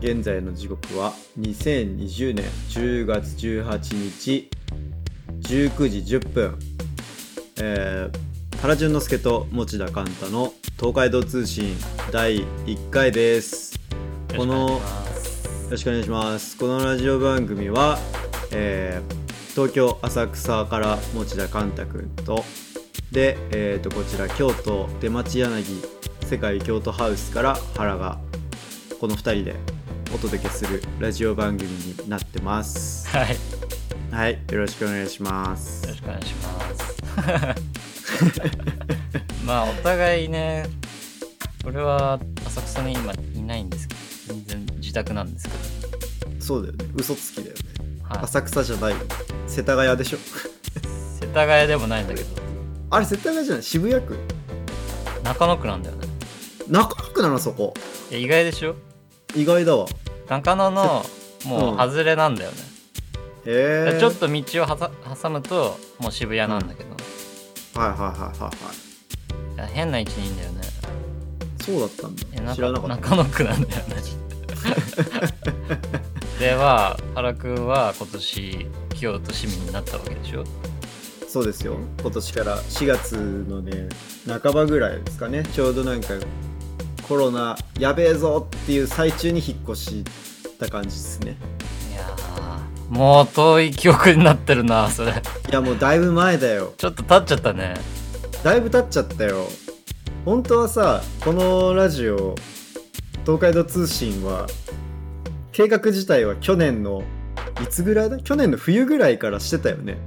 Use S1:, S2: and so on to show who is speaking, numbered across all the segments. S1: 現在の時刻は2020年10月18日19時10分、えー、原淳之介と持田寛太の東海道通信第1回ですこのよろしくお願いしますこのラジオ番組は、えー、東京浅草から持田寛太くんとで、えー、とこちら京都出町柳世界京都ハウスから原がこの2人でお届けするラジオ番組になってます
S2: はい、よ
S1: はいよろしくお願いします
S2: ろしくお願いします。 まあ、お互いね、俺は浅草に今いないんですけど、全然自宅なんですけ
S1: そうだよね嘘つきだよね
S2: ど、はい、
S1: 浅草じゃないよね世田谷でしょ
S2: 世田谷でもないんだけど、
S1: あれ世田谷じゃない渋谷区
S2: 中野区なんだよね。
S1: 中野区なのそこ
S2: いや意外でしょ
S1: 意外だわ
S2: 中野のも
S1: うん
S2: う外れなんだよね。だか
S1: え
S2: ら
S1: ー、
S2: ちょっと道をはさ挟むと、もう渋谷なんだけど、
S1: はいはいはいはいはい
S2: や変な位置にいんだよね。
S1: いそうだったん
S2: え
S1: だ
S2: な
S1: 知らなかった
S2: 中野区なんだよねでは原くんは今年京都市民になったわけでしょ
S1: そうですよ今年から4月のね半ばぐらいですかねちょうどなんかコロナやべえぞっていう最中に引っ越した感じですね
S2: いやーもう遠い記憶になってるなそれ
S1: いやもうだいぶ前だよ
S2: ちょっと経っちゃったね
S1: だいぶ経っちゃったよ本当はさこのラジオ東海道通信は計画自体は去年のいつぐらいだ去年の冬ぐらいからしてたよね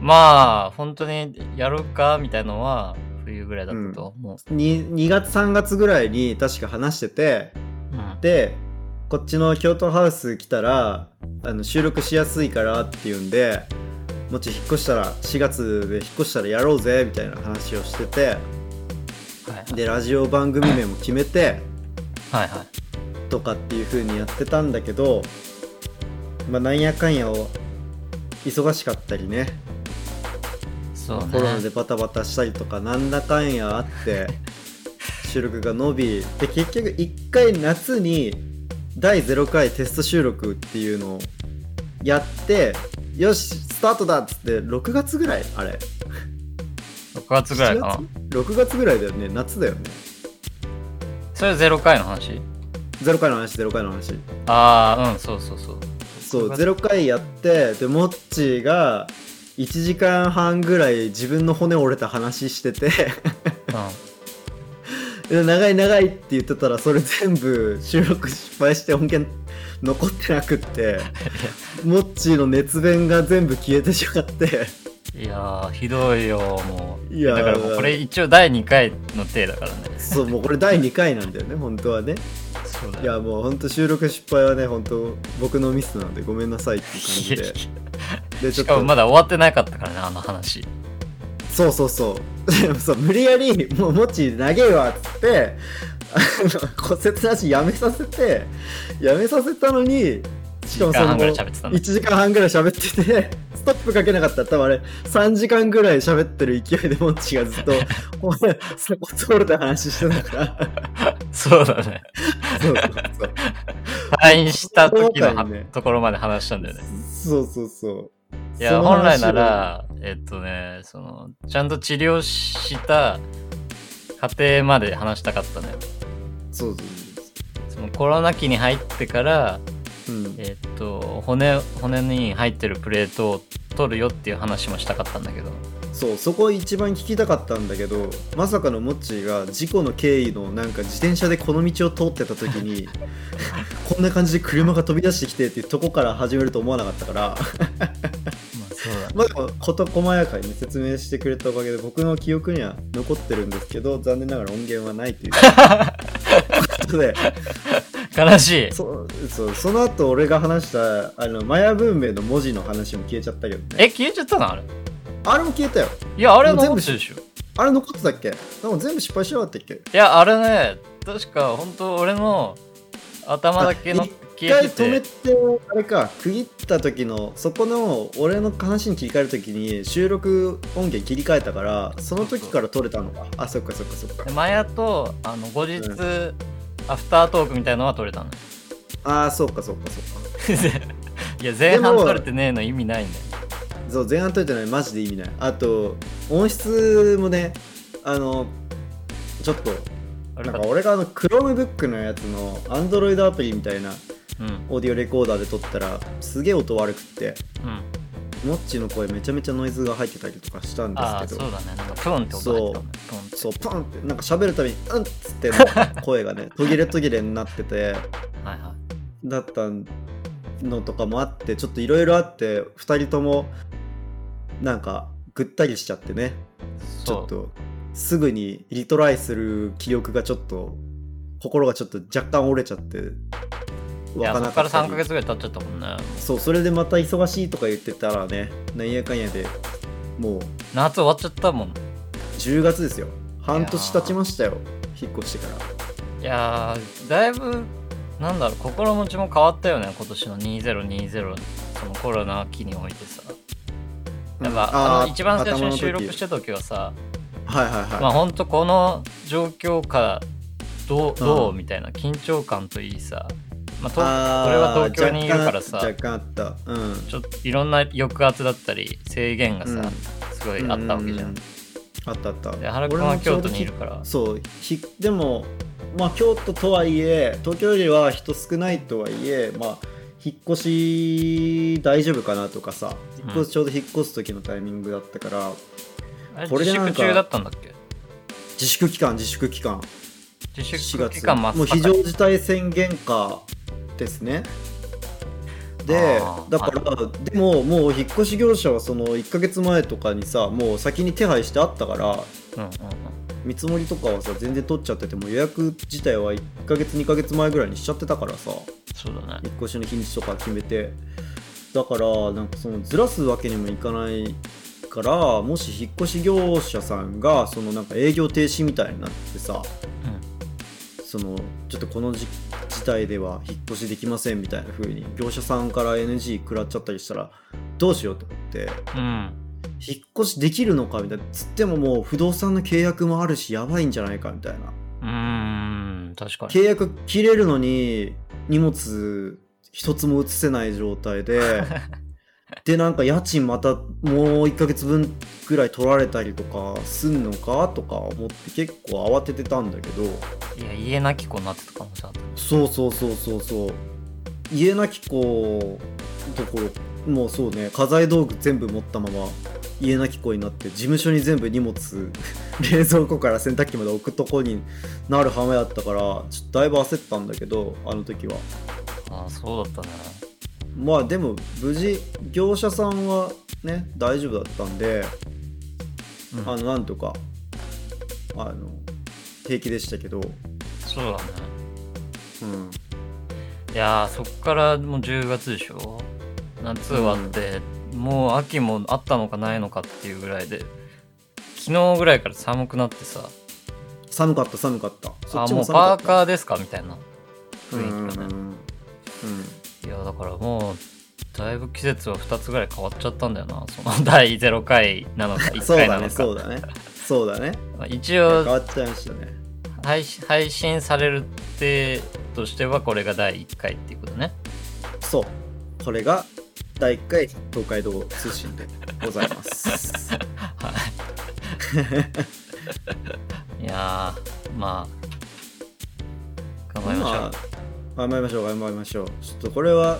S2: まあ本当にやるかみたいのは冬ぐらいだったと思う、
S1: に 2, 月3月ぐらいに確か話してて
S2: うん
S1: でこっちの京都ハウス来たらあの収録しやすいからっていうんでもち引っ越したら4月で引っ越したらやろうぜみたいな話をしてて
S2: はい、
S1: でラジオ番組名も決めて
S2: はいはい
S1: とかっていう風にやってたんだけどまあなんやかんやを忙しかったりね
S2: そうね
S1: コロナでバタバタしたりとかなんだかんやあって 収録が伸びで結局1回夏に第0回テスト収録っていうのをやってよしスタートだっつって6月ぐらいあれ
S2: 6月ぐらいかな
S1: 7月6月ぐらいだよね夏だよね
S2: それ0回の話
S1: 0回の話0回の話
S2: ああうんそうそうそう
S1: そう
S2: 6月
S1: 0回やってでモッチーが1時間半ぐらい自分の骨折れた話してて
S2: う
S1: で長い長いって言ってたらそれ全部収録失敗して音源残ってなくって モッチーの熱弁が全部消えてしまって
S2: んいやーひどいよもう
S1: いやー
S2: だからもうこれ一応第2回の手だからね
S1: そうもうこれ第2回なんだよね 本当はね
S2: そうだ
S1: いや
S2: よ。
S1: もう本当収録失敗はね本当僕のミスなんでごめんなさいっていう感じでで
S2: しかもまだ終わってなかったからね、あの話。
S1: そうそうそう。 でもさ、無理やり、もう、もち、投げわっつって、あの骨折なしやめさせて、やめさせたのに、しかも
S2: 一時
S1: そ
S2: 間
S1: の、
S2: 半ぐらい喋ってたんだ
S1: 1時間半ぐらい喋ってて、 ストップかけなかったら、多分あれ、3時間ぐらい喋ってる勢いで、もちがずっ と、お前、鎖骨折れた話してたから、
S2: そうだね。
S1: そうそうそう。
S2: 退院した時のは
S1: そうだよね
S2: ところまで話したんだよね。
S1: そうそうそう。
S2: い
S1: そ
S2: や、
S1: の
S2: 本来
S1: 話を
S2: な、ら、えっとね、その、ちゃんと治療した過程まで話したかったのよ。
S1: そうそうそ
S2: そのコロナ期に入ってから、
S1: う。うん。
S2: えっと、骨、骨に入ってるプレートを取るよっていう話もしたかったんだけど。
S1: そうそこ一番聞きたかったんだけどまさかのモッチーが事故の経緯のなんか自転車でこの道を通ってた時 にこんな感じで車が飛び出してきてっていうとこから始めると思わなかったから
S2: まあ、そうだね。
S1: まあでも事細やかに、ね、説明してくれたおかげで僕の記憶には残ってるんですけど残念ながら音源はない ということで
S2: 悲しい。
S1: そそうその後俺が話したあのマヤ文明の文字の話も消えちゃったけどね
S2: え、消えちゃったのあれ。
S1: あれも消えたよ
S2: いや、あれ
S1: もう全
S2: 残
S1: 部
S2: ってるでしょ。
S1: あれ残ってたっけなんか全部失敗しなかったっけ
S2: いやあれね確か本当俺の頭だけの
S1: あ一
S2: 消
S1: 回
S2: えて
S1: 止め
S2: て
S1: てあれか区切った時のそこの俺の話に切り替える時に収録音源切り替えたからその時から撮れたのかあそっかそっかそっか
S2: でマヤとあの後日、
S1: う
S2: アフタートークみたいのは取れたの
S1: ああそうかそうかそうか
S2: いや前半取れてねえの意味ないんだよ
S1: そう前半といてないマジで意味ないあと音質もねあのちょっと
S2: 悪
S1: な
S2: か
S1: ん
S2: っ
S1: か俺があの Chromebook のやつの Android アプリみたいな
S2: たうん
S1: オーディオレコーダーで撮ったらすげえ音悪くって
S2: うん
S1: モッチの声めちゃめちゃノイズが入ってたりとかしたんで
S2: ああ
S1: す
S2: そ
S1: け
S2: う
S1: ど
S2: だねなんかプンって音入ったもんねプンって
S1: そうパンってなんか喋るたびに「うん」っつっての声がね途切れ途切れになってて
S2: はいは
S1: だったのとかもあってちょっといろいろあって2人ともなんかぐったりしちゃってね
S2: い
S1: ちょ
S2: そ
S1: っ
S2: う
S1: とすぐにリトライする気力がちょっと心がちょっと若干折れちゃって
S2: いやそっから
S1: た
S2: 3
S1: り
S2: ヶ月ぐらい経っちゃったもんね
S1: そうそれでまた忙しいとか言ってたらねなんやかんやでもう
S2: 夏終わっちゃったもん
S1: 10月ですよ半年経ちましたよ引っ越してから
S2: いやーだいぶなんだろう心持ちも変わったよね今年の2020そのコロナ期においてさなんか、あの一番最初に収録したた時はさ
S1: はいはいはい、
S2: まあほんとこの状況下どうどう
S1: うん
S2: みたいな緊張感といいさ、まあ、と
S1: あー
S2: 俺は東京にいるからさ
S1: 若干あった若干あったうん
S2: ちょっといろんな抑圧だったり制限がさ、
S1: うん
S2: すごいあったわけじゃん。
S1: あったあった
S2: で原君
S1: 俺
S2: は
S1: もちょ
S2: 京
S1: うど
S2: 都にいるから
S1: そうひでもまあ京都とはいえ東京よりは人少ないとはいえまあ引っ越し大丈夫かなとかさ
S2: うん
S1: 引っ越し、ちょうど引っ越す時のタイミングだったから
S2: あれ
S1: これで
S2: 自
S1: なんか
S2: 粛中だったんだっけ
S1: 自粛期間自粛期間
S2: 自
S1: 4
S2: 粛期
S1: 月
S2: 間真っ
S1: もう非
S2: 盛
S1: 常
S2: り
S1: 事態宣言下ですねで
S2: あー
S1: だからでももう引っ越し業者はその1ヶ月前とかにさもう先に手配してあったから
S2: うんうんうん
S1: 見積もりとかはさ全然取っちゃっててもう予約自体は1ヶ月2ヶ月前ぐらいにしちゃってたからさ
S2: そうだね
S1: 引っ越しの日にちとか決めてだからなんかそのずらすわけにもいかないからもし引っ越し業者さんがそのなんか営業停止みたいになってさそのちょっとこのじ事態では引っ越しできませんみたいな風に業者さんから NG 食らっちゃったりしたらどうしようと思って
S2: うん、うん、
S1: 引っ越しできるのかみたいなつってももう不動産の契約もあるしやばいんじゃないかみたいな
S2: うーん確かに
S1: 契約切れるのに荷物一つも移せない状態ででなんか家賃またもう1ヶ月分ぐらい取られたりとかすんのかとか思って結構慌ててたんだけど
S2: いや家なき子になってたかもしれない
S1: そうそうそうそうそう家なき子どころもうそうね家財道具全部持ったまま家なき子になって事務所に全部荷物 冷蔵庫から洗濯機まで置くとこになる羽目だったからちょっとだいぶ焦ったんだけどあの時は
S2: ああそうだったね
S1: まあでも無事業者さんはね大丈夫だったんで
S2: うん
S1: あのなんとかあの平気でしたけど
S2: そうだね
S1: うん
S2: いやーそっからもう10月でしょ夏終わって、もう秋もあったのかないのかっていうぐらいで昨日ぐらいから寒くなってさ
S1: 寒かった寒かったそ
S2: あ
S1: っち
S2: も
S1: も
S2: う
S1: 寒か
S2: パ
S1: っ
S2: ー
S1: た
S2: カーですかみたいな雰囲気
S1: う
S2: が
S1: ん
S2: ね、
S1: うんうん
S2: いやだからもうだいぶ季節は2つぐらい変わっちゃったんだよなその 第0回なのか1
S1: そう
S2: 回な
S1: だ
S2: の
S1: ね、
S2: か、
S1: そうだね。そうだね。
S2: まあ一
S1: 変
S2: 応
S1: わっちゃいましたね。
S2: 配信配信されるってとしてはこれが第1回っていうことね
S1: そう。これが第1回東海道通信でござい ます。
S2: いやーまあ頑張りましょう
S1: まあ、頑張りましょう、頑張りましょう。ちょっとこれは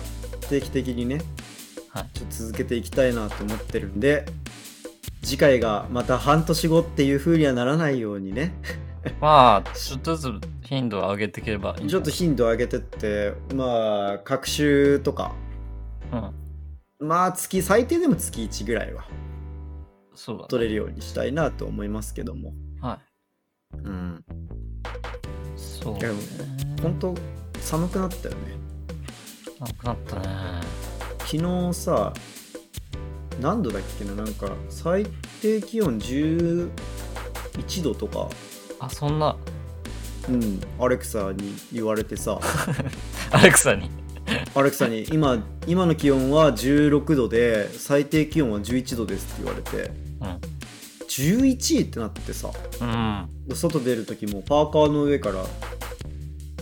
S1: 定期的にね、
S2: はい
S1: ちょっと続けていきたいなと思ってるんで、次回がまた半年後っていう風にはならないようにね、
S2: まあ、ちょっとずつ頻度を上げていければいいん
S1: ち
S2: じゃ
S1: ょっ
S2: な
S1: と
S2: い。
S1: 頻度を上げてって、まあ、各週とか、
S2: うん、
S1: まあ月、最低でも月1ぐらいは
S2: そうだ、
S1: 取れるようにしたいなと思いますけども。
S2: は
S1: うん。
S2: い。そうね
S1: いや。本当寒くなったよね
S2: なくなったね。
S1: 昨日さ何度だっけななんか最低気温11度とか
S2: あ、そんな、
S1: うんアレクサに言われて さ
S2: アレクサに。
S1: アレクサに今「今の気温は16度で最低気温は11度です」って言われて
S2: うん。
S1: 11ってなってさ
S2: うん。
S1: 外出る時もパーカーの上から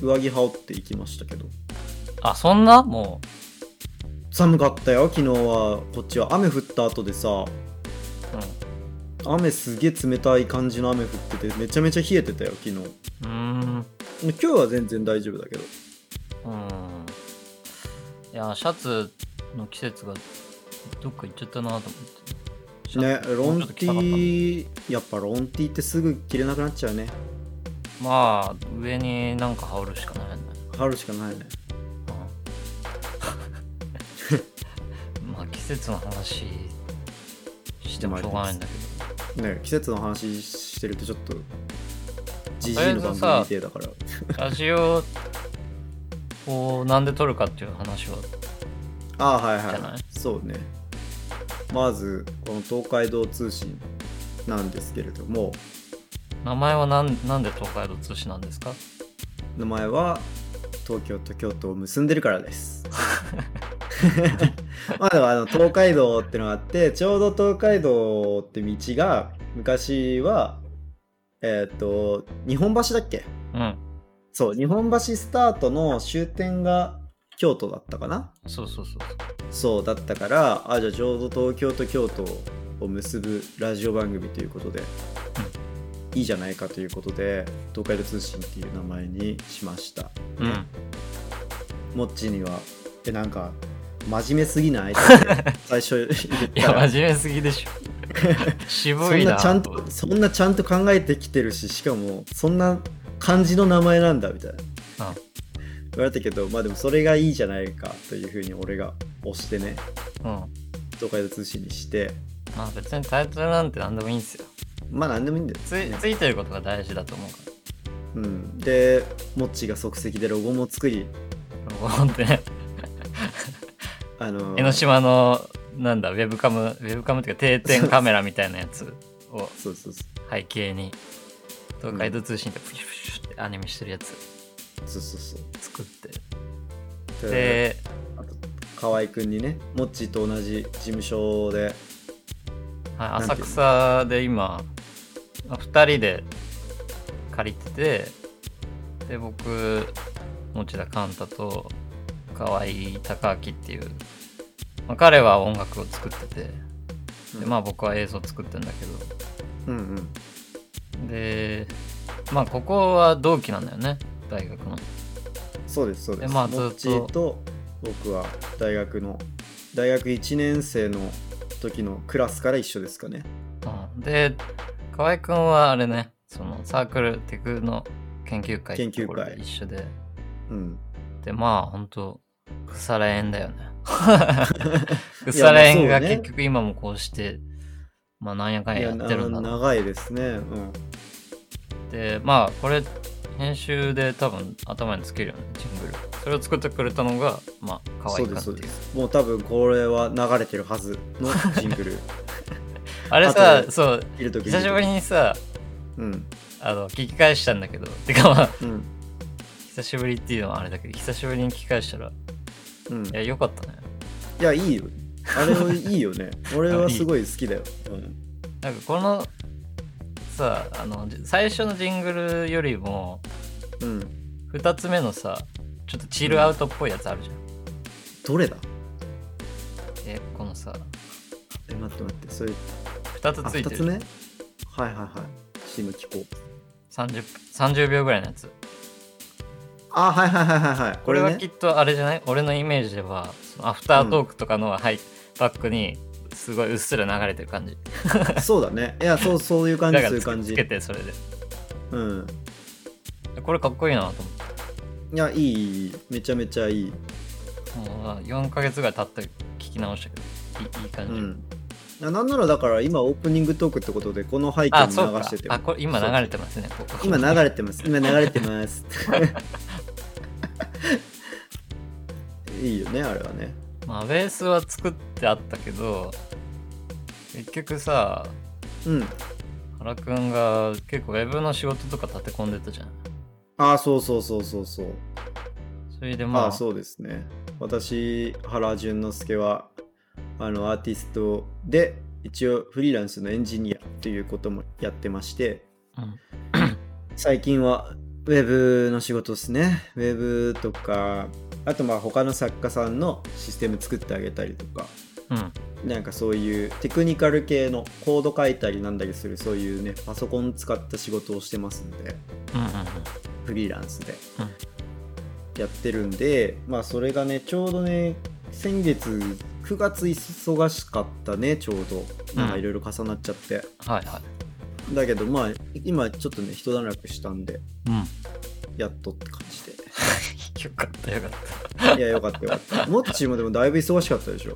S1: 上着羽織っていきましたけど
S2: あそんなも
S1: 寒かったよ昨日はこっちは雨降った後でさ
S2: う
S1: 雨すげえ冷たい感じの雨降っててめちゃめちゃ冷えてたよ昨日
S2: うんうーん
S1: 今日は全然大丈夫だけど
S2: うんいやシャツの季節がどっか行っちゃったなと思ってシ
S1: ね
S2: ャツ
S1: ロンテ
S2: もうちょっと着たかっ
S1: ィーやっぱロンティーってすぐ着れなくなっちゃうね
S2: たまあ上になんか羽織るしかないよね
S1: 春しかないね
S2: うん まあ季節の話してもしょうがないんだけど
S1: ね季節の話してるとちょっとじじ
S2: とりあ
S1: い
S2: え
S1: の
S2: ずさ
S1: 番組みてえだから
S2: ラジオをなんで撮るかっていう話は
S1: ああはい
S2: じゃな
S1: はいいそうねまずこの東海道通信なんですけれども
S2: 名前はなんなんで東海道通信なんですか
S1: 名前は東京と京都を結んでるからですまあでもあの東海道ってのがあってちょうど東海道って道が昔はえっ、と日本橋だっけ
S2: うん
S1: そう日本橋スタートの終点が京都だったかな
S2: そうそうそう
S1: そうだったからあじゃあちょうど東京と京都を結ぶラジオ番組ということで、いいじゃないかということで東海道通信っていう名前にしました、
S2: そううん
S1: モッチーには「えなんか真面目すぎない?」っ て最初言っ
S2: い
S1: た
S2: や
S1: ら
S2: 真面目すぎでし ょ
S1: そ
S2: 渋
S1: ん
S2: い
S1: な
S2: な
S1: ちゃんとそんなちゃんと考えてきてるししかもそんな漢字の名前なんだみたいな、
S2: うん
S1: 言われたけどまあでもそれがいいじゃないかというふうに俺が押してね
S2: うん
S1: 東海道通信にして
S2: まあ別にタイトルなんて何でもいいんですよ
S1: まあ何でもいいんだよ
S2: ついついてることが大事だと思うから
S1: うん、でモッチーが即席でロゴも作り
S2: ロゴってね
S1: あの
S2: 江ノ島のなんだウェブカムウェブカムっていうか定点カメラみたいなやつを
S1: そうそうそ
S2: 背景に東海道通信でプシュプシュってアニメしてるやつ
S1: うそうそうそ
S2: 作って、
S1: う
S2: で
S1: あと河合くんにねモッチーと同じ事務所で
S2: は
S1: な
S2: い
S1: んてい
S2: 浅
S1: うの
S2: 草で今2人で借りててで僕持田寛太と河合孝明っていう、まあ、彼は音楽を作っててでまあ僕は映像作ってるんだけど
S1: うんうん
S2: でまあここは同期なんだよね大学の
S1: そうですそうです
S2: でまあずっと
S1: モッチーと僕は大学の大学1年生の時のクラスから一緒ですかね
S2: うん、で河合くんはあれねそのサークルテクの研究会ってところ
S1: 研究
S2: で
S1: 会
S2: 一緒で
S1: うん
S2: でまあほんと腐れ 縁だよね腐れ縁が
S1: いやまあそうね
S2: 結局今もこうしてまあなんやかん
S1: い
S2: やや
S1: や
S2: ってるんだ
S1: な
S2: なっ
S1: 長いですねうん
S2: てまあこれ編集で多分頭につけるよねジングルそれを作ってくれたのがまあ河合
S1: そう
S2: くん
S1: で
S2: っ
S1: すそ
S2: ていうう
S1: ですもう多分これは流れてるはずのジング ル
S2: あれさ
S1: あと
S2: そう
S1: いる時
S2: 久しぶりにさ
S1: うん
S2: あの聞き返したんだけど てかまあ
S1: うん
S2: 久しぶりっていうのはあれだけど久しぶりに聞き返したら
S1: うん
S2: いやよかったね
S1: いや、いいよ。あれはいい よね。俺はすごい好きだよ。うん
S2: なんかこのさあのじ最初のジングルよりも
S1: うん。
S2: 2つ目のさちょっとチルアウトっぽいやつあるじゃん、
S1: どれだ
S2: えこのさ
S1: え、待って待って。それ、
S2: 2
S1: あ、
S2: つつい
S1: 二
S2: て
S1: つ目
S2: る
S1: はいはいはい。チーム聞こう。
S2: 30, 30秒ぐらいのやつ
S1: あ、はいはいはいはいはい。
S2: こ
S1: こ
S2: れ
S1: れ
S2: は
S1: ね
S2: きっ。とあれじゃない俺のイメージではそのアフタートークとかの、はい、バックにすごいうっすら流れてる感じ
S1: そうだね。いや、そう、そういう感じ、
S2: だ
S1: そ
S2: か
S1: うい
S2: ら
S1: う
S2: つけ
S1: 感
S2: つ
S1: じ
S2: け。てそれで
S1: うん。
S2: これかっこいいなと思って
S1: いや、いいいい、いい。めちゃめちゃいい。
S2: もう4ヶ月ぐらい経って聞き直したけどいいいい感
S1: う
S2: じ、
S1: ん。いやなんならだから今オープニングトークってことでこの背景
S2: あ
S1: も
S2: そう
S1: 流
S2: か
S1: してて
S2: あこれ今流れてますねここ
S1: 今流れてます今流れてます いいよねあれはね
S2: まあベースは作ってあったけど結局さ
S1: うん
S2: 原くんが結構ウェブの仕事とか立て込んでたじゃん
S1: ああそうそうそうそうそう
S2: それでま
S1: ま
S2: あ
S1: あ、そうですね私原淳之介はあのアーティストで一応フリーランスのエンジニアということもやってまして
S2: うん
S1: 最近はウェブの仕事ですねウェブとかあとまあ他の作家さんのシステム作ってあげたりとか
S2: うん
S1: なんかそういうテクニカル系のコード書いたりなんだりするそういうねパソコン使った仕事をしてますんで
S2: うんうん
S1: フリーランスでやってるんでまあそれがねちょうどね先月9月忙しかったねちょうどなんかいろいろ重なっちゃって、
S2: はいはい
S1: だけどまあ今ちょっとね一段落したんで
S2: うん
S1: やっとって感じで
S2: よかったよかっ
S1: いや、よかったよかった。もっちもでもだいぶ忙しかったでしょ。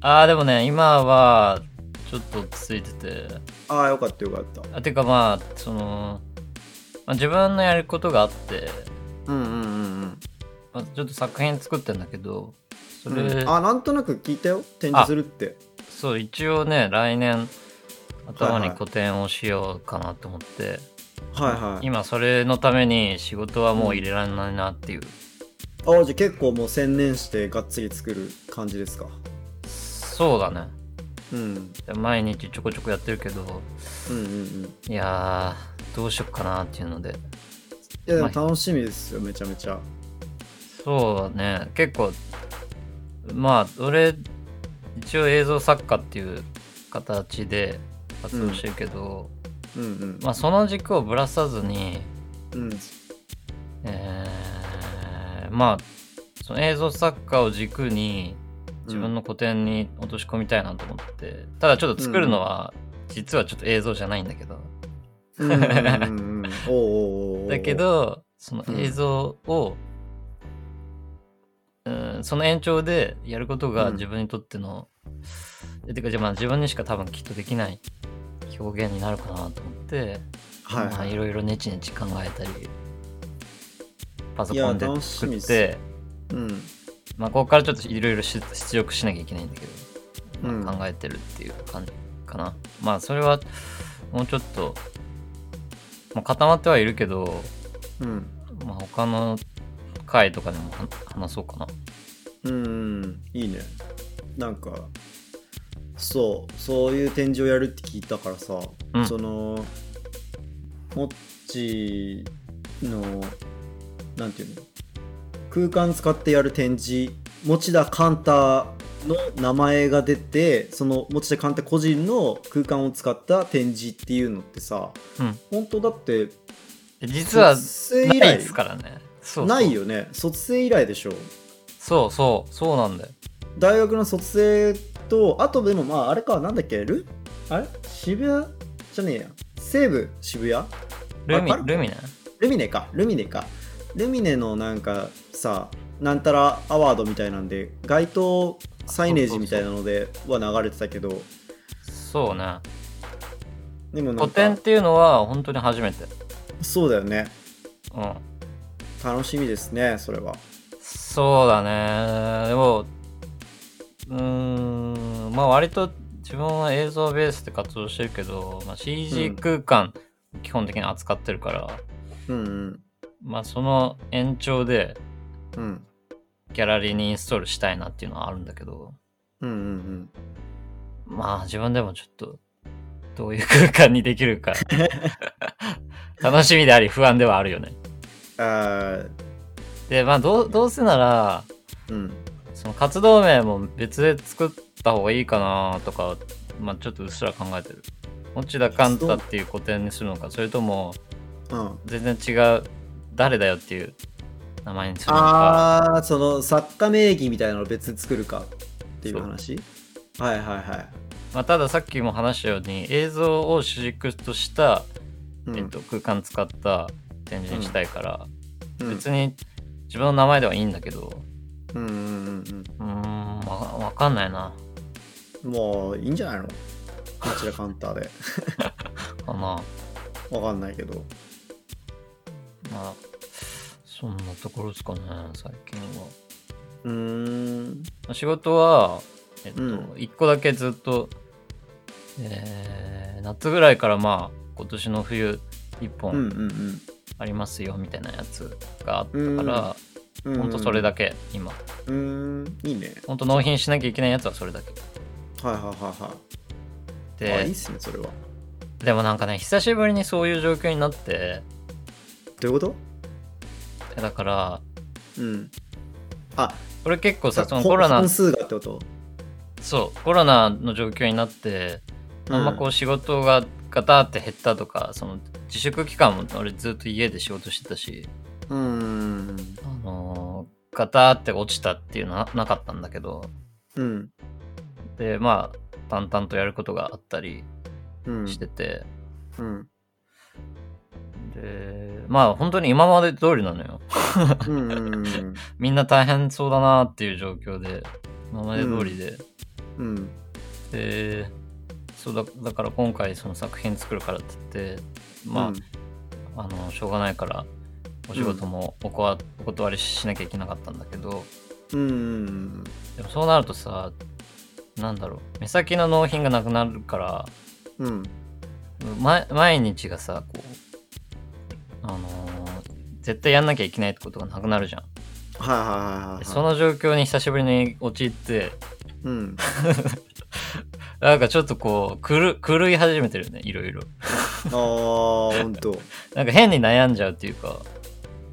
S2: たああでもね今はちょっと落ち着いてて
S1: ああ、よかったよかった。
S2: あてかまあその、まあ、自分のやることがあって、
S1: うんうんうん
S2: まあ、ちょっと作品作ってんだけどそ
S1: うん
S2: れ、
S1: うん。あ、なんとなく聞いたよ。展示するって。
S2: そう一応ね来年頭
S1: はい
S2: に
S1: はい
S2: 個展をしようかなと思って、
S1: はいはい。
S2: 今それのために仕事はもう入れられないなっていう、
S1: ああ、じゃあ結構もう専念してがっつり作る感じですか。
S2: そうだね
S1: うん。
S2: で毎日ちょこちょこやってるけど
S1: うんうんうん。い
S2: いやーどうしよっかなっていうので
S1: や、でも楽しみですよ、めちゃめちゃ。
S2: そうだね結構まあ俺一応映像作家っていう形で活動してるけど、
S1: うんうん。
S2: まあ、その軸をぶらさずに
S1: うん。
S2: えーまあその映像作家を軸に自分の個展に落とし込みたいなと思って、ただちょっと作るのは、実はちょっと映像じゃないんだけど、
S1: うんうんうん うん。おうおうおうおう
S2: だけ。どその映像を、うん、その延長でやること
S1: う
S2: が
S1: ん
S2: 自分にとっての、てかじゃあまあ自分にしか多分きっとできない表現になるかなと思って、
S1: はい
S2: ま
S1: は
S2: あ、い
S1: い。
S2: ろいろネチネチ考えたりパソ
S1: いや
S2: コンで
S1: 楽し
S2: 作
S1: みっ
S2: っ
S1: す
S2: て
S1: うん。
S2: まあ、ここからちょっといろいろ出出力しなきゃいけないんだけど、まあ
S1: うん
S2: 考えてるっていう感じかなまあそれはもうちょっと、まあ、固まってはいるけど、
S1: うん。
S2: まあ、他の回とかでもは話そうかな
S1: うんいいねなんかそうそういう展示をやるって聞いたからさ、
S2: うん
S1: そのモッチーのなんていうの空間使ってやる展示持田寛太の名前が出てその持田寛太個人の空間を使った展示っていうのってさ、
S2: うん
S1: 本当だって
S2: で実は
S1: 卒生以
S2: ない
S1: 来
S2: ですからねそうそう
S1: ないよね卒生以来でしょ
S2: そうそうそうなんだよ
S1: 大学の卒生とあとでもまああれかなんだっけルあれ渋谷じゃねえや西武渋谷
S2: ルミ
S1: わかる
S2: ルミね
S1: ルミネかルミネかルミネのなんかさなんたらアワードみたいなんで街頭サイネージみたいなのでは流れてたけど
S2: そうね
S1: でもな
S2: 古
S1: ん
S2: 典っ
S1: か
S2: ていうのは本当に初めて
S1: そうだよね
S2: うん
S1: 楽しみですねそれは
S2: そうだね。でも、うーん、まあ割と自分は映像ベースで活動してるけど、まあ、
S1: う
S2: CG
S1: ん
S2: 空間基本的に扱ってるから、
S1: うん
S2: まあその延長で
S1: うんうん
S2: ギャラリーにインストールしたいなっていうのはあるんだけど、
S1: うんうん
S2: まあ自分でもちょっと、どういう空間にできるか 楽しみであり不安ではあるよね。
S1: うんあー
S2: で、まあどうどうせなら、
S1: うん
S2: その活動名も別で作った方がいいかなとか、まあ、ちょっとうっすら考えてる。持田寛太っていう個展にするのか、それとも
S1: うん
S2: 全然違う誰だよっていう名前にするのか。
S1: ああーその作家名義みたいなのを別に作るかっていう話はいはいはい
S2: まあ、たださっきも話したように映像を主軸とした、
S1: うん
S2: えっと、空間使った展示にしたいから、
S1: うん
S2: 別に自分の名前ではいいんだけど、
S1: うんうんうん
S2: うーん、わわかんないな。
S1: うんもういいんじゃないのこちらカウンターで
S2: かな。
S1: わかんないけど
S2: まあ、そんなところですかね、最近は。
S1: うーん
S2: 仕事は、えっと、
S1: うん
S2: 一個だけずっと、えー夏ぐらいからまあ、今年の冬、
S1: う
S2: 一
S1: ん
S2: 本
S1: うん
S2: ありますよ、みたいなやつがあった
S1: うん
S2: から、
S1: うん
S2: ほんとそれだけ、今。
S1: うーんいいね
S2: ほんと納品しなきゃいけないやつはそれだけ。
S1: はいはいは
S2: で
S1: い、はいあいいっすねそれは
S2: でもなんかね、久しぶりにそういう状況になって、
S1: どういうこと
S2: だから、
S1: うんあ
S2: 俺結構さその
S1: こ
S2: コロナ
S1: 本数がってこと
S2: そうコロナの状況になってあんまこう仕事がガタって減ったとか、その自粛期間も俺ずっと家で仕事してたし、
S1: ううん
S2: あのーガタって落ちたっていうのはなかったんだけど
S1: うん
S2: でまあ淡々とやることがあったり
S1: うん
S2: してて、
S1: うん
S2: でまあ本当に今まで通りなのよ
S1: うんうん
S2: みんな大変そうだなっていう状況で今まで通りで、
S1: うん
S2: でそうだだから今回その作品作るからって言って まあ、あのしょうがないからお仕事もおこわお断りしなきゃいけなかったんだけど
S1: うんうん
S2: でもそうなるとさなんだろう目先の納品がなくなるから
S1: うん
S2: ま毎日がさこうあのー絶対やんなきゃいけないってことがなくなるじゃん
S1: はいはいはいは
S2: で
S1: い
S2: その状況に久しぶりに陥って
S1: うん
S2: なんかちょっとこう狂狂い始めてるねいろいろ
S1: ああほんと
S2: なんか変に悩んじゃうっていうか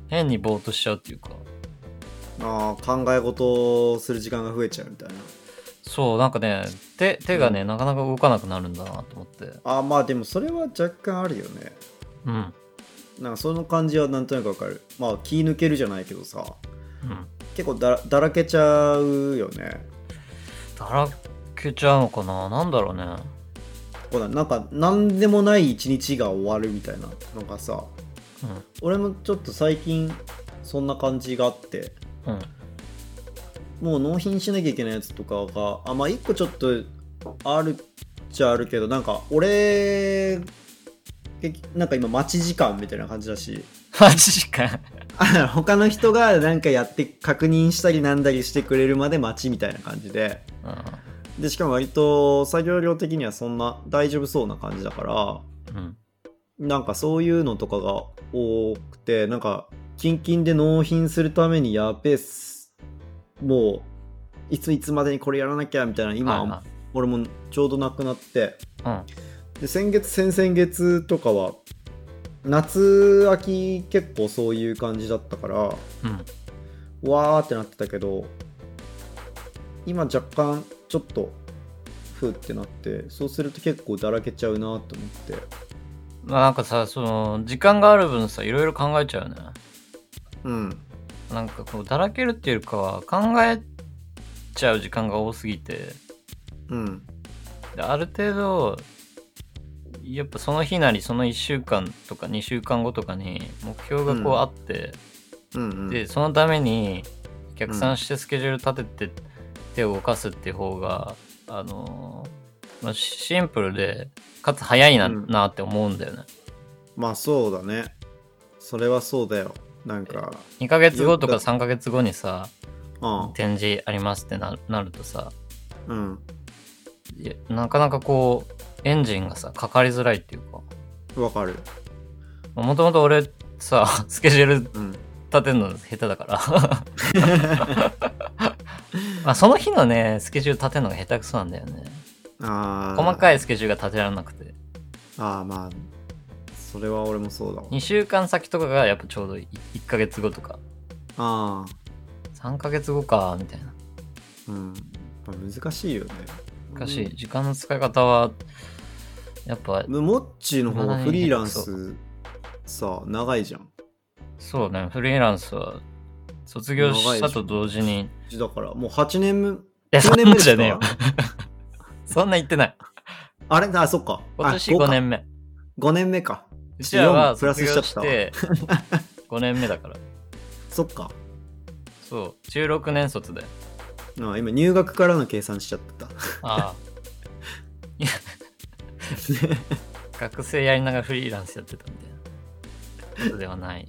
S2: 変にぼーっとしちゃうっていうか
S1: あー考え事をする時間が増えちゃうみたいな
S2: そうなんかね手手がね、なかなか動かなくなるんだなと思って
S1: あーまあでもそれは若干あるよね
S2: うん、うん、
S1: なんかその感じはなんとなくわかるまあ気抜けるじゃないけどさ結構だらだらけちゃうよね
S2: だらけちゃうのかななんだろうね
S1: ほらなんか何でもない一日が終わるみたいなのがさ俺もちょっと最近そんな感じがあって
S2: うん うん
S1: もう納品しなきゃいけないやつとかがあまあ一個ちょっとあるっちゃあるけどなんか俺けなんか今待ち時間みたいな感じだし
S2: 8時間
S1: あ他の人がなんかやって確認したりなんだりしてくれるまで待ちみたいな感じで
S2: う
S1: でしかも割と作業量的にはそんな大丈夫そうな感じだから
S2: んうん
S1: なんかそういうのとかが多くてなんかキンキンで納品するためにやべえっすもういついつまでにこれやらなきゃみたいな今、
S2: はいはい
S1: 俺もちょうどなくなって
S2: うん
S1: で先月先々月とかは夏秋結構そういう感じだったから
S2: うん
S1: わーってなってたけど今若干ちょっとふーってなってそうすると結構だらけちゃうなと思って
S2: まあなんかさその時間がある分さいろいろ考えちゃうね
S1: うん
S2: なんかこうだらけるっていうよりかは考えちゃう時間が多すぎて
S1: うん
S2: である程度やっぱその日なりその1週間とか2週間後とかに目標がこうあって、
S1: うんうん
S2: でそのために逆算してスケジュール立てて手を動かすっていう方が、あのーまあシシンプルでかつ早いな,、
S1: うん
S2: なって思うんだよね
S1: まあそうだね。それはそうだよ。なんか、
S2: 2ヶ月後とか
S1: よく
S2: 3ヶ月後にさ
S1: うん、
S2: 展示ありますってななるとさ
S1: うん。
S2: いやなかなかこうエンジンがさかかりづらいっていうか
S1: わかる。
S2: もともと俺さ スケジュー
S1: う
S2: ル
S1: ん。
S2: 立てるの下手だからまあその日のねスケジュール立てるのが下手くそなんだよね
S1: ああ。
S2: 細か
S1: い。
S2: いスケジュールが立てられなくて
S1: ああ、まあ、それは俺もそうだわ。
S2: 2週間先とかがやっぱちょうどい1ヶ月後とか
S1: あ
S2: 3ヶ月後かみたいな
S1: あ。うん。まあ難しいよね。
S2: 難しい、時間の使い方はやっぱ
S1: うん。モッチーの方がフリーランスさ、長いじゃん。
S2: そうねフリーランスは卒業したと同時にい
S1: だから、もう8年目。
S2: やそ
S1: 5
S2: ん
S1: 年目
S2: な
S1: ですか
S2: じゃねえよそんな言ってない
S1: あれあ、そっか。
S2: 今年5年目
S1: 目。5年目か。
S2: うちらは
S1: 四プラス
S2: 卒
S1: しちゃ
S2: 業
S1: った
S2: して5年目だから
S1: そっか。
S2: そう16年卒で
S1: あ今、入学からの計算しちゃってた。
S2: ああいや学生やりながらフリーランスやってたみたいなことではない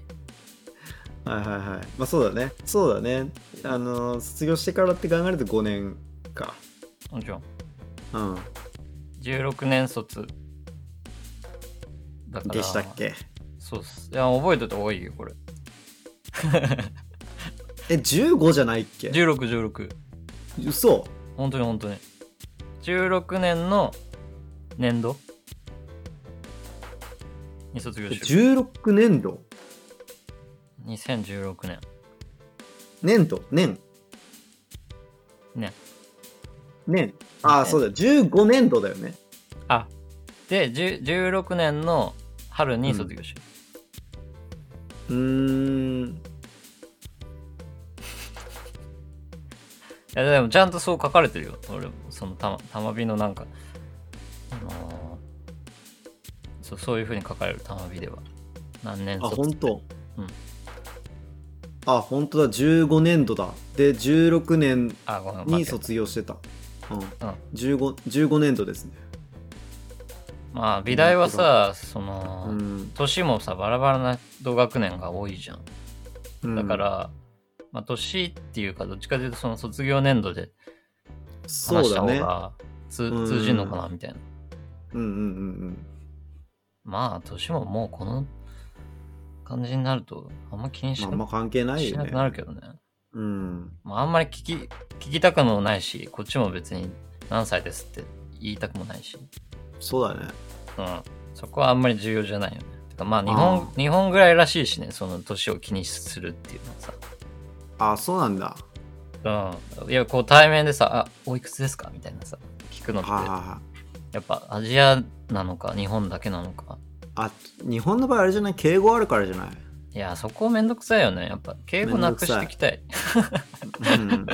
S1: はいはいはいまあそうだねそうだねあのー卒業してからって考えると5年か
S2: もちろん
S1: うん
S2: 16年卒だから
S1: でしたっけ
S2: そうっすいや覚えてた方がいいよこれ
S1: え15じゃないっけ
S2: 1616
S1: 嘘
S2: 本当に本当に16年の年度に卒業してる
S1: 16年度
S2: 2016年
S1: 年度年
S2: ね
S1: ねああ、
S2: ね
S1: そうだよ15年度だよね
S2: あで10 16年の春に卒業し
S1: うーん
S2: いやでもちゃんとそう書かれてるよ俺そのたまたまびのなんかあのーそうそういう風に書かれるたまびでは何年
S1: あ
S2: 卒
S1: 本当
S2: うん
S1: あ本当だ15年度だで16年
S2: あごめん
S1: に
S2: 待って
S1: 卒業してた、うん
S2: うん
S1: 15 15年度ですね
S2: まあ美大はさその、
S1: うん、
S2: 年もさバラバラな同学年が多いじゃん
S1: うん
S2: だから、まあ、年っていうかどっちかというとその卒業年度で話
S1: そう
S2: し
S1: だ
S2: た方
S1: ね
S2: が通,、
S1: うん
S2: 通じるのかなみたいな
S1: うんうんうん
S2: まあ年ももうこの感じになるとあんま気にし
S1: うんまあ
S2: な,、
S1: あんま関係ない
S2: し
S1: よ
S2: な
S1: ね
S2: くなるけどね、
S1: うん
S2: まあ、あんまり聞き聞きたくもないしこっちも別に何歳ですって言いたくもないし、
S1: そうだね
S2: うん、そこはあんまり重要じゃないよねてかまあ日
S1: あ
S2: 本日本ぐらいらしいしねその年を気にするっていうのはさ
S1: あそうなんだ
S2: うん、いやこう対面でさ「あおいくつですか?」みたいなさ聞くのって
S1: はいはいはい
S2: やっぱアジアなのか日本だけなのか
S1: あ日本の場合あれじゃない敬語あるからじゃない、
S2: いやそこめんどくさいよねやっぱ敬語なくしていきたい
S1: うん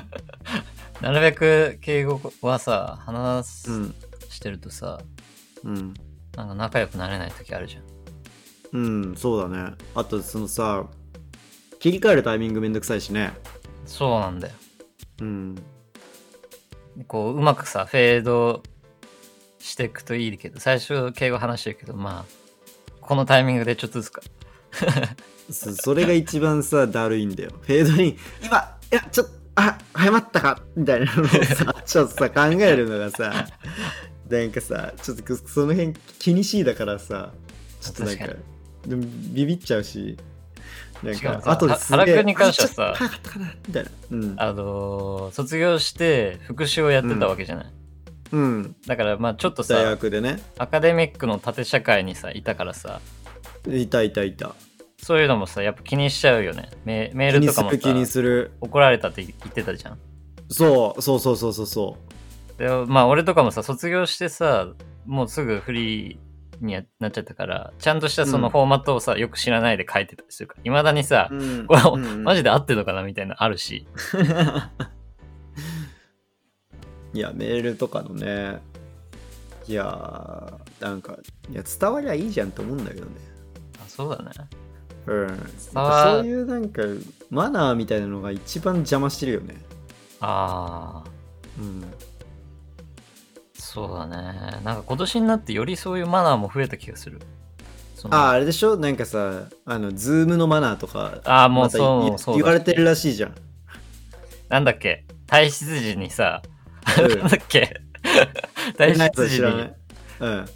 S2: なるべく敬語はさ話す
S1: うん
S2: してるとさ
S1: うん
S2: なんか仲良くなれない時あるじゃん
S1: うんそうだねあとそのさ切り替えるタイミングめんどくさいしね
S2: そうなんだよ
S1: うん
S2: こううまくさフェードしていくといいけど最初敬語話してるけどまあこのタイミングでちょっとずつか
S1: そそれが一番さだるいんだよフェードに今いやちょっとあ早まったかみたいなのを さちょっとさ考えるのがさなんかさちょっとその辺気にしいだからさちょっとなんか
S2: 確か
S1: でもビビっちゃうしなん
S2: しか
S1: か
S2: もさ
S1: 後ですげえ
S2: 原君に関してはさ
S1: あちょっと早かったかなみたいなうん
S2: あのー卒業して復習をやってたわけじゃない、
S1: うん
S2: だからまあちょっと
S1: 大
S2: さ
S1: 学でね
S2: アカデミックの縦社会にさいたからさ
S1: いたいたいた
S2: そういうのもさやっぱ気にしちゃうよねメメー
S1: 気
S2: ル
S1: に
S2: と
S1: す
S2: かも
S1: る気に
S2: さ
S1: する
S2: 怒られたって言ってたじゃん
S1: そうそうそうそうそうそ
S2: でまあ俺とかもさ卒業してさもうすぐフリーになっちゃったからちゃんとしたそ
S1: う
S2: の
S1: ん
S2: フォーマットをさ、よく知らないで書いてたりするからいまだにさ
S1: う、、うん
S2: これ、
S1: うん
S2: マジで合ってるのかなみたいなのあるし
S1: いやメールとかのねいやーなんかいや伝わりゃいいじゃんと思うんだけどね
S2: あそうだね
S1: うんやっぱ
S2: わ
S1: そういうなんかマナーみたいなのが一番邪魔してるよね
S2: ああ
S1: うん
S2: そうだねなんか今年になってよりそういうマナーも増えた気がするその
S1: あああれでしょなんかさあのズームのマナーとか
S2: あーもう
S1: また
S2: そう
S1: 言
S2: もうそうだ
S1: 言われてるらしいじゃん
S2: なんだっけ退出時にさ、
S1: うん
S2: なんだっ け退
S1: ないと
S2: 出時
S1: 知らな
S2: に
S1: いうん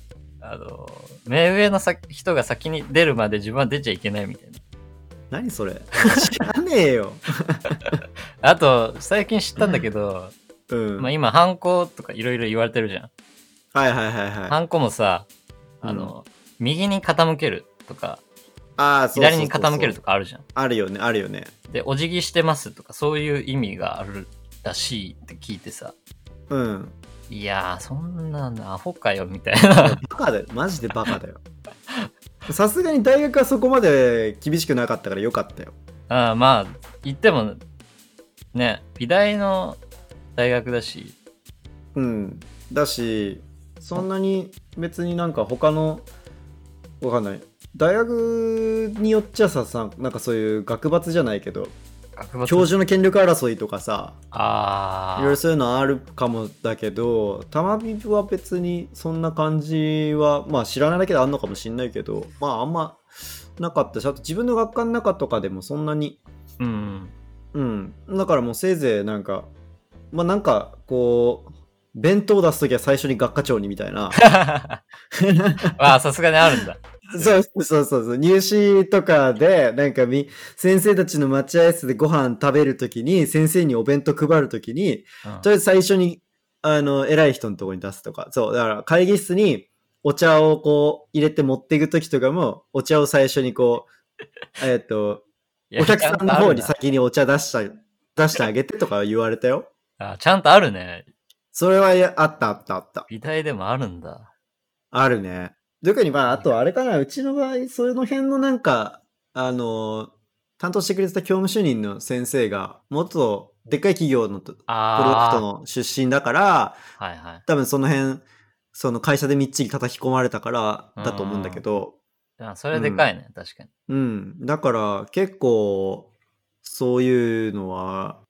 S2: あの目上のさ人が先に出るまで自分は出ちゃいけないみたいな
S1: 何それ知らねえよ
S2: あと最近知ったんだけど、
S1: うん、
S2: まあ、今ハンコとかいろいろ言われてるじゃん、
S1: はいはいはいはい
S2: ハンコもさ
S1: うん
S2: あの、右に傾けるとか
S1: ああそうそうそう
S2: 左に傾けるとかあるじゃん
S1: あるよねあるよね
S2: でお辞儀してますとかそういう意味があるらしいって聞いてさ
S1: うん
S2: いやーそんなのアホかよみたいな
S1: バカだよマジでバカだよさすがに大学はそこまで厳しくなかったからよかったよ
S2: あーまあ言ってもね美大の大学だし
S1: うんだしそんなに別になんか他のわかんない大学によっちゃささなんかそういう学罰じゃないけど
S2: 学部
S1: 教授の権力争いとかさ
S2: あ
S1: いろいろ
S2: あ
S1: そういうのあるかもだけどたまびは別にそんな感じはまあ知らないだけであんのかもしんないけどまああんまなかったしあと自分の学科の中とかでもそんなに
S2: うん
S1: うん、だからもうせいぜいなんかまあなんかこう弁当出す時は最初に学科長にみたいな
S2: ああさすがにあるんだ
S1: そうそうそうそう入試とかでなんかみ先生たちの待合室でご飯食べる時に先生にお弁当配る時に
S2: うん
S1: とりあえず最初にあの偉い人のところに出すとかそうだから会議室にお茶をこう入れて持っていく時とかもお茶を最初にこうえっ とお客さんの方に先にお茶出した出してあげてとか言われたよ
S2: いあ、ちゃんとあるね。
S1: それはやあったあったあった。
S2: 美大でもあるんだ。
S1: あるね。特にまあ、あとあれかな、うちの場合、その辺のなんか、あの、担当してくれてた教務主任の先生が、元でっかい企業のとプロダクト
S2: あ
S1: の出身だから、
S2: あ、はいはい。
S1: 多分その辺、その会社でみっちり叩き込まれたからだと思うんだけど、
S2: あそれでかいね、確かに。
S1: うん。だから結構、そういうのは、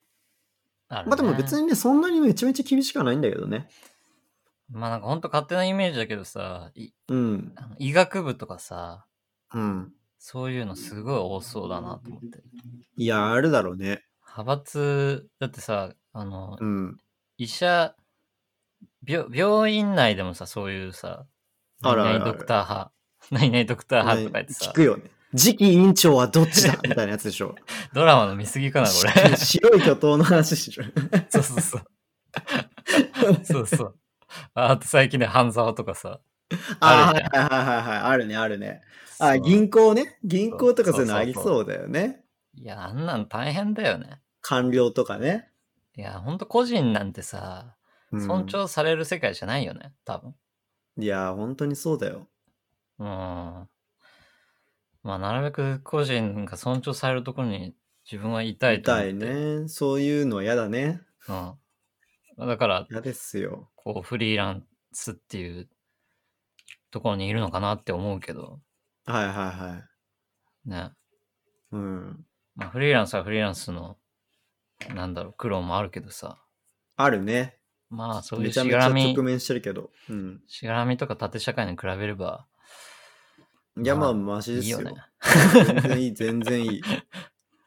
S2: あるね
S1: まあでも別にね、そんなにめちゃめちゃ厳しくはないんだけどね。
S2: まあなんかほんと勝手なイメージだけどさ、い
S1: うん。
S2: あの医学部とかさ、
S1: うん。
S2: そういうのすごい多そうだなと思って。
S1: いや、あるだろうね。
S2: 派閥、だってさ、あの、
S1: うん。
S2: 医者、病病院内でもさ、そういうさ、
S1: あるあるある
S2: 何々ドクター派、 何々ドクター派とか言って
S1: 聞
S2: さ、
S1: くよね。次期委員長はどっ ちだみたいなやつでしょ。
S2: ドラマの見過ぎかな、これ。
S1: 白い巨頭の話でしょ。
S2: そうそう そう。そうそう。ああと最近ね、半沢とかさ。
S1: あ
S2: あ
S1: ー
S2: る
S1: はいはいはいはいはい。あるね、あるね。あ、
S2: そう
S1: 銀行ね。銀行とかそういうのあり
S2: そう
S1: そうだよね。
S2: いや、あんなん大変だよね。
S1: 官僚とかね。
S2: いや、ほんと個人なんてさ、
S1: うん
S2: 尊重される世界じゃないよね、多分。
S1: いや、本当にそうだよ。
S2: うん。まあ、なるべく個人が尊重されるところに自分はいたいと思っ
S1: 痛
S2: て。
S1: いね。そういうのは嫌だね。
S2: うん。だから、
S1: 嫌ですよ。
S2: こう、フリーランスっていうところにいるのかなって思うけど、
S1: はいはいはい。
S2: ね。
S1: うん。
S2: まあ、フリーランスはフリーランスの、なんだろう、苦労もあるけどさ。
S1: あるね。
S2: まあ、そうい
S1: め
S2: う
S1: ちゃ
S2: し
S1: め
S2: が
S1: ちゃ
S2: らみ
S1: 直、面してるけど。うん。
S2: しがらみとか縦社会に比べれば、
S1: いや、ま
S2: ま
S1: あ、
S2: あ
S1: マジ
S2: い
S1: で
S2: い
S1: すよ
S2: よ。ね。
S1: 全然いい、全然いい。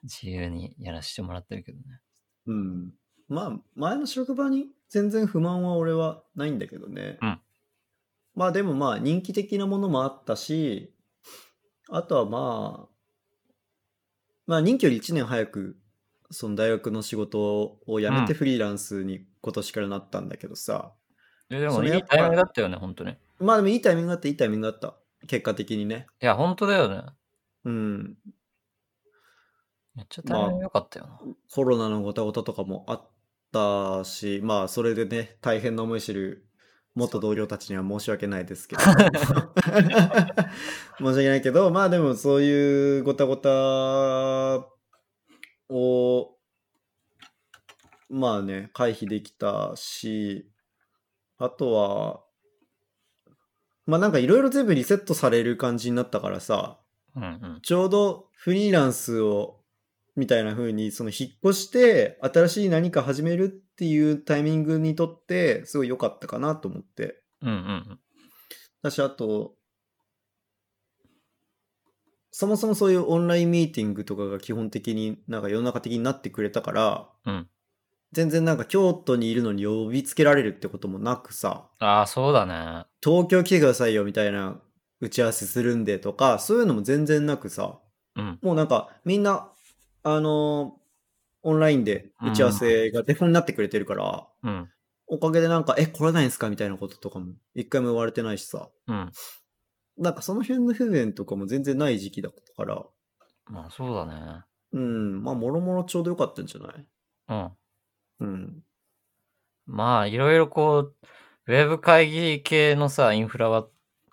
S2: 自由にやらせてもらってるけどね。
S1: うん。まあ、前の職場に全然不満は俺はないんだけどね。
S2: うん
S1: まあ、でもまあ、人気的なものもあったし、あとはまあ、まあ、任期より1年早く、その大学の仕事を辞めて
S2: うん
S1: フリーランスに今年からなったんだけどさ。
S2: えで
S1: そ
S2: も、
S1: れ
S2: い
S1: やっ
S2: い
S1: ぱ
S2: タイミングだったよね、本当に。い
S1: まあ、でもいいタイミングがあった、いいタイミングがあった。結果的にね。
S2: や、本当だよね。
S1: うん。
S2: めっちゃタイミング良かったよな。
S1: コロナのごたごたとかもあったし、まあ、それでね、大変な思いしてる元同僚たちには申し訳ないですけど。申し訳ないけど、まあでもそういうごたごたを、まあね、回避できたし、あとは、まあなんかいろいろ全部リセットされる感じになったからさ、
S2: うんうん。
S1: ちょうどフリーランスをみたいな風にその引っ越して新しい何か始めるっていうタイミングにとってすごい良かったかなと思って
S2: うんうん
S1: 私あとそもそもそういうオンラインミーティングとかが基本的になんか世の中的になってくれたから
S2: うん。うん。
S1: 全然なんか京都にいるのに呼びつけられるってこともなくさ
S2: ああ、そうだね。
S1: 東京来てくださいよみたいな打ち合わせするんでとかそういうのも全然なくさ
S2: うん。
S1: もうなんかみんな、あのーオンラインで打ち合わせがデフォになってくれてるから、
S2: うん。
S1: おかげでなんか、え、来れないんすかみたいなこととかも一回も言われてないしさ、
S2: うん。
S1: なんかその辺の不便とかも全然ない時期だったから、
S2: まあ、そうだね。
S1: うん、まあ、もろもろちょうどよかったんじゃないう
S2: うん。
S1: ん。
S2: まあ、いろいろこう、ウェブ会議系のさ、インフラは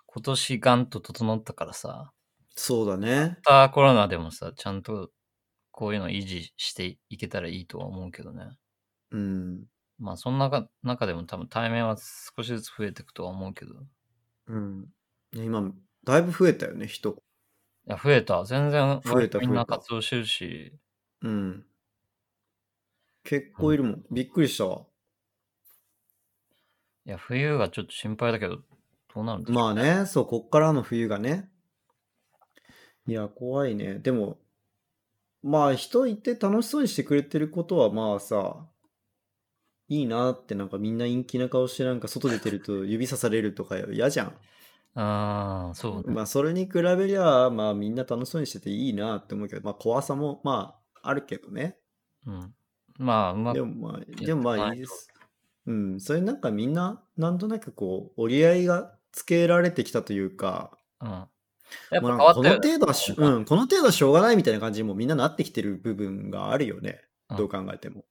S2: 今年ガンと整ったからさ、
S1: そうだね。
S2: またコロナでもさ、ちゃんとこういうの維持していけたらいいとは思うけどね。
S1: うん。
S2: まあ、その中中でも多分対面は少しずつ増えていくとは思うけど。い
S1: うん。ね今、だいぶ増えたよね、人。
S2: や、増えた。全然
S1: 増えた
S2: みん
S1: 増え
S2: な
S1: た
S2: 活動してるし、
S1: うん。結構いるもん。びっくりしたわ。
S2: いや、冬がちょっと心配だけど、どうなるんでしょう
S1: まあね、そう、こっからの冬がね。いや、怖いね。でも、まあ、人いて楽しそうにしてくれてることは、まあさ、いいなって、なんかみんな陰気な顔して、なんか外出てると指さされるとか嫌じゃん。
S2: ああ、そうね。
S1: まあ、それに比べりゃ、まあ、みんな楽しそうにしてていいなって思うけど、まあ、怖さも、まあ、あるけどね。
S2: うん。まあ、うま
S1: で
S2: く、
S1: もまあ、でもま
S2: やっ
S1: あ
S2: て
S1: いい
S2: いかないと
S1: です。うん、それなんかみんな、なんとなくこう、折り合いがつけられてきたというか、
S2: うん。やっぱ変
S1: もうなん
S2: わ
S1: か
S2: った
S1: この
S2: よ、ね。
S1: 程度はし、うん、この程度はしょうがないみたいな感じにもうみんななってきてる部分があるよね
S2: う。ん
S1: どう考えても。
S2: い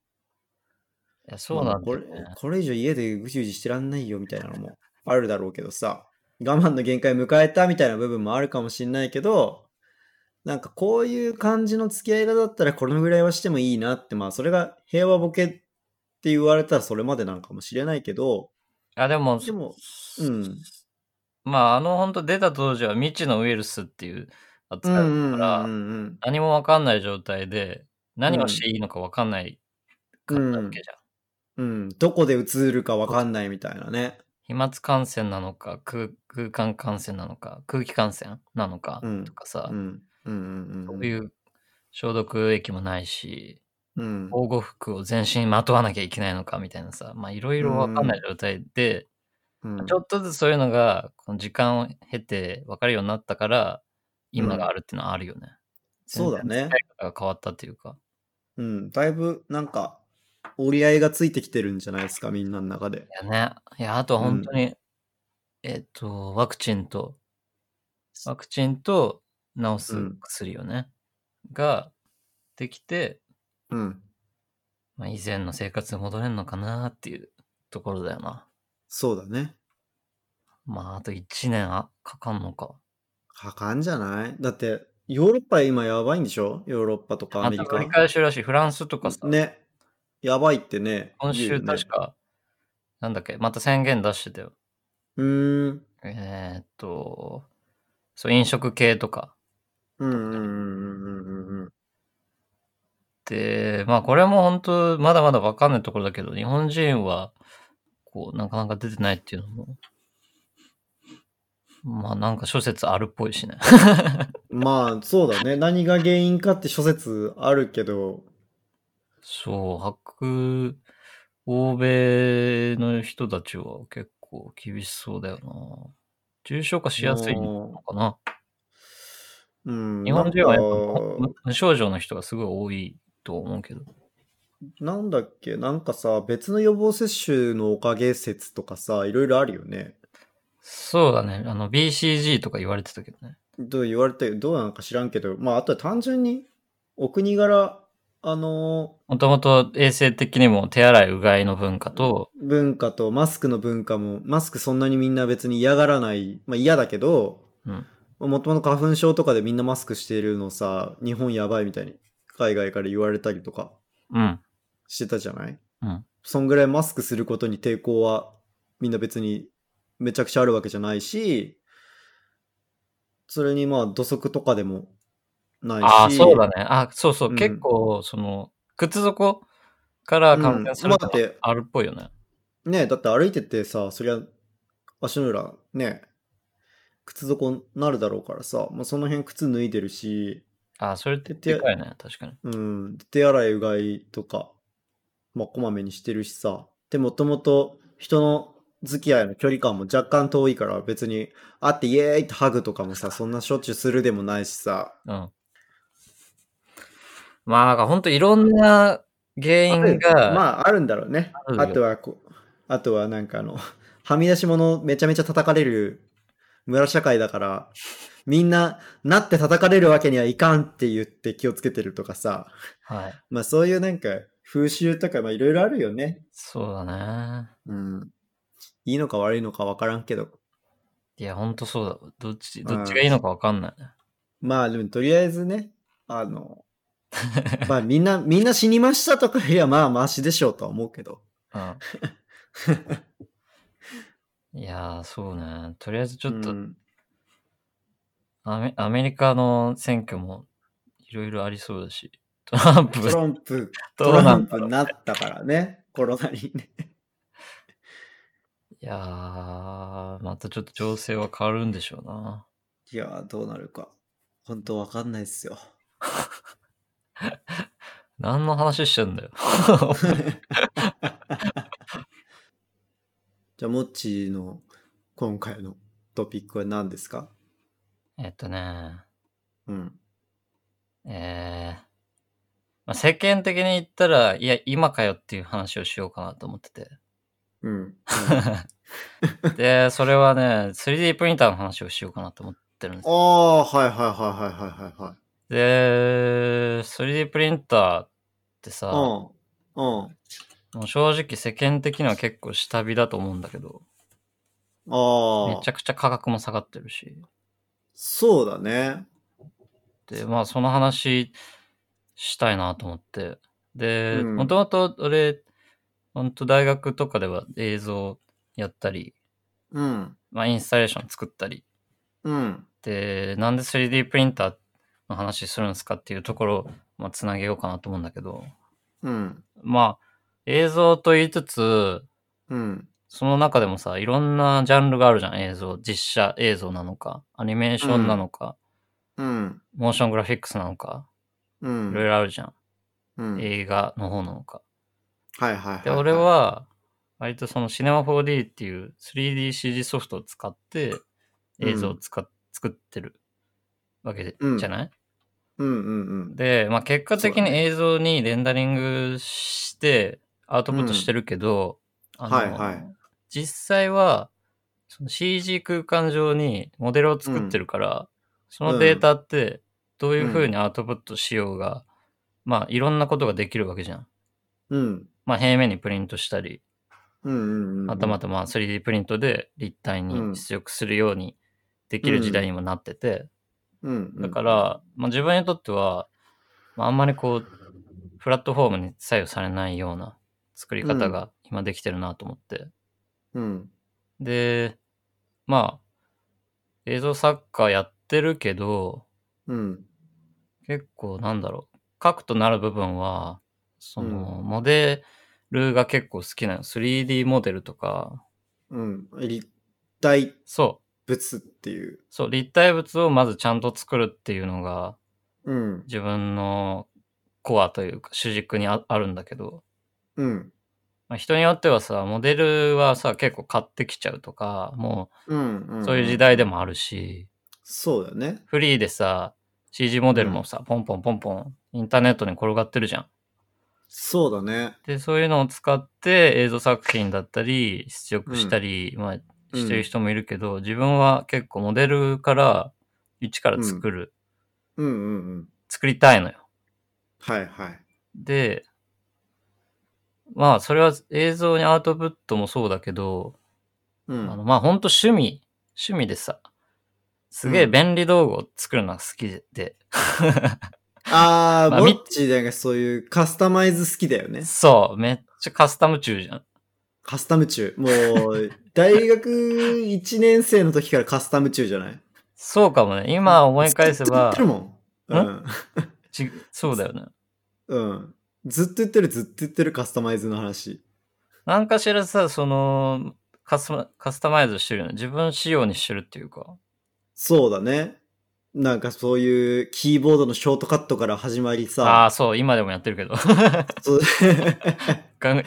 S2: や、そうなんだ
S1: こ
S2: よ
S1: れ
S2: ね、
S1: これ以上家でぐじぐじしてらんないよみたいなのもあるだろうけどさ我慢の限界迎えたみたいな部分もあるかもしんないけどなんかこういう感じの付き合い方だったらこのぐらいはしてもいいなってまあそれが平和ボケって言われたらそれまでなのかもしれないけど
S2: あ、でも、
S1: でもうん
S2: まあ、あの、本当出た当時は未知のウイルスっていう
S1: うん
S2: 扱
S1: う
S2: いだ
S1: ん
S2: か
S1: う
S2: ら、
S1: んうん
S2: 何もわかんない状態で、何をしていいのかわかんないかったわけじゃん。
S1: うんどこでうつるかわかんないみたいなね
S2: 飛沫感染なのか空、空間感染なのか、空気感染なのか
S1: うん
S2: とかさ、
S1: うんうんうん
S2: そううんいう消毒液もないし、
S1: うん
S2: 防護服を全身にまとわなきゃいけないのかみたいなさ、まあいろいろわかんない状態で、
S1: うん
S2: ちょっとずつそういうのが、この時間を経て分かるようになったから、今があるっていうのはあるよね。
S1: そうだね
S2: 全然使い方が変わったっていうか。
S1: うん、だいぶなんか折り合いがついてきてるんじゃないですか、みんなの中で。
S2: いやね。いや、あとは本当に、えっ、と、ワクチンと、ワクチンと治す薬よね。が、できて、
S1: うん、
S2: まあ、以前の生活に戻れるのかなっていうところだよな。
S1: そうだね。
S2: まあ、あと1年あかかんのか。
S1: かかんじゃないだって、ヨーロッパ今やばいんでしょヨーロッパとかア
S2: ま
S1: メ
S2: た
S1: リカ
S2: 繰。り返しらしい。フランスとかさ、
S1: ね。やばいってね。
S2: 今
S1: 言
S2: 週
S1: うよね
S2: 確。か、なんだっけ、また宣言出してたよ。
S1: うーん。
S2: えーっと、そう、飲食系とか。
S1: うんうんうんうんうんうん。
S2: で、まあこれも本当まだまだわかんないところだけど、日本人は、こう、なかなか出てないっていうのも、まあなんか諸説あるっぽいしね。
S1: まあ、そうだね。何が原因かって諸説あるけど、
S2: そう、白、欧米の人たちは結構厳しそうだよな。重症化しやすいの
S1: も
S2: かな。
S1: ううん。
S2: 日本人はやっ
S1: なん
S2: ぱ
S1: か
S2: 無症状の人がすごい多いと思うけど。
S1: なんだっけ、なんかさ、別の予防接種のおかげ説とかさ、いろいろあるよね。
S2: そうだね。あの BCG とか言われてたけどね。
S1: どう言われて、どうなのか知らんけど、まあ、あとは単純に、お国柄、あの
S2: もともと衛生的にも手洗いうがいの文化と、
S1: ー文化とマスクの文化も、マスクそんなにみんな別に嫌がらない、まあ嫌だけど、
S2: うん
S1: もともと花粉症とかでみんなマスクしているのさ、日本やばいみたいに、海外から言われたりとか
S2: うん。
S1: してたじゃない
S2: うん。
S1: そんぐらいマスクすることに抵抗はみんな別にめちゃくちゃあるわけじゃないし、それにまあ土足とかでもないし。
S2: ああ、そうだね。あそうそう。
S1: うん
S2: 結構、その、靴底から感染する
S1: うんまあだ
S2: の
S1: って
S2: があるっぽいよね。
S1: ねえ、だって歩いてってさ、そりゃ足の裏ね、靴底になるだろうからさ、まあ、その辺靴脱いでるし、
S2: あそれって
S1: 手
S2: でかいね。確かに。
S1: うん、手洗いうがいとか、まあ、こまめにしてるしさ、でもともと人の付き合いの距離感も若干遠いから別に会ってイエーイってハグとかもさ、そんなしょっちゅうするでもないしさ、
S2: うん。まあ、なんか本当いろんな原因が、
S1: まああるんだろうね。
S2: あるよ
S1: あとはこう、あとはなんかあの、 はみ出し物めちゃめちゃ叩かれる村社会だから、みんな、なって叩かれるわけにはいかんって言って気をつけてるとかさ、
S2: はい。
S1: まあそういうなんか風習とか、まあいろいろあるよね。
S2: そうだね。
S1: うん。いいのか悪いのかわからんけど。
S2: いや、本当そうだわ。どっち、
S1: ん
S2: どっちがいいのかわかんないね。
S1: まあでもとりあえずね、あ の、まあみんな、みんな死にましたとか、いやまあマシでしょうとは思うけど。
S2: うん。 いやー、そうね。とりあえずちょっと、
S1: うん
S2: アメアメリカの選挙もいろいろありそうだし、 トランプ
S1: トランプ
S2: ど
S1: ト
S2: う
S1: ラ
S2: な
S1: ン
S2: んだ
S1: プ
S2: ろう
S1: になったからね、コロナにね。
S2: いやー、またちょっと情勢は変わるんでしょうな。
S1: いやー、どうなるか。本当わかんないっすよ。
S2: 何の話して んだよ。
S1: じゃあ、モッチーの今回のトピックは何ですか
S2: えっとね、
S1: うん。
S2: えー、まあ、世間的に言ったら、いや、今かよっていう話をしようかなと思ってて。
S1: うん。
S2: で、それはね、3D プリンターの話をしようかなと思ってるんです
S1: あ。あ、はいはいはいはいはいはいはい。
S2: で、3D プリンターってさ、
S1: うん。うん。
S2: もう正直世間的には結構下火だと思うんだけど、め
S1: あ
S2: ちゃ
S1: あ、
S2: くちゃ価格も下がってるし。
S1: そうだね。
S2: で、まあその話したいなと思って。で、
S1: うん
S2: もともと俺、ほんと大学とかでは映像やったり、
S1: うん。
S2: まあインスタレーション作ったり。
S1: うん。
S2: で、なんで 3D プリンターの話するんですかっていうところを、まあ、つなげようかなと思うんだけど、
S1: うん。
S2: まあ映像と言いつつ、
S1: うん。
S2: その中でもさ、いろんなジャンルがあるじゃん、映像。実写映像なのか、アニメーションなのか、
S1: うん。
S2: モーショングラフィックスなのか、
S1: う
S2: い
S1: ん。
S2: ろいろあるじゃん。
S1: うん。はい
S2: 映画の方なのか。
S1: はいはい、はい。
S2: で、俺、は、割とそのシネマ 4D っていう 3DCG ソフトを使って、映像を使っ作ってるわけで
S1: うん
S2: じゃない、
S1: うんうんうん。
S2: で、まあ結果的
S1: そう
S2: に
S1: だね
S2: 映像にレンダリングして、アウトプットしてるけど、あの
S1: はいはい
S2: 実際は、その CG 空間上にモデルを作ってるから、そのデータってどういう風にアウトプットしようが、まあいろんなことができるわけじゃん。
S1: うん。
S2: まあ平面にプリントしたり、
S1: うんうんうん。
S2: またまたまあ 3D プリントで立体に出力するようにできる時代にもなってて、
S1: うんうん。
S2: だから、まあ、自分にとっては、まあ、あんまりこうプラットフォームに左右されないような作り方が今できてるなと思って、
S1: うん。
S2: でまあ映像作家やってるけど
S1: うん。
S2: 結構なんだろう核となる部分はその、モデルが結構好きなの 3D モデルとか
S1: うん。立体
S2: そう
S1: 物っていう。
S2: そう、立体物をまずちゃんと作るっていうのが
S1: うん。
S2: 自分のコアというか主軸にああるんだけど、
S1: うん。
S2: まあ、人によってはさ、モデルはさ、結構買ってきちゃうとか、も
S1: うん、う。
S2: うんそういう時代で。もあるし、
S1: そうだね。
S2: フリーでさ、CG モデルもさ、ポンポンポンポン、インターネットに転がってるじゃん。
S1: そうだね。
S2: で、そういうのを使って映像作品だったり、出力したり、まあ、してる人もいるけど、自分は結構モデルから、一から作る、
S1: うんうんうん。
S2: 作りたいのよ。
S1: はいはい。
S2: で、まあ、それは映像にアウトプットもそうだけど、
S1: う
S2: あの
S1: ん。
S2: まあ、ほんと趣味、趣味でさ、すげえ便利道具を作るのが好きで、
S1: あ ー、
S2: まあ
S1: ぼ
S2: み
S1: っちなんかそういうカスタマイズ好きだよね。
S2: そう、めっちゃカスタム中じゃん。
S1: カスタム中。もう、 大学1年生の時からカスタム中じゃない
S2: そうかもね。今思い返
S1: ず
S2: せば
S1: っと、言ってるもん。
S2: ちそうだよね。
S1: うん。うん。ずっと言ってる、ずっと言ってるカスタマイズの話。
S2: なんかしらさ、その、カスマカスタマイズしてるよね。自分仕様にしてるっていうか。
S1: そうだね。なんかそういうキーボードのショートカットから始まり
S2: あ
S1: さ
S2: あー、。そう、今でもやってるけど。
S1: そう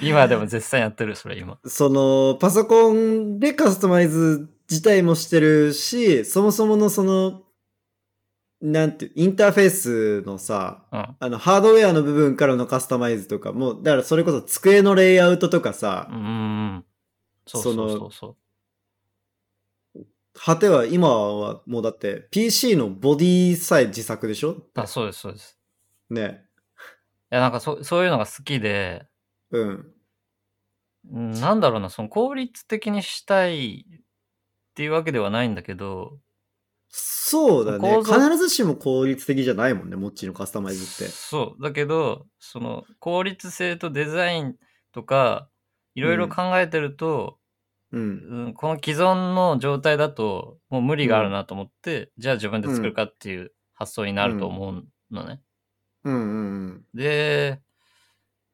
S2: 今でも絶賛やってる、それ今。
S1: そのパソコンでカスタマイズ自体もしてるしそもそものそのなんていうインターフェースのさ
S2: うん。
S1: あのハードウェアの部分からのカスタマイズとかもだからそれこそ机のレイアウトとかさ、
S2: うんうんうん。そうそうそうそう。
S1: 果ては今はもうだって PC のボディさえ自作でしょ
S2: あ、そうです、そうです。
S1: ね
S2: いや、なんかそそういうのが好きで、
S1: うん
S2: うんなんだろうな、その効率的にしたいっていうわけではないんだけど、
S1: そうだね
S2: 構造
S1: 必ずしも効率的じゃないもんねモッチーのカスタマイズって
S2: そう、だけど、その効率性とデザインとか、いろいろ考えてると、
S1: うん
S2: うんこの既存の状態だと、もう無理があるなと思って、じゃあ自分で作るかっていう発想になると思うのね。
S1: うんうん
S2: で、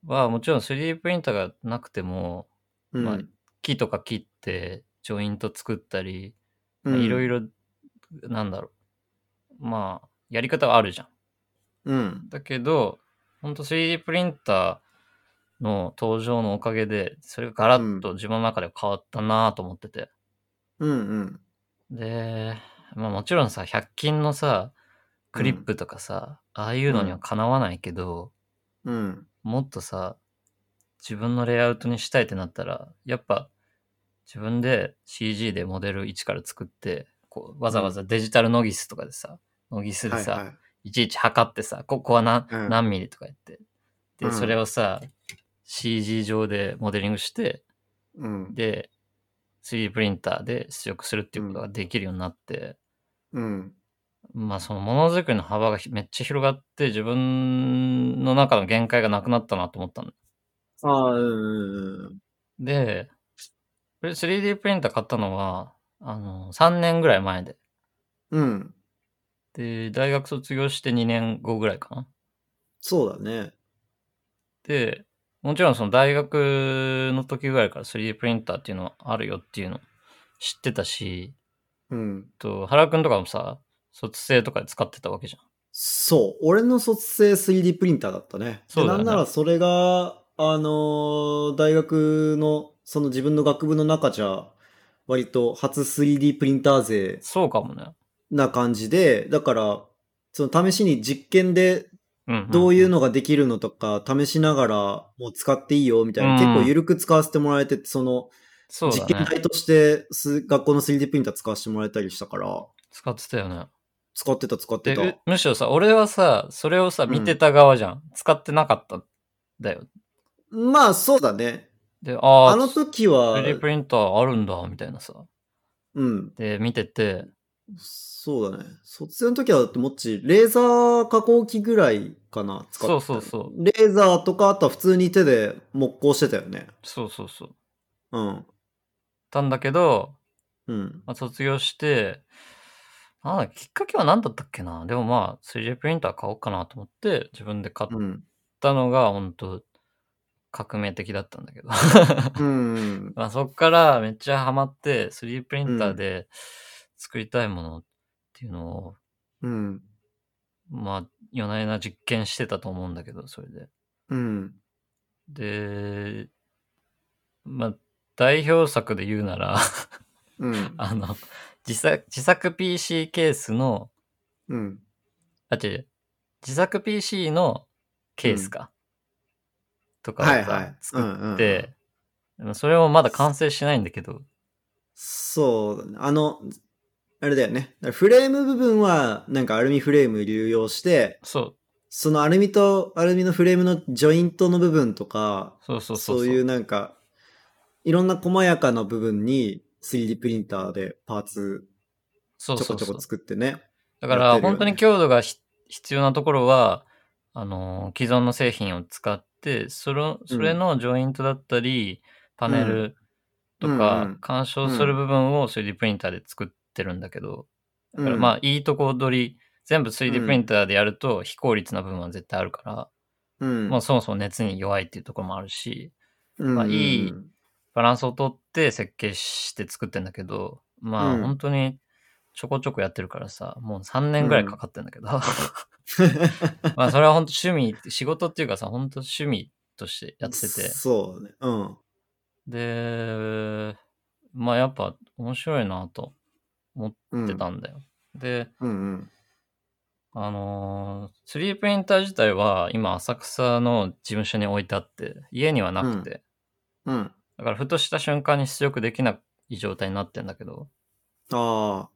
S2: まあもちろん 3D プリンターがなくても、
S1: うん
S2: まあ木とか切って、ジョイント作ったり、
S1: うん
S2: いろいろ、なんだろう。まあ、やり方はあるじゃ
S1: うん
S2: ん。だけど、ほんと 3D プリンターの登場のおかげで、それがガラッと自分の中で変わったなと思ってて。
S1: うんうん
S2: で、まあもちろんさ、100均のさ、クリップとかさ、ああいうのにはかなわないけど、
S1: うん
S2: もっとさ、自分のレイアウトにしたいってなったら、やっぱ自分で CG でモデル1から作って、こうわざわざデジタルノギスとかでさ、ノギスでさ、い
S1: はいはい
S2: ちいち測ってさ、ここは何,、
S1: うん
S2: 何ミリとか言って、
S1: う
S2: で、
S1: ん
S2: それをさ、 CG 上でモデリングして、
S1: うん
S2: で、3D プリンターで出力するっていうことができるようになって、
S1: うん
S2: まあそのものづくりの幅がひめっちゃ広がって、自分の中の限界がなくなったなと思ったの。
S1: ああうん
S2: で、これ 3D プリンター買ったのは、あの、3年ぐらい前で。
S1: うん
S2: で、大学卒業して2年後ぐらいかな。
S1: そうだね
S2: で、もちろんその大学の時ぐらいから 3D プリンターっていうのはあるよっていうの知ってたし、
S1: うん
S2: と原くんとかもさ、卒生とかで使ってたわけじゃん。
S1: そう俺の卒生 3D プリンターだったね
S2: そうだ
S1: でな
S2: よね
S1: んならそれがあのー大学のその自分の学部の中じゃ割と初 3D プリンター勢
S2: そうかもね。
S1: な感じでだからその試しに実験で
S2: うんん、
S1: どういうのができるのとか試しながらもう使っていいよみたいな、
S2: うん
S1: 結構緩く使わせてもらえててその
S2: そう
S1: 実
S2: だ
S1: 験
S2: ね。
S1: 台としてす学校の 3D プリンター使わせてもらえたりしたから
S2: 使ってたよね。
S1: 使ってた使って
S2: で
S1: た
S2: うむしろさ、俺はさ、それをさ、見てた側じゃん。使ってなかったんだよ。
S1: まあそうだね
S2: で、ああ、
S1: あの時は
S2: 3D プリンターあるんだ、みたいなさ。
S1: うん
S2: で、見てて、
S1: そうだね卒業の時はだってもっちレーザー加工機ぐらいかな使ってた
S2: そうそうそう
S1: レーザーとかあとは普通に手で木工してたよね
S2: そうそうそう。
S1: うん
S2: たんだけど、
S1: うん
S2: まあ、卒業して、なんだきっかけは何だったっけなでもまあ、3D プリンター買おうかなと思って、自分で買っ
S1: うん
S2: たのが、本当革命的だったんだけど。
S1: うん
S2: まあ、そっからめっちゃハマって、3D プリンターで作りたいものっていうのを、
S1: うん
S2: まあ、夜な夜な実験してたと思うんだけど、それで。
S1: うん
S2: で、まあ、代表作で言うなら、
S1: うん
S2: あの、自作、自作 PC ケースの、
S1: うん
S2: あ、違う違う、自作 PC のケースか。とかをさ
S1: はいはい
S2: 作
S1: うんうんう
S2: っ
S1: ん
S2: て、まあそれもまだ完成しないんだけど、
S1: そうだね。あの、あれだよね。フレーム部分は、なんかアルミフレーム流用して、
S2: そう、
S1: そのアルミとアルミのフレームのジョイントの部分とか、
S2: そうそ
S1: そう
S2: うそう。
S1: いうなんか、いろんな細やかな部分に 3D プリンターでパーツ
S2: そう
S1: ちょ
S2: そ
S1: こ
S2: う
S1: ちょ
S2: そう
S1: こ。作ってね。
S2: だ
S1: や
S2: か
S1: って
S2: ら、
S1: るよね
S2: 本当に強度がひ必要なところは、あのー、既存の製品を使って、それそれのジョイントだったり、パネルと
S1: うんう
S2: か
S1: ん、
S2: 干渉する部分を 3D プリンターで作ってるんだけど、だからま
S1: あ、
S2: あ、いいとこ取り、全部
S1: う
S2: 3D
S1: ん
S2: プリンターでやると非効率な部分は絶対あるから、
S1: うん
S2: まあ、そもそも熱に弱いっていうところもあるし、
S1: うん
S2: まあいいバランスをとって設計して作ってんだけど、まあ、
S1: うん
S2: 本当にちょこちょこやってるからさ、もう3年ぐらいかかってんだけど、 まあそれは本当趣味、仕事っていうかさ、本当趣味としてやってて。
S1: そうだね。うん。
S2: で、まあやっぱ面白いなと思
S1: うん
S2: ってたんだよ。で、
S1: うん
S2: あのー、3D プリンター自体は今浅草の事務所に置いてあって、家にはなくて、
S1: うん。うん。
S2: だからふとした瞬間に出力できない状態になってんだけど、
S1: ああ。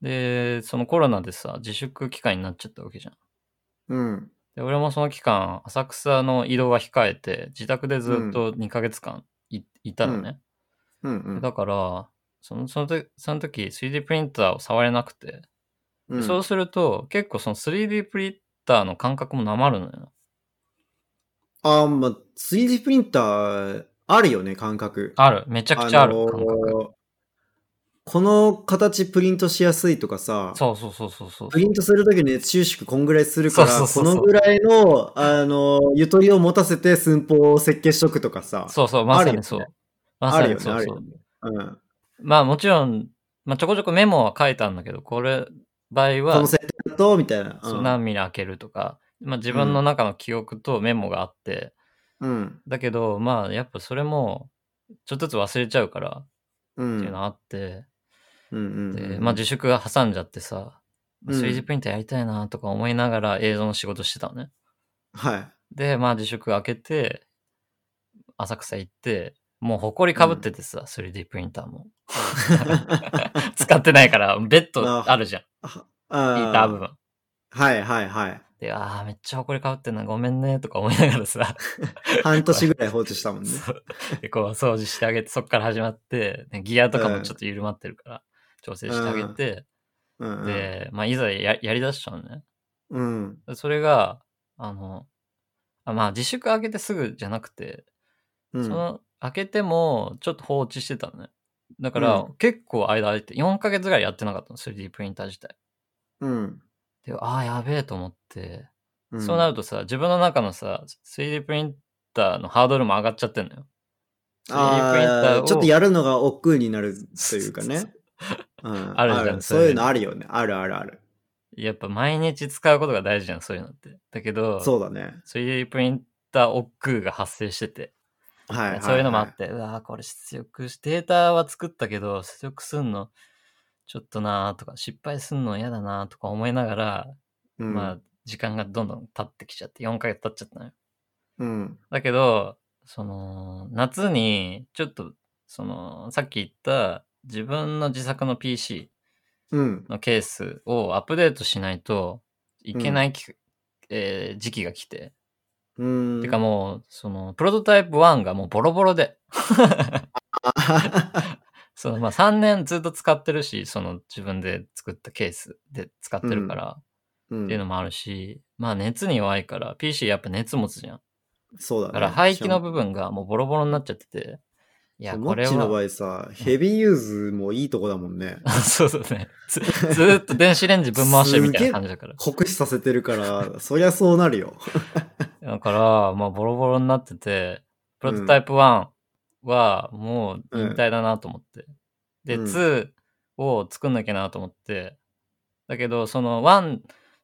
S2: で、そのコロナでさ、自粛期間になっちゃったわけじゃん。
S1: うん。
S2: で俺もその期間、浅草の移動が控えて、自宅でずっと2ヶ月間い,、いたのね。
S1: うんうん。
S2: だから、そのその時その時 3D プリンターを触れなくて、
S1: うん
S2: そうすると結構その 3D プリンターの感覚もなまるのよ。
S1: あー、まあ、3D プリンター、あるよね、感覚。
S2: ある。めちゃくちゃある
S1: のー
S2: 感覚。
S1: この形プリントしやすいとかさ、
S2: そうそうそうそうそう
S1: プ。リントするときに熱収縮こんぐらいするから、
S2: そうそうそうそう
S1: このぐらいの、あのーゆとりを持たせて寸法を設計しとくとかさ、
S2: そうそう、まさ
S1: あるよ
S2: に
S1: ね
S2: そう。ま
S1: あ
S2: さ
S1: るよ
S2: に
S1: ね、
S2: そ
S1: あ
S2: う
S1: る
S2: そ
S1: よ
S2: う
S1: ね。。うん。
S2: まあもちろん、まあ、ちょこちょこメモは書いたんだけど、これ場合
S1: この
S2: は
S1: 設定だと、みたいな。
S2: そう何ミリ開けるとか、まあ、自分の中の記憶とメモがあって、
S1: うん。
S2: だけど、まあ、やっぱそれも、ちょっとずつ忘れちゃうから
S1: うん。
S2: っていうのあって、
S1: うんうんうん
S2: で、まあ自粛が挟んじゃってさ、
S1: うん
S2: 3D プリンターやりたいなとか思いながら映像の仕事してたのね。
S1: はい。
S2: で、まあ自粛開けて、浅草行って、もう埃かぶっててさ、3D プリンターも。 使ってないから、ベッドあるじゃん。
S1: あ
S2: ヒ
S1: あー
S2: ーター部分。
S1: はいはいはい。
S2: で、ああ、めっちゃ埃かぶってんな、ごめんね、とか思いながらさ、
S1: 半年ぐらい放置したもんね。
S2: そうでこう掃除してあげて、そっから始まって、ねギアとかもちょっと緩まってるから、調整してあげて、
S1: うんうん、
S2: で、まあ、いざややりだしちゃうのね。
S1: うん。
S2: でそれが、あの、あまあ、自粛開けてすぐじゃなくて、
S1: うん
S2: その、開けても、ちょっと放置してたのね。だから、
S1: う
S2: 結構間空いて、4ヶ月ぐらいやってなかったの、3D プリンター自体。
S1: うん。
S2: で、ああ、やべえと思って、
S1: うん
S2: そうなるとさ、自分の中のさ、3D プリンターのハードルも上がっちゃってんのよ。3D プリンタ
S1: あ
S2: ーを
S1: ーちょっとやるのが億劫になるというか ね。うん、
S2: あるじゃん
S1: そ
S2: そうう
S1: い
S2: いううの
S1: のあるよね。あるあるある。
S2: やっぱ毎日使うことが大事じゃん、そういうのって。だけど、
S1: そうだね。
S2: 3D プリンター億劫が発生してて、
S1: はい、はい。
S2: そういうのもあって、うわーこれ出力し、データは作ったけど、出力すんの、ちょっとなーとか、失敗すんの嫌だなーとか思いながら、
S1: うん、
S2: まあ、時間がどんどん経ってきちゃって、4ヶ月経っちゃったのよ。
S1: うん。
S2: だけど、その、夏に、ちょっと、その、さっき言った、自分の自作の PC
S1: うん。
S2: のケースをアップデートしないといけないき、えー時期が来て。
S1: うん。
S2: てかもう、その、プロトタイプ1がもうボロボロで、
S1: あ
S2: その、まあ、3年ずっと使ってるし、その、自分で作ったケースで使ってるから、
S1: うん
S2: っていうのもあるし、まあ、熱に弱いから、PC やっぱ熱持つじゃん。
S1: そうだね。
S2: だから、排気の部分がもうボロボロになっちゃってて、い
S1: しか
S2: や、
S1: も。モ
S2: これ
S1: ッチの場
S2: は、
S1: 合さ、ヘビーユーズもいいとこだもんね。
S2: そうそうね。ずずーっと電子レンジぶん回してるみたいな感じだから。
S1: 酷使させてるから、そりゃそうなるよ。
S2: だから、まあ、ボロボロになってて、プロトタイプ1はもう引退だなと思って。で、
S1: うん
S2: 2を作んなきゃなと思って。だけど、その1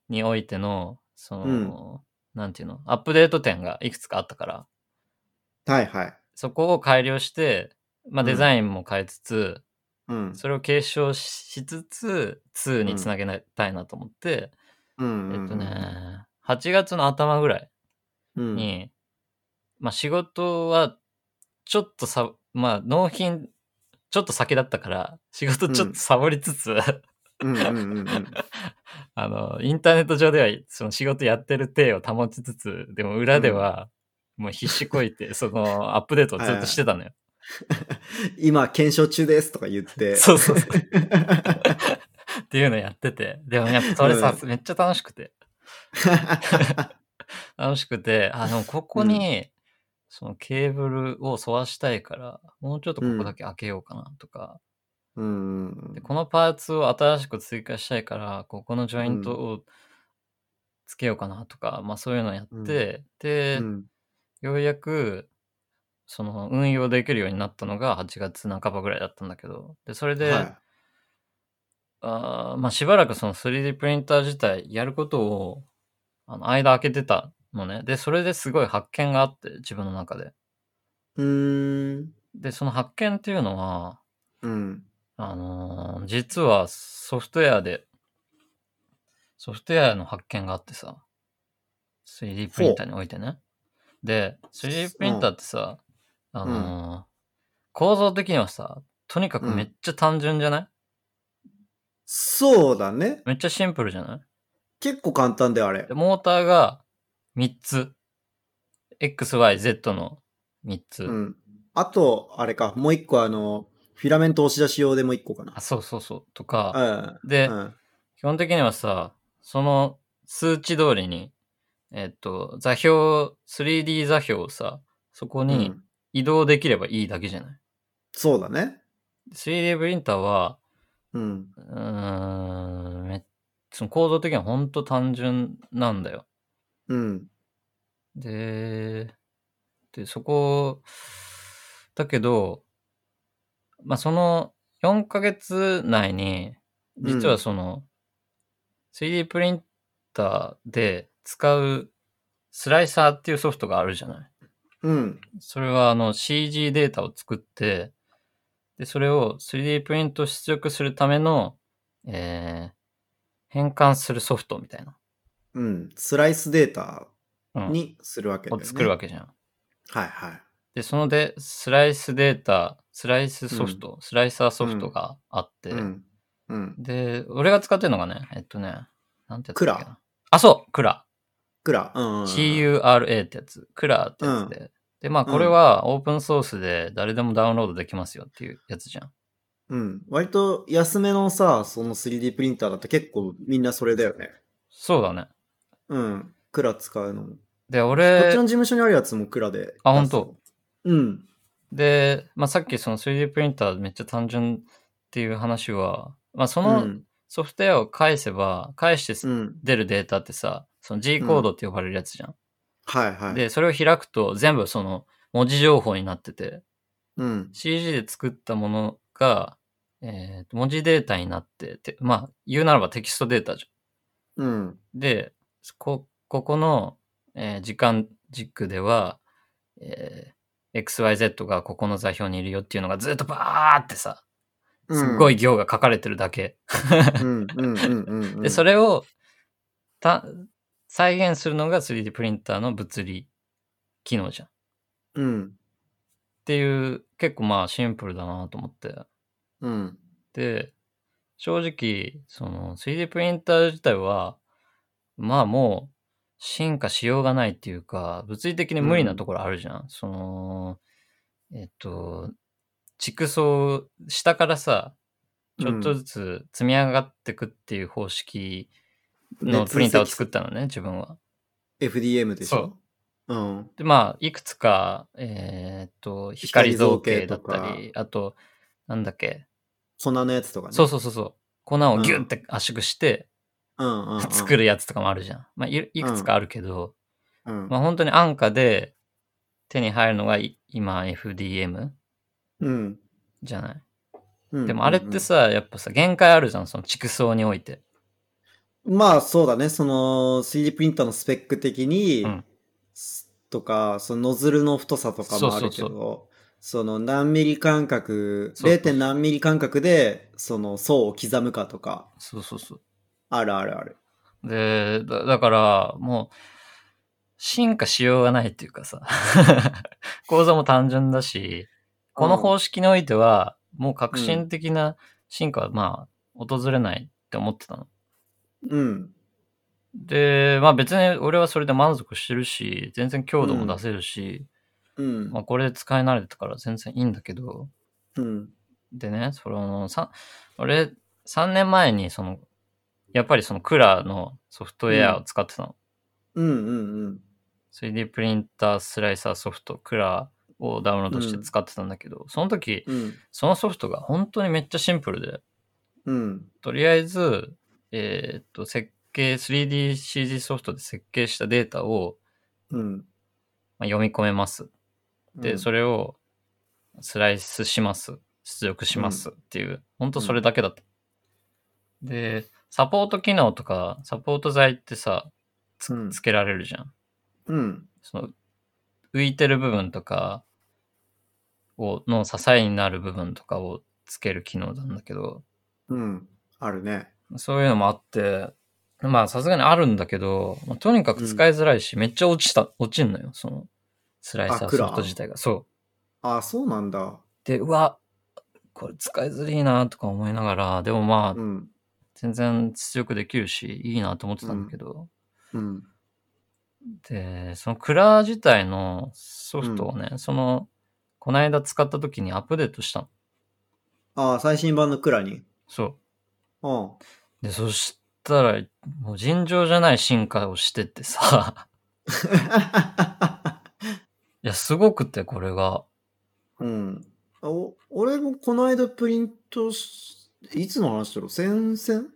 S2: においての、その、なんていうの、アップデート点がいくつかあったから、
S1: はいはい。
S2: そこを改良して、ま
S1: う
S2: あ、
S1: ん
S2: デザインも変えつつ、
S1: うん。
S2: それを継承しつつ、2につなげたいなと思って、
S1: うんうん
S2: えっと。ね、8月の頭ぐらい
S1: うん。
S2: に、まあ仕事はちょっとさ、まあ納品ちょっと先だったから、仕事ちょっとサボりつ つ、
S1: うんうんうんうん。
S2: あの、インターネット上ではその仕事やってる体を保ちつつ、でも裏ではもう必死こいて、そのアップデートをずっとしてたのよ。
S1: 今、検証中ですとか言って。
S2: そうそうそう。っていうのやってて、でもやっぱそれさ、めっちゃ楽しくて。楽しくて、あの、ここに、そのケーブルを沿わしたいから、もうちょっとここだけ開けようかなとか、
S1: うんうん
S2: で、このパーツを新しく追加したいから、ここのジョイントをつけようかなとか、まあそういうのやって、
S1: うんう
S2: で、
S1: ん。
S2: ようやく、その運用できるようになったのが8月半ばぐらいだったんだけど、で、それで、
S1: はい
S2: あーまあしばらくその 3D プリンター自体やることを、あの、間開けてたのね。で、それですごい発見があって、自分の中で。
S1: うーん。
S2: で、その発見っていうのは、
S1: うん。
S2: あのー実はソフトウェアで、ソフトウェアの発見があってさ、3D プリンターにおいてね。で、3D プリンターってさ、あのー構造的にはさ、とにかくめっちゃ単純じゃない、
S1: そうだね。
S2: めっちゃシンプルじゃない
S1: 結構簡単だよ、あれ
S2: で。モーターが3つ。XYZ の3つ。
S1: うん。あと、あれか、もう一個あの、フィラメント押し出し用でもう一個かな
S2: あ、。そうそうそう。とか、
S1: うん。
S2: で、
S1: うん
S2: 基本的にはさ、その数値通りに、えっと、座標、3D 座標をさ、そこ
S1: う
S2: に
S1: ん
S2: 移動できればいいだけじゃない、
S1: そうだね。
S2: ?3D プリンターは、
S1: うん。
S2: うーん、めその構造的にはほんと単純なんだよ。
S1: うん。
S2: で、で、そこ、だけど、まあ、その4ヶ月内に、実はその、3D プリンターで使うスライサーっていうソフトがあるじゃない。
S1: うん。
S2: それはあの CG データを作って、で、それを 3D プリント出力するための、えー変換するソフトみたいな、
S1: うん。スライスデータ
S2: うん、
S1: にするわけだよ
S2: を
S1: ね。
S2: 作るわけじゃん。
S1: け。はいはい。
S2: で、そので、スライスデータ、スライスソフト、スライサーソフトがあって、
S1: うん。うん。
S2: で、俺が使ってるのがね、えっとね、なんてやつだっけ
S1: ク
S2: な。あ、そうクラ。
S1: クラ。うんうんうん。
S2: CURA ってやつ、クラーってやつで。で、まあこれはオープンソースで誰でもダウンロードできますよっていうやつじゃん。
S1: うん。割と安めのさ、その 3D プリンターだと結構みんなそれだよね。
S2: そうだね。
S1: うん。クラ使うのも。
S2: で、
S1: こっち
S2: 俺
S1: の事、務所にあるやつもクラで。
S2: あ本当
S1: うん。
S2: で、まあさっきその 3D プリンターめっちゃ単純っていう話は、まあそうの
S1: ん。
S2: ソフトウェアを返せば、返して
S1: うん。
S2: 出るデータってさ、その G コードって呼ばれるやつじゃん。
S1: はいはい。
S2: で、それを開くと全部その文字情報になってて、
S1: うん。
S2: CG で作ったものが、えーと文字データになってて、まあ言うならばテキストデータじ
S1: うん。
S2: ゃん。で、こ、ここの、えー時間軸では、えー XYZ がここの座標にいるよっていうのがずっとバーってさ、すっご
S1: い。
S2: い行が書かれてるだけ。
S1: うん。うん。うん。うんうん。
S2: で、そ
S1: れ。
S2: れをた再現するのが 3D プリンターの物理機能じゃん。っ
S1: うん。
S2: ていう、結構まあシンプルだなと思って。
S1: うん。
S2: で、正直、その 3D プリンター自体は、まあもう進化しようがないっていうか、物理的に無理なところあるじゃん。その、えっと、畜層、下からさ、ちょっとずつ積み上がってくっていう方式のプリンターを作ったのね、自分は。
S1: FDM でしょう。ん。
S2: で、まあ、いくつか、えーっと、
S1: 光
S2: 光
S1: 造
S2: 造
S1: 形
S2: 形だ
S1: と
S2: っ
S1: か
S2: たり、あと、なんだっけ、
S1: 粉のやつとかね。
S2: そう
S1: う。
S2: そうそうそう、粉をギュンって圧縮して
S1: うんうん、うん。
S2: 作るやつとかもあるじゃん。まあ、いいくつかあるけど、
S1: うん。
S2: まあ、本当に安価で手に入るのがい今 FDM
S1: うん。
S2: じゃない。
S1: うん
S2: でもあれって、さ、やっぱさ、限界あるじゃん、その畜層において。
S1: うんうんまあそうだね、その 3D プリンターのスペック的に、
S2: うん
S1: とか、そのノズルの太さとかもあるけど、そ
S2: そうそう
S1: の何ミリ間隔、
S2: そう
S1: 0. 何ミリ間隔で、その層を刻むかとか、
S2: そうそうそう。
S1: あるあるある。
S2: で、だだから、もう、進化しようがないっていうかさ、 構造も単純だし、この方式においては、もう革新的な進化は、まあ、訪れないって思ってたの。
S1: うん。
S2: で、まあ別に俺はそれで満足してるし、全然強度も出せるし、
S1: うん。
S2: まあこれで使い慣れてたから全然いいんだけど、
S1: うん。
S2: でね、その、さ俺、3年前にその、やっぱりそのクラーのソフトウェアを使ってたの。
S1: うんうんうん。
S2: 3D プリンタースライサーソフトクラーをダウンロードして使ってたんだけど、その時
S1: うん。
S2: そのソフトが本当にめっちゃシンプルで
S1: うん。
S2: とりあえず、えーっと設計 3DCG ソフトで設計したデータを、
S1: うん。
S2: まあ読み込めますで、そ
S1: れ、
S2: れをスライスします出力しますっていう、本当それだけだった、でサポート機能とかサポート材ってさつ
S1: うん
S2: つけられるじゃん
S1: うん。
S2: その浮いてる部分とかをの支えになる部分とかをつける機能なんだけど、
S1: うん。あるね。
S2: そういうのもあって、まあさすがにあるんだけど、まあとにかく使いづらいし、めっちゃ落ちた、落ちんのよ、そのスライサ
S1: あ
S2: ー
S1: クラ
S2: ソフト自体が。そう。
S1: ああ、そうなんだ。
S2: で、うわ、これ使いづらいなとか思いながら、でもま
S1: う
S2: あ
S1: ん。
S2: 全然出力できるし、いいなと思ってたんだけど、
S1: うん。
S2: で、そのクラー自体のソフトをね、その、この間使った時にアップデートしたの。
S1: ああ、最新版のクラに。
S2: そ
S1: うん。
S2: う。で、そしたら、もう尋常じゃない進化をしてってさ、 いや、すごくて、これが。
S1: うん。お俺もこの間プリントし、いつの話だろう先々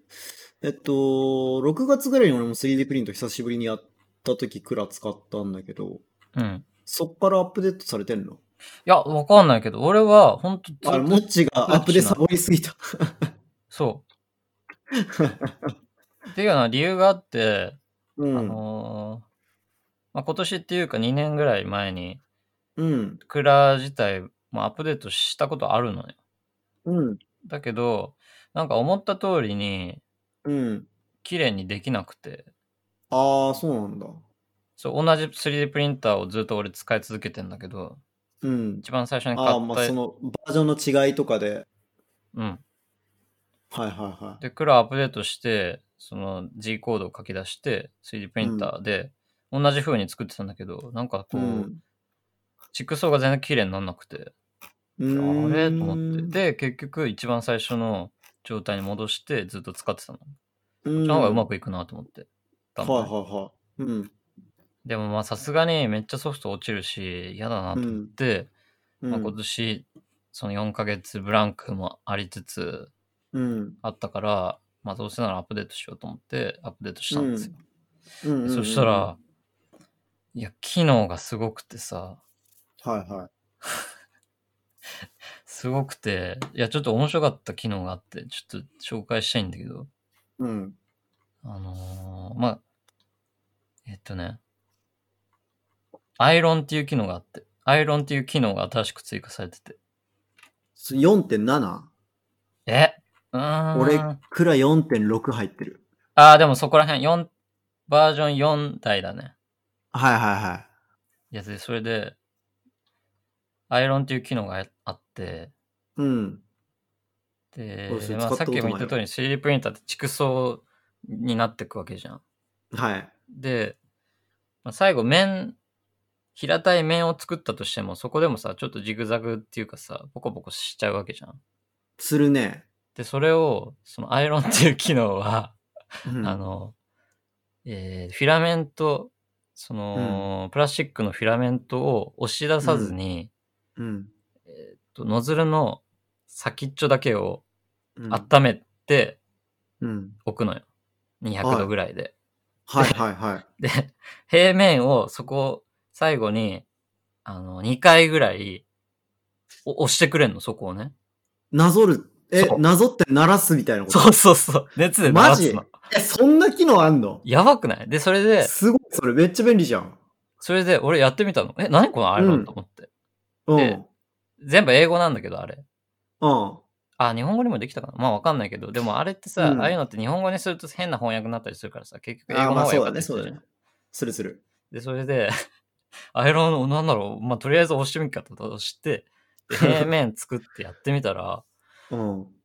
S1: えっと、6月ぐらいに俺も 3D プリント久しぶりにやった時クラ使ったんだけど、
S2: うん。
S1: そっからアップデートされてんの
S2: いや、わかんないけど、俺は、ほんとずっと
S1: あれ、モッチがアップデートサボりすぎた。
S2: そう。っていうのは理由があって、
S1: う
S2: あ
S1: ん。
S2: のーまあ、今年っていうか2年ぐらい前に、
S1: うん。
S2: クラー自体もアップデートしたことあるのよ。
S1: うん。
S2: だけど、なんか思った通りに、
S1: うん。
S2: 綺麗にできなくて、
S1: ああ、そうなんだ。
S2: そう、同じ 3D プリンターをずっと俺使い続けてんだけど、
S1: うん。
S2: 一番最初に買った、
S1: ああ、まあそのバージョンの違いとかで。
S2: うん。
S1: はいはいはい。
S2: で、黒アップデートして、その G コードを書き出して、3D プリンターで同じ風に作ってたんだけど、なんかこう、
S1: うん
S2: チクソが全然綺麗にならなくて、
S1: う
S2: あ
S1: ん
S2: れと思って。で、結局一番最初の状態に戻してずっと使ってたの。
S1: うん
S2: その方がうまくいくなと思って。頑張
S1: は
S2: る
S1: いはいはい。うん。
S2: でもまあさすがにめっちゃソフト落ちるし、嫌だなと思って、
S1: うん
S2: まあ、今年その4ヶ月ブランクもありつつ
S1: うん。
S2: あったから、まあどうせならアップデートしようと思ってアップデートしたんですよ。
S1: うんうんうん
S2: でそした、ら、いや、機能がすごくてさ、
S1: はいはい。
S2: すごくて、いや、ちょっと面白かった機能があって、ちょっと紹介したいんだけど、
S1: うん。
S2: あのーまあ、えっとね、アイロンっていう機能があって、アイロンっていう機能が新しく追加されてて、
S1: そ4.7?
S2: えうーん。
S1: 俺くら4.6入ってる。
S2: ああ、でもそこら辺、4、バージョン4台だね。
S1: はいはいはい
S2: やつで、それで、アイロンっていう機能がああって、
S1: い。うん。
S2: で
S1: そうそ、れ
S2: まあ、
S1: 使った
S2: さっ
S1: こと
S2: きも言った通り 3D プリンターって畜層になってくわけじゃん。
S1: はい。
S2: で、まあ、最後面、平たい面を作ったとしても、そこでもさ、ちょっとジグザグっていうかさ、ボコボコしちゃうわけじゃん。
S1: するね。
S2: で、それを、そのアイロンっていう機能は、
S1: うん
S2: あ、の、えーフィラメント、その、プラスチックのフィラメントを押し出さずに、
S1: うん。
S2: とノズルの先っちょだけを
S1: うん
S2: 温めて
S1: うん。
S2: おくのよ。
S1: は
S2: 200
S1: い
S2: 度ぐらいで。
S1: はいはいはい。
S2: で、 平面をそこ、最後に、あの、2回ぐらい、お押してくれんの、そこをね。
S1: なぞる。え
S2: そ、う
S1: なぞって鳴らすみたいなこと
S2: そうそうそう。熱で
S1: マ
S2: 回
S1: ジ
S2: すの。
S1: え、そんな機能あんの
S2: やばくないで、それで、
S1: すごい、それめっちゃ便利じゃん。
S2: それで俺やってみたの。え、何このアイロンと思って。
S1: うん。
S2: で全部英語なんだけど、あれ。
S1: うん。
S2: あ、日本語にもできたかなまあわかんないけど、でもあれってさ、
S1: うん
S2: ああいうのって日本語にすると変な翻訳になったりするからさ、結局英
S1: あー
S2: 語
S1: ま
S2: の
S1: あ
S2: 方が
S1: そ
S2: 良
S1: うだね、
S2: かった
S1: そうだ
S2: りするじゃん
S1: ね。するする。
S2: で、それで、 アイロンの、なんだろう、まあとりあえず押してみっかと押して、 で平面作ってやってみたら、
S1: うん。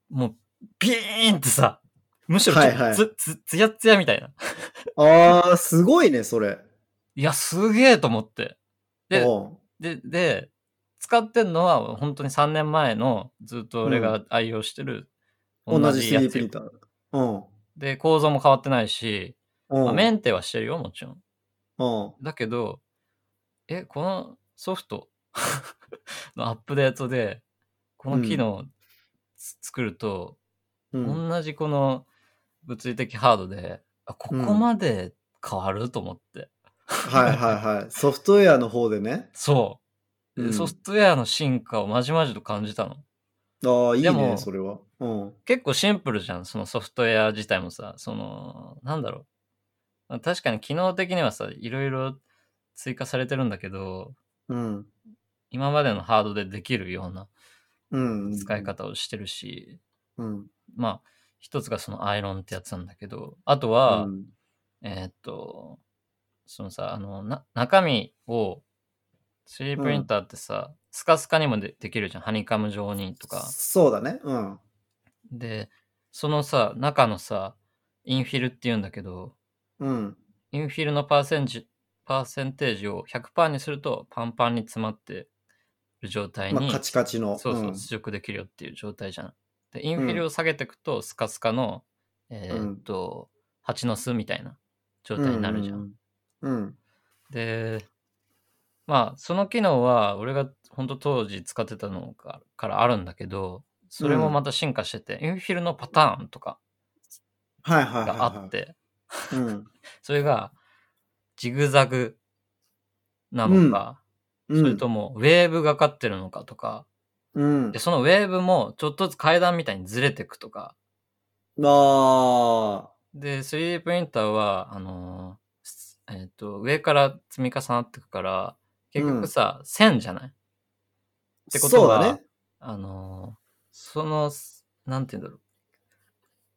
S2: もう、ピーンってさ、むしろちょっと
S1: はいはい
S2: つ、つ、つやつやみたいな。
S1: あー、すごいね、それ。
S2: いや、すげえと思って。で
S1: うん
S2: で、で、使ってんのは本当に3年前のずっと俺が愛用してる、
S1: 同じ
S2: や
S1: 3D
S2: つ
S1: プリンター。うん。
S2: で、構造も変わってないし、
S1: うん。
S2: まあメンテはしてるよ、もちろん。
S1: うん。
S2: だけど、え、このソフト のアップデートで、この機能をつ作ると、
S1: うん。
S2: 同じこの物理的ハードで、あ、ここまで変わると思って。
S1: はいはいはい。ソフトウェアの方でね。う
S2: そう、
S1: ん
S2: ソフトウェアの進化をまじまじと感じたの。
S1: ああ、いい
S2: で
S1: ね、
S2: も
S1: それは。うん。
S2: 結構シンプルじゃん、そのソフトウェア自体もさ、その、なんだろうまあ。確かに機能的にはさ、いろいろ追加されてるんだけど、
S1: うん。
S2: 今までのハードでできるような
S1: うん。
S2: 使い。方をしてるし、
S1: うん。
S2: まあ、一つがそのアイロンってやつなんだけど、あと
S1: う
S2: は、
S1: ん。
S2: えーっと、そのさ、あの、な中身を、3D プリンターってさ、スカスカにもでできるじゃん。ハニカム状にとか。
S1: そうだね。うん。
S2: で、そのさ、中のさ、インフィルって言うんだけど、
S1: うん。
S2: インフィルのパーセンジ、パーセンテージを100%にするとパンパンに詰まってる状態
S1: ま
S2: に、
S1: あ、カチカチの。
S2: そうそう、
S1: ん
S2: 出力できるよっていう状態じゃん。で、インフィルを下げていくと、スカスカの、えーっと、蜂の巣みたいな状態になるじゃん。。
S1: うん。うん
S2: で、まあ、その機能は、俺が本当当時使ってたのがからあるんだけど、それもまた進化してて、インフィルのパターンとか
S1: はいはいはいはい。
S2: があって、
S1: うん。
S2: それが、ジグザグなのか、
S1: うん。
S2: それとも、ウェーブがかってるのかとか、
S1: うん
S2: で、。そのウェーブも、ちょっとずつ階段みたいにずれていくとか、
S1: ああ。
S2: で、3D プリンターは、あのーすえっ、と、上から積み重なっていくから、結局さ、線じゃないってこと
S1: そう
S2: は
S1: だね。
S2: あのーその、すなんて言うんだろう。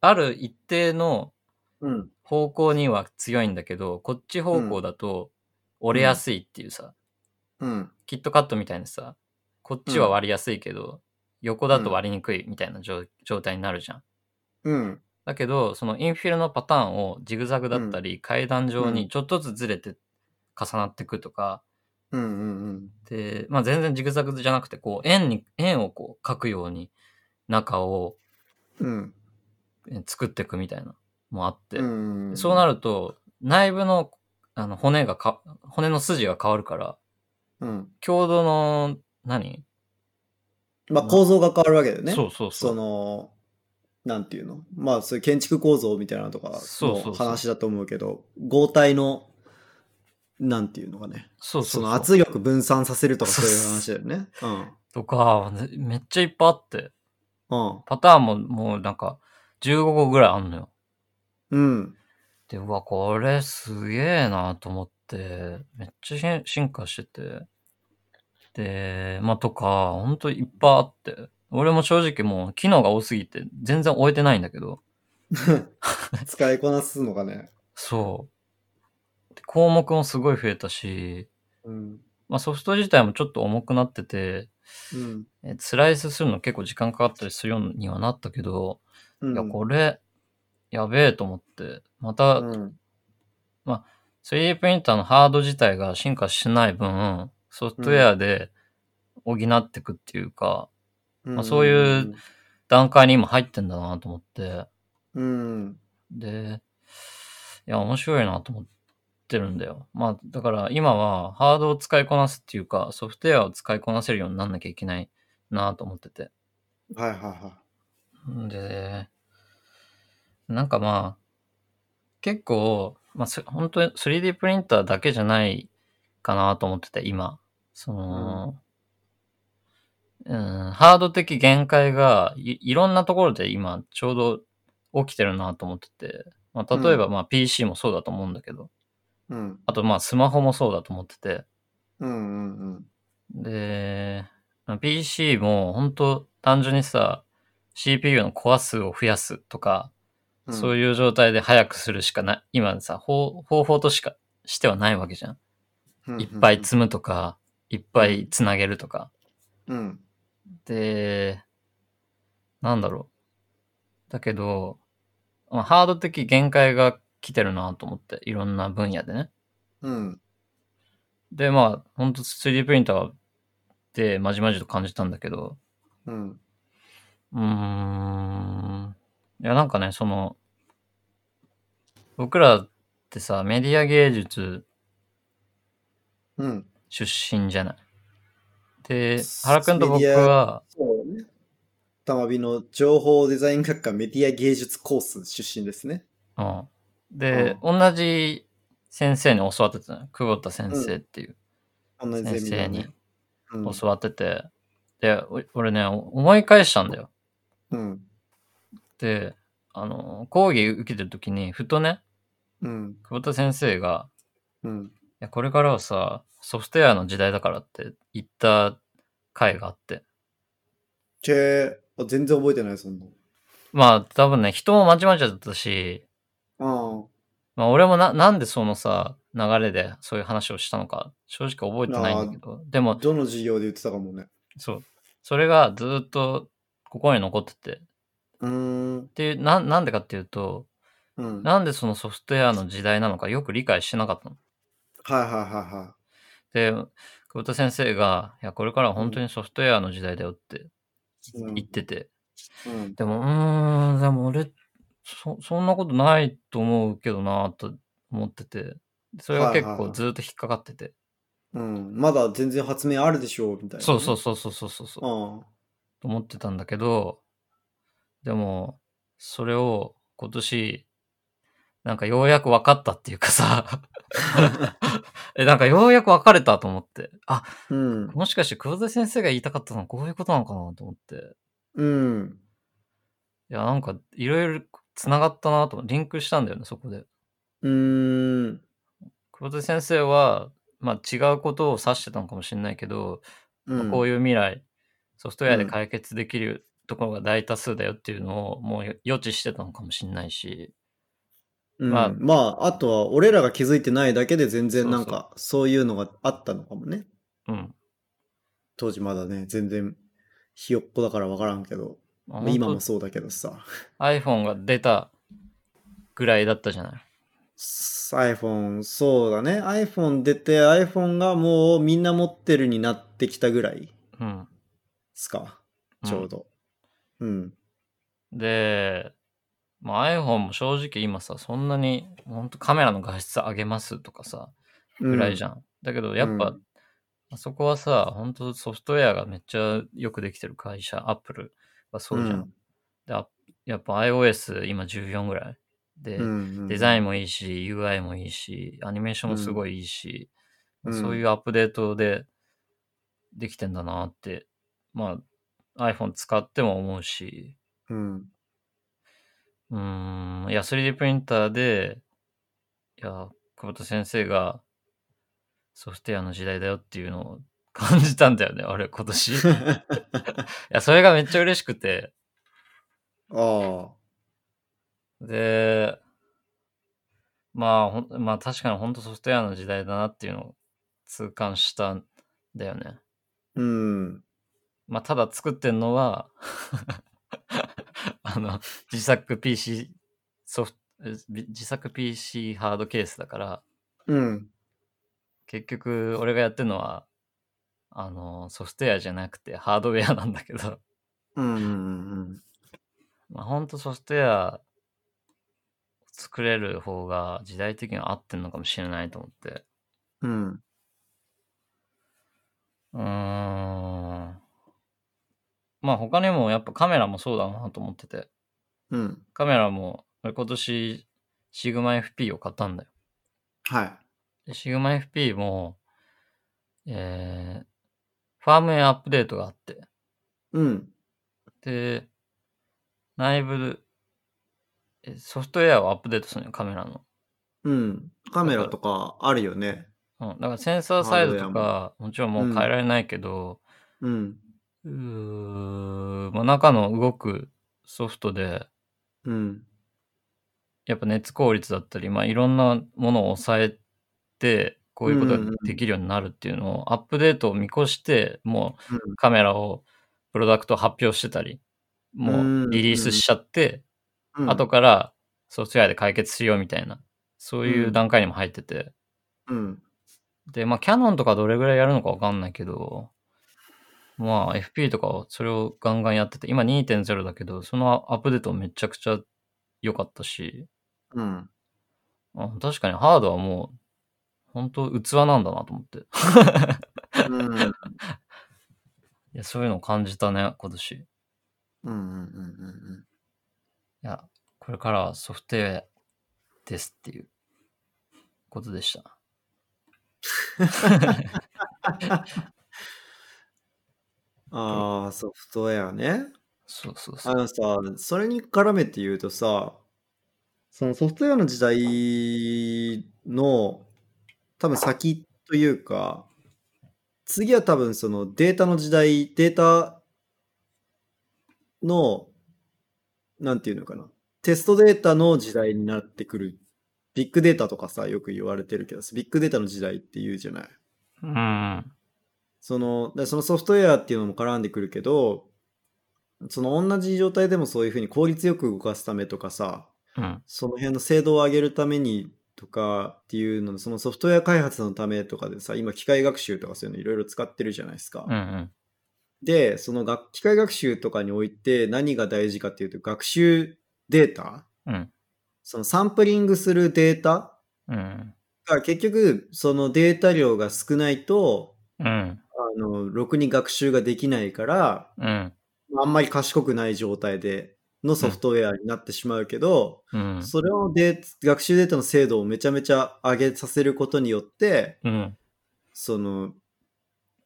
S2: ある一定の
S1: うん。
S2: 方向には強いんだけど、こっち方向だと折れやすいっていうさ、
S1: うん。
S2: キットカットみたいにさ、こっちは割りやすいけど、横だと割りにくいみたいな状状態になるじゃん。
S1: うん。
S2: だけど、そのインフィルのパターンをジグザグだったり、階段状にちょっとずつずれて重なってくとか、
S1: うんうん
S2: で、まあ、全然ジグザグじゃなくて、こう、円に、円をこう、描くように、中を
S1: うんうん
S2: え作っていくみたいな、もあって、
S1: うんうん
S2: そうなると、内部の、あの、骨がか、骨の筋が変わるから、
S1: うん
S2: 強度の何、
S1: まあ構造が変わるわけだよね
S2: そうそうそう。
S1: そのなんていうのまあそういう建築構造みたいなのとか
S2: そうそうそ
S1: の
S2: う
S1: 話だと思うけど合体のなんていうのかね
S2: そうそう
S1: そ
S2: そう
S1: の圧力分散させるとかそういう話だよね
S2: とか、ねめっちゃいっぱいあって、
S1: うん
S2: パターンももうなんか15個ぐらいあんのよ。
S1: うんうん
S2: で、うわ、これすげえなと思って、めっちゃし進化してて。で、まあ、とか、ほんといっぱいあって。俺も正直もう機能が多すぎて全然終えてないんだけど、
S1: 使いこなすのかね
S2: そう。で項目もすごい増えたし、
S1: うん
S2: まあ、ソフト自体もちょっと重くなってて、
S1: うん
S2: えスライスするの結構時間かかったりするようにはなったけど、
S1: うん
S2: いや、これ、やべえと思って、また
S1: うん、
S2: 3D プリンターのハード自体が進化しない分、ソフトウェアで補っていくっていうか、まあそういう段階に今入ってんだなと思って、
S1: うん
S2: で、いや、面白いなと思ってるんだよ。まあ、だから今はハードを使いこなすっていうか、ソフトウェアを使いこなせるようになんなきゃいけないなと思ってて。
S1: はいはいは
S2: で、なんかまあ、結構、まあ、す本当に 3D プリンターだけじゃないかなと思ってて、今。その、うん、ハード的限界がいいろんなところで今ちょうど起きてるなと思ってて、まあ、例えばまあ PC もそうだと思うんだけど、
S1: いうん
S2: あとまあスマホもそうだと思ってて、
S1: うんうんうん
S2: で、まあ PC も本当単純にさ、CPU のコア数を増やすとか、
S1: うん
S2: そう
S1: い
S2: いう状態で早くするしかない、今さ、方方法としかしてはないわけじゃん。
S1: うん
S2: いっぱい積むとか、いっぱいつなげるとか。
S1: うん
S2: で、なんだろう。だけど、まあハード的限界が来てるなと思って、いろんな分野でね。
S1: うん
S2: で、まあ、ほんと 3D プリンターでまじまじと感じたんだけど、
S1: うん
S2: うーん。いや、なんかね、その、僕らってさ、メディア芸術
S1: うん
S2: 出身じゃない。で、
S1: そう
S2: 原くんと僕
S1: メディ
S2: は、
S1: そうねたまびの情報デザイン学科メディア芸術コース出身ですね
S2: うん。で、同じ先生に教わってたのよ。久保田先生っていう
S1: 同じ
S2: 先
S1: ゼミだ
S2: 生
S1: ね
S2: に
S1: うん
S2: 教わってて、で、お俺ね、お思い返したんだよ。
S1: うん
S2: で、あの、講義受けてる時に、ふとね、
S1: うん
S2: 久保田先生が、
S1: うん
S2: いや、これからはさ、ソフトウェアの時代だからって言った回があって。
S1: けーあ全然覚えてないそんな
S2: まあ、多分ね、人もまちまちだったし、
S1: あ
S2: まあ、俺もな、なんでそのさ、流れでそういう話をしたのか、正直覚えてないんだけど、で
S1: あ
S2: も、
S1: どの授業で言ってたかもね
S2: そう、それがずっと心に残ってて、
S1: うーん
S2: っていう、な、なんでかっていうと、
S1: うんはい
S2: なんでそのソフトウェアの時代なのかよく理解してなかったの。
S1: はいはいは
S2: で、久保田先生が、いや、これからは本当にソフトウェアの時代だよって
S1: うん
S2: 言ってて、
S1: いうん
S2: でも、うーん、でも俺、そ、そんなことないと思うけどなと思ってて、それが結
S1: はいはいは
S2: 構
S1: い
S2: ずっと引っかかってて。
S1: うんまだ全然発明あるでしょうみたいな
S2: そうそう
S1: そ
S2: そうそうそうそう、と
S1: うん
S2: 思ってたんだけど、でも、それを今年、なんかようやく分かったっていうかさ、 え、なんかようやく分かれたと思って、あ、
S1: うん
S2: もしかして黒田先生が言いたかったのはこういうことなのかなと思って、
S1: うん
S2: いや、なんかいろいろ繋がったなと、リンクしたんだよね、そこで。
S1: うーん
S2: 黒田先生は、まあ、違うことを指してたのかもしれないけど、
S1: う
S2: まあ
S1: ん
S2: こういう未来ソフトウェアで
S1: うん
S2: 解決できるところが大多数だよっていうのをもう予知してたのかもしれないし
S1: うん
S2: ま
S1: ま
S2: あ
S1: あ、あ、とは俺らが気づいてないだけで全然なんかそういうのがあったのかもね。
S2: うん
S1: 当時まだね、全然ひよっこだから分からんけど、
S2: まあ
S1: まあ今も
S2: 本
S1: そうだけどさ。
S2: 当 iPhone が出たぐらいだったじゃない
S1: iPhone そうだね iPhone 出て iPhone がもうみんな持ってるになってきたぐらい
S2: うん。
S1: ですかちょうどうん
S2: で、まあ、iPhone も正直今さ、そんなに、本当カメラの画質上げますとかさ、ぐらいじ
S1: ゃん
S2: ゃん。だけど、やっぱ、
S1: うん
S2: あそこはさ、本当ソフトウェアがめっちゃよくできてる会社、Apple はそうじゃん。
S1: うん
S2: であやっぱ iOS 今14ぐらい。で、デザインもいいし、UI もいいし、アニメーションもすごいいいし、
S1: うん
S2: そういうアップデートでできてんだなって、まあ、iPhone 使っても思うし、
S1: うん
S2: うーん、いや、3D プリンターで、いや、久保田先生がソフトウェアの時代だよっていうのを感じたんだよね、俺、今年。 いや、それがめっちゃ嬉しくて。
S1: あ
S2: で、まあ、ほんまあ、確かに本当ソフトウェアの時代だなっていうのを痛感したんだよね。
S1: あうん
S2: まあ、ただ作ってんのは あの、自作 PC ソフト、自作 PC ハードケースだから、
S1: うん
S2: 結局俺がやってるのはあのソフトウェアじゃなくてハードウェアなんだけど
S1: うんうん
S2: まあほんとソフトウェア作れる方が時代的には合ってんのかもしれないと思って
S1: うんうん
S2: うーんまあ他にもやっぱカメラもそうだなと思ってて
S1: うん
S2: カメラも俺今年シグマ FP を買ったんだよ
S1: はい
S2: でシグマ FP もえー、ファームウェアアップデートがあって
S1: うん
S2: で、内部、えソフトウェアをアップデートするのよ、カメラの。
S1: うんカメラとかあるよね
S2: うん。だからセンサーサイ
S1: ハー
S2: ドと
S1: ドウェ
S2: か、もちろんもう変えられないけど、
S1: うん
S2: うーまあ、中の動くソフトで、
S1: うん
S2: やっぱ熱効率だったり、まあ、いろんなものを抑えて、こういうこと
S1: うんうんう
S2: が
S1: ん
S2: できるようになるっていうのを、アップデートを見越して、も
S1: う
S2: うカメラを、プロダクトを発表してたり、もうリリースしちゃって、
S1: うん
S2: 後からソフトウェアで解決しようみたいな、そういう段階にも入ってて。
S1: うん
S2: で、まあ、キャノンとかどれぐらいやるのかわかんないけど、まあ、FP とかはそれをガンガンやってて、今2.0だけど、そのアップデートめちゃくちゃ良かったし、
S1: うん
S2: あ確かにハードはもう、本当器なんだなと思って。い
S1: うん
S2: や、そういうのを感じたね、今年。い
S1: うんうんうんうん
S2: や、これからはソフトウェアですっていうことでした。
S1: ああ、ソフトウェアね。
S2: そうそうそ
S1: あ
S2: う。
S1: のさ、それに絡めて言うとさ、そのソフトウェアの時代の多分先というか、次は多分そのデータの時代、データの、なんていうのかな、テストデータの時代になってくる。ビッグデータとかさ、よく言われてるけどさ、ビッグデータの時代って言うじゃない。
S2: うん。
S1: そのでそのソフトウェアっていうのも絡んでくるけどその同じ状態でもそういうふうに効率よく動かすためとかさ
S2: うん。
S1: その辺の精度を上げるためにとかっていうのそのソフトウェア開発のためとかでさ今機械学習とかそういうのいろいろ使ってるじゃないですか、
S2: うんうん。
S1: でそのが機械学習とかにおいて何が大事かっていうと学習データ
S2: うん。
S1: そのサンプリングするデータ
S2: うん。
S1: が結局そのデータ量が少ないと
S2: うん。
S1: あのろくに学習ができないから
S2: うん。
S1: あんまり賢くない状態でのソフトウェアになってしまうけど、
S2: うん。
S1: それをデー学習データの精度をめちゃめちゃ上げさせることによって、
S2: うん。
S1: その、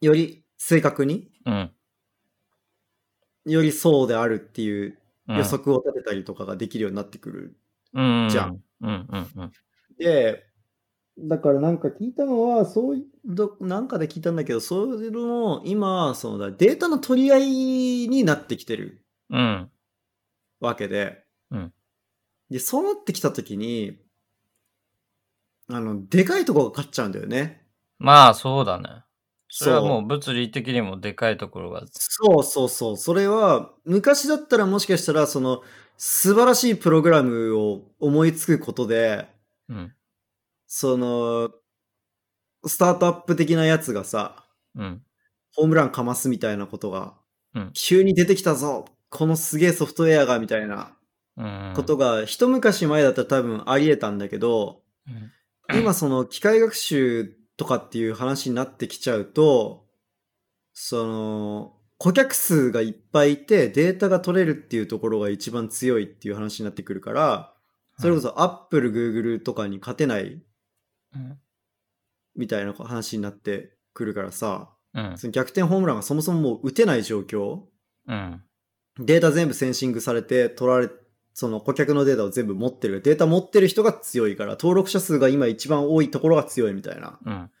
S1: より正確に、
S2: うん。
S1: よりそうであるっていう
S2: うん
S1: 予。測を立てたりとかができるようになってくる。
S2: うん。
S1: じゃん。
S2: うん。うん。うん。
S1: で、だからなんか聞いたのは、そういうど、なんかで聞いたんだけど、そういうの、今、そのデータの取り合いになってきてる
S2: うん。
S1: わけで、
S2: うん
S1: でそうなってきた時にあのでかいとこが勝っちゃうんだよね
S2: まあ、そうだね。それはも
S1: そう
S2: う物理的にもでかいところが。
S1: そうそうそうそれは昔だったらもしかしたらその素晴らしいプログラムを思いつくことで
S2: うん。
S1: そのスタートアップ的なやつがさ
S2: うん。
S1: ホームランかますみたいなことが、
S2: うん
S1: 急に出てきたぞこのすげえソフトウェアがみたいな
S2: うん。
S1: ことが、一昔前だったら多分ありえたんだけど
S2: うん。
S1: 今その機械学習とかっていう話になってきちゃうとその顧客数がいっぱいいてデータが取れるっていうところが一番強いっていう話になってくるからそれこそ Apple、Google とかに勝てない
S2: うん。
S1: みたいな話になってくるからさ
S2: うん。
S1: その逆転ホームランがそもそももう打てない状況
S2: うん。
S1: データ全部センシングされて取られその顧客のデータを全部持ってるデータ持ってる人が強いから登録者数が今一番多いところが強いみたいな
S2: うん。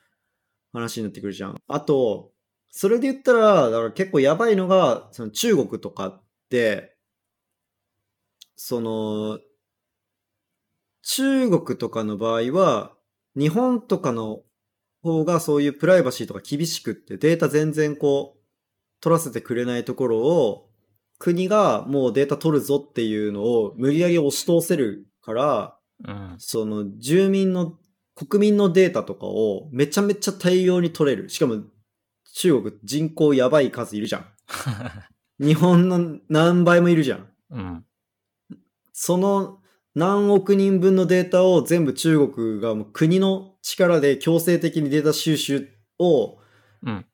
S1: 話になってくるじゃん。あと、それで言ったら、だから結構やばいのが、その中国とかって、その、中国とかの場合は、日本とかの方がそういうプライバシーとか厳しくって、データ全然こう、取らせてくれないところを、国がもうデータ取るぞっていうのを無理やり押し通せるから、
S2: うん。
S1: その住民の国民のデータとかをめちゃめちゃ大量に取れる。しかも中国人口やばい数いるじゃ ん。日本の何倍もいるじゃん。
S2: うん。
S1: その何億人分のデータを全部中国がもう国の力で強制的にデータ収集を
S2: うん。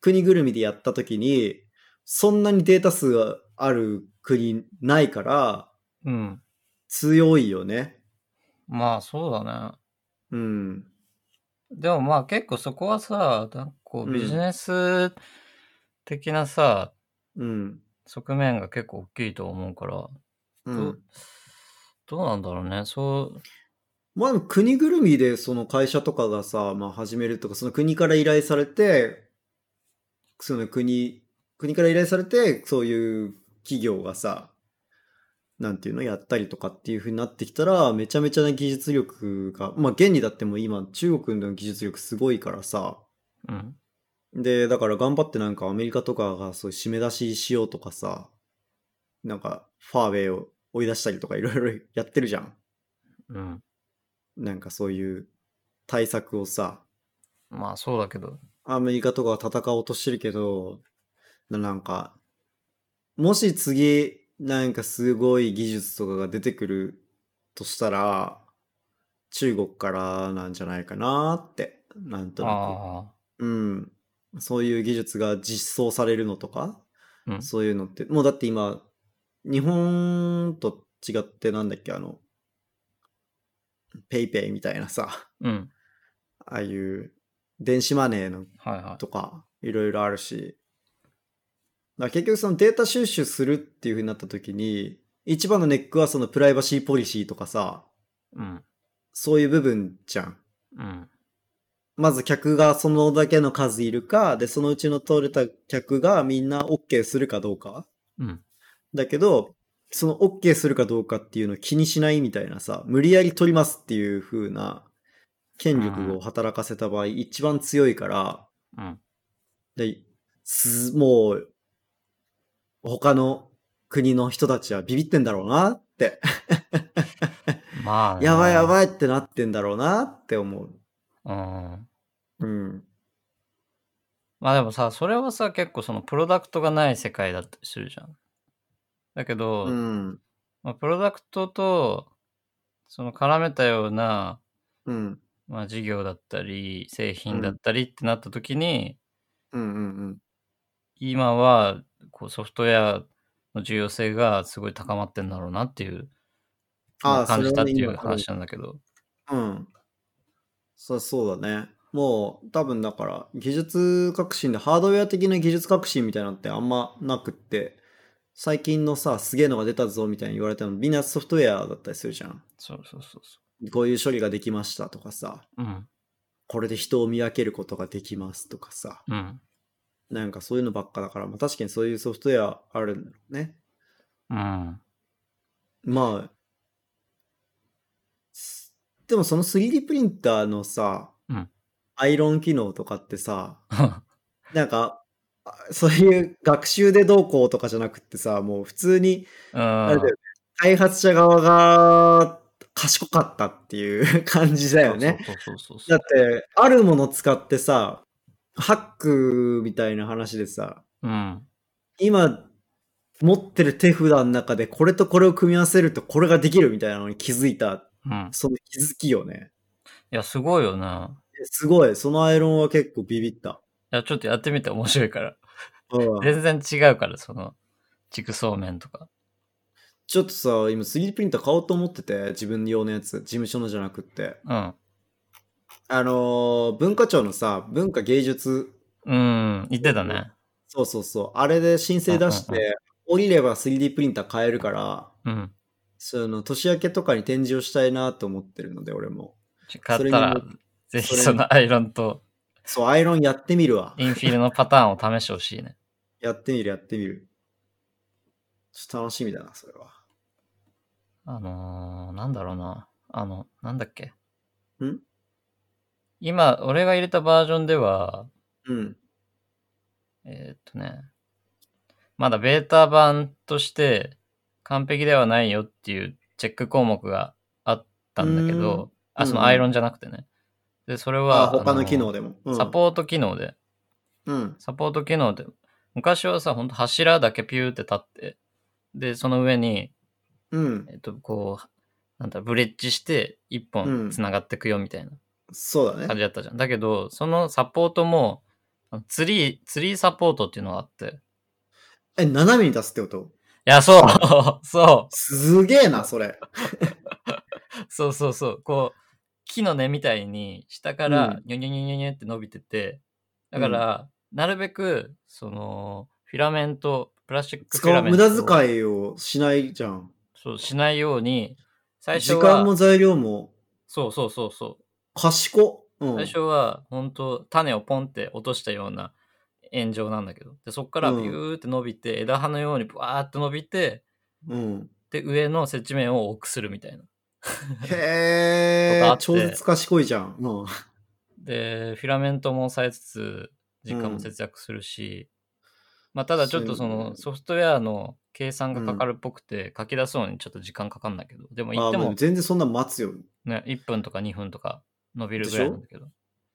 S1: 国ぐるみでやった時にそんなにデータ数がある国ないから
S2: うん。
S1: 強いよね。
S2: まあそうだね。
S1: うん。
S2: でもまあ結構そこはさ、なんかこ
S1: う
S2: うんビジネス的なさ、
S1: うん。
S2: 側面が結構大きいと思うから、
S1: う
S2: ど
S1: ん
S2: う、どうなんだろうね。そう、
S1: まあでも国ぐるみでその会社とかがさ、まあ、始めるとかその国から依頼されてその国国から依頼されてそういう企業がさなんていうのやったりとかっていう風になってきたらめちゃめちゃな技術力がまあ現にだってもう今中国の技術力すごいからさ
S2: うん。
S1: でだから頑張ってなんかアメリカとかがそういう締め出ししようとかさなんかファーウェイを追い出したりとかいろいろやってるじゃん。
S2: うん。
S1: なんかそういう対策をさ、
S2: まあそうだけど。
S1: アメリカとかは戦おうとしてるけど、ななんか、もし次、なんかすごい技術とかが出てくるとしたら、中国からなんじゃないかなって、なんとな
S2: ああ。
S1: く。うん。そういう技術が実装されるのとか、
S2: うん
S1: そういうのって、もうだって今、日本と違ってなんだっけ、あの、ペイペイみたいなさ、
S2: うん。
S1: ああいう電子マネーの
S2: はいはい。
S1: とかいろいろあるしだから結局そのデータ収集するっていう風になった時に一番のネックはそのプライバシーポリシーとかさ
S2: うん。
S1: そういう部分じゃん
S2: うん。
S1: まず客がそのだけの数いるかでそのうちの取れた客がみんな OK するかどうか
S2: うん。
S1: だけどその OK するかどうかっていうのを気にしないみたいなさ無理やり取りますっていう風な権力を働かせた場合一番強いから
S2: うん。
S1: ですもう、他の国の人たちはビビってんだろうなって、
S2: まあ、
S1: やばいや
S2: い。
S1: ばいってなってんだろうなって思う。
S2: うん。
S1: うん。
S2: まあでもさ、それはさ、結構そのプロダクトがない世界だったりするじゃん。だけど、
S1: うん。
S2: まあ、プロダクトと、その絡めたような、
S1: うん。
S2: まあ、事業だったり、製品だったりってなった時に、
S1: うんうんうん。
S2: 今は、こう、ソフトウェアの重要性がすごい高まってんだろうなっていう、
S1: あ
S2: ま
S1: あ、
S2: 感じたってい
S1: それは
S2: う
S1: ね
S2: 話なんだけど。
S1: うん。そそうだね。もう多分だから技術革新でハードウェア的な技術革新みたいなのってあんまなくって最近のさすげえのが出たぞみたいに言われてもみんなソフトウェアだったりするじゃん。
S2: そうそうそうそ
S1: こういう処理ができましたとかさ
S2: う。うん。
S1: これで人を見分けることができますとかさ、
S2: うん。
S1: なんかそういうのばっかだから、まあ、確かにそういうソフトウェアあるんだろうね。
S2: うん。
S1: まあ、すでもその 3D プリンターのさ、
S2: うん
S1: アイロン機能とかってさ、なんか、あそういう学習でどうこうとかじゃなくってさ、もう普通に、
S2: う
S1: あれだよ
S2: ん
S1: ね開発者側が賢かったっていう 感じだよね。
S2: そうそうそうそう
S1: だって、あるもの使ってさ、ハックみたいな話でさ、
S2: うん。
S1: 今持ってる手札の中でこれとこれを組み合わせるとこれができるみたいなのに気づいた、
S2: うん。
S1: その気づきよね。
S2: いや、すごいよな。
S1: すごい、そのアイロンは結構ビビった。
S2: いや、ちょっとやってみて面白いから。
S1: うん、
S2: 全然違うから、その、軸そうめんとか。
S1: ちょっとさ、今 3D プリンター買おうと思ってて、自分用のやつ、事務所のじゃなくって。
S2: うん。
S1: あのー文化庁のさ、文化芸術、
S2: うん、言ってたね。
S1: そうそうそう、あれで申請出し
S2: うんうん
S1: て、降りれば 3D プリンター買えるから、
S2: うん。
S1: その年明けとかに展示をしたいなと思ってるので、俺も。
S2: ちょ買ったら
S1: それ、
S2: ぜひ
S1: それに
S2: そのアイロンと
S1: そう、アイロンやってみるわ。
S2: インフィールのパターンを試してほしいね。
S1: やってみる、やってみる。ちょっと楽しみだな、それは。
S2: あのー、なんだろうな。あの、なんだっけ。
S1: ん
S2: 今、俺が入れたバージョンでは、
S1: うん。
S2: えーっとね、まだベータ版として完璧ではないよっていうチェック項目があったんだけ
S1: うー
S2: ど、あ、そ
S1: うんう
S2: の
S1: ん
S2: アイロンじゃなくてね。で、それ
S1: あ
S2: は、
S1: 他の機能
S2: で、
S1: でも。うん、
S2: サポート機能で、
S1: うん。
S2: サポート機能で、昔はさ、ほんと柱だけピューって立って、で、その上に、
S1: うん。
S2: えっと、こう、なんだろう、ブレッジして、一
S1: う
S2: 本
S1: ん
S2: 繋がってくよみたいな
S1: そうだ
S2: 感
S1: ね。
S2: じだったじゃん。だけど、そのサポートも、あのツリー、ツリーサポートっていうのがあって、
S1: え、斜めに出すってこと
S2: いや、そう、 そ
S1: すげえな、それ。
S2: う、そうそうそう、こう、木の根みたいに下から
S1: う
S2: ニョニョニョニョニョって伸びてて、だから、なるべく、その、フィラメント、プラスチックフ
S1: 使
S2: ィラ
S1: う
S2: メン
S1: 無
S2: トを。
S1: 駄遣いをしないじゃん。
S2: そう、しないように、最初
S1: 時
S2: は、
S1: 間も材料も
S2: そうそうそうそう、
S1: 賢。うん。
S2: 最初は、本当種をポンって落としたような炎上なんだけど、でそこから
S1: う
S2: ビ
S1: ん
S2: ューって伸びて、枝葉のようにブワーって伸びて、
S1: うん。
S2: で、上の接地面を多くするみたいな。
S1: へ
S2: と
S1: え
S2: かあっ。て
S1: 超絶賢いじゃん。うん。
S2: で、フィラメントも抑えつつ、時間も節約するし、まあ、ただちょっとそ
S1: そう
S2: の
S1: ね
S2: ソフトウェアの計算がかかるっぽくて、書き出すのにちょっと時間かかんだけど、でも
S1: あ
S2: 行って
S1: も
S2: も
S1: う全然そんなの待つよ。
S2: ね、1分とか2分とか伸びるぐらいなんだけど、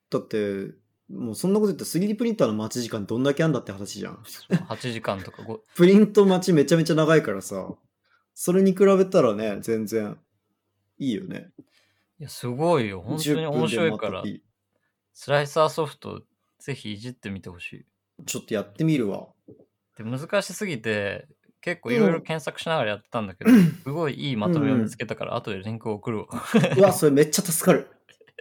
S1: だって、もうそんなこと言ったら 3D プリンターの待ち時間どんだけあんだって話じゃん。
S2: そう8時間とかご
S1: プリント待ちめちゃめちゃ長いからさ。それに比べたらね、全然いいよね。
S2: いや、すごいよ。本当
S1: 10分
S2: に
S1: で
S2: 面白いから
S1: 待っ、ていい
S2: スライサーソフト、ぜひいじってみてほしい。
S1: ちょっとやってみるわ。
S2: で、難しすぎて、結構いろいろ検索しながらやってたんだけど、すごいいいまとめを見つけたから、後でリンクを送るわ。
S1: うわ、それめっちゃ助かる。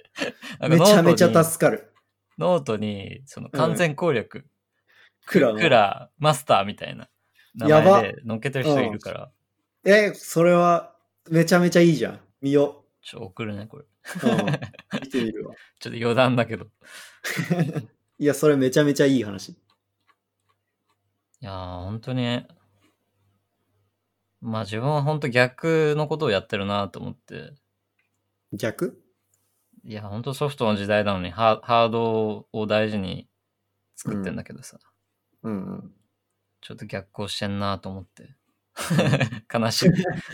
S2: なん
S1: め
S2: か
S1: ちゃめち
S2: ノート
S1: ゃ
S2: に
S1: 助かる。
S2: ノートに、その完全攻略、
S1: クラの
S2: クラマスターみたいな名
S1: やば
S2: 前で乗っけてる人いるから、
S1: え、それはめちゃめちゃいいじゃん。見よ
S2: ちょっと送るね、これ。
S1: う。 うん、見てみるわ。
S2: ちょっと余談だけど。
S1: いや、それめちゃめちゃいい話。
S2: いやー、本当に、まあ自分は本当逆のことをやってるなと思って、
S1: 逆
S2: いや、本当ソフトの時代なのにハハードを大事に作ってんだけどさ、
S1: うんうん。
S2: ちょっと逆行してんなと思って。 悲しい、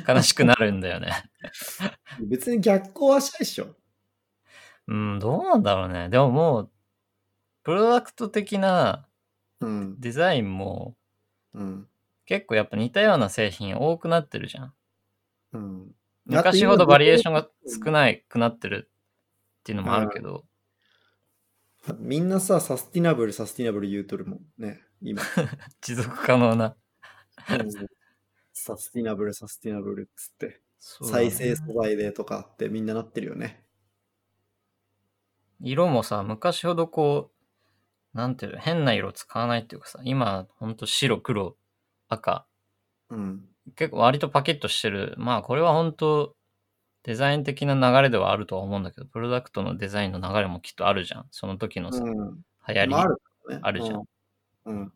S2: 悲しくなるんだよね。
S1: 別に逆行はしないでしょ。
S2: うん、どうなんだろうね。でももう、プロダクト的な
S1: うん。
S2: デザインも
S1: うん。
S2: 結構やっぱ似たような製品多くなってるじゃん。
S1: うん。
S2: 昔ほどバリエーション
S1: が
S2: が少なくなってるっていうのもあるけど、
S1: みんなさ、サスティナブル、サスティナブル言うとるもんね、 今。
S2: 持続可能な。
S1: サスティナブル、サスティナブルっつって、
S2: そうだね
S1: 再生素材でとかってみんななってるよね。
S2: 色もさ、昔ほどこう、なんていうの、変な色使わないっていうかさ、今ほんと白、黒、赤、
S1: うん。
S2: 結構割とパキッとしてる。まあこれは本当デザイン的な流れではあるとは思うんだけど、プロダクトのデザインの流れもきっとあるじゃん。その時のさ、流行り。
S1: まあ、あるからね
S2: あるじゃん。
S1: うん。うん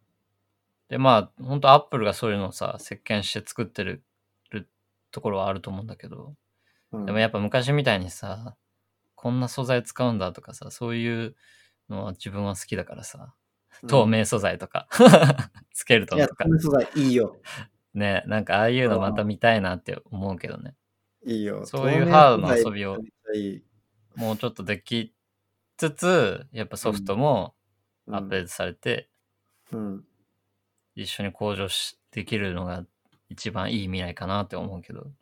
S2: で、まあ、本当アップルがそういうのをさ、石鹸して作ってるるところはあると思うんだけど、
S1: うん
S2: でもやっぱ昔みたいにさ、こんな素材使うんだとかさ、そういうのは自分は好きだからさ、透明素材とか、 スケルト
S1: い
S2: ン
S1: や、
S2: とか
S1: 透、明素材いいよ。
S2: ね、なんかああいうのまた見たいなって思うけどね。
S1: いいよ。
S2: そういうハードな遊びを
S1: 透明素材いい
S2: もうちょっとできつつ、やっぱソフトもアップデートされて、
S1: うん。
S2: 一緒に向上しできるのが一番いい未来かなって思うけど。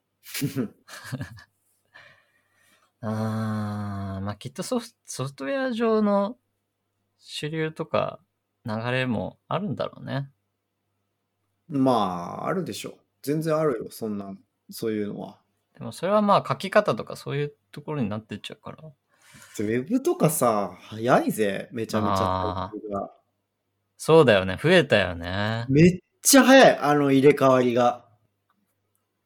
S2: あー、まあきっとソフソフトウェア上の主流とか流れもあるんだろうね。
S1: まあ、あるでしょ。全然あるよ、そんな、そういうのは。
S2: でもそれはまあ書き方とかそういうところになってっちゃうから。
S1: ウェブとかさ、早いぜ、めちゃめちゃ
S2: あ。そうだよね。増えたよね。
S1: めっちゃ早い、あの入れ替わりが。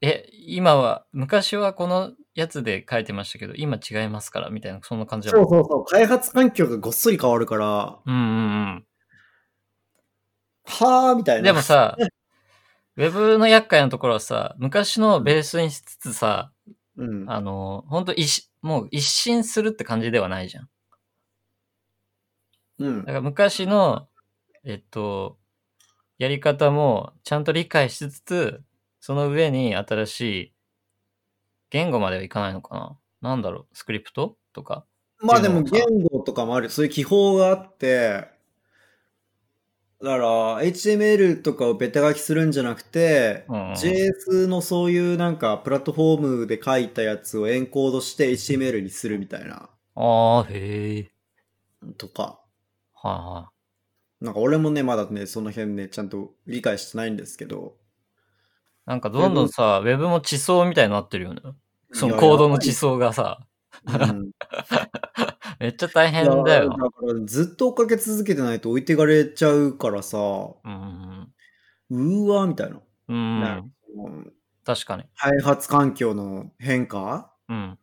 S2: え、今は、昔はこのやつで書いてましたけど、今違いますから、みたいな、そんな感じだ
S1: そう
S2: もん。
S1: そうそう、開発環境がごっそり変わるから、は
S2: うんうん
S1: ぁ、みた
S2: う
S1: い
S2: ん。
S1: な。
S2: でも、 さ、ウェブの厄介なところはさ、昔のをベースにしつつさ、
S1: うん、
S2: あの、本当一し、もう一新するって感じではないじゃん。
S1: うん
S2: だか、ら昔の、えっと、やり方もちゃんと理解しつつ、その上に新しい言語まではいかないのかななんだろうスクリプトとか
S1: まあでも言語とかもある、そういう記法があって、だから、HTML とかをベタ書きするんじゃなくて、
S2: うんうん
S1: JS のそういうなんかプラットフォームで書いたやつをエンコードして HTML にするみたいな、
S2: ああ、へえ。
S1: とか。
S2: は
S1: なんか俺もね、まだね、その辺ね、ちゃんと理解してないんですけど。
S2: いはい。なんかどんどんさ、ウェブも地層みたいになってるよね。その
S1: いや
S2: コードの地層がさ、
S1: やばいうん
S2: めっちゃ大変だ
S1: いや
S2: よ
S1: だか。らずっと追っかけ続けてないと置いていかれちゃうからさ、
S2: うん
S1: うーわーみたいな。
S2: うんう。
S1: なん
S2: う
S1: る
S2: ん。
S1: うん
S2: 確かに。
S1: 開発環境の変化
S2: うん。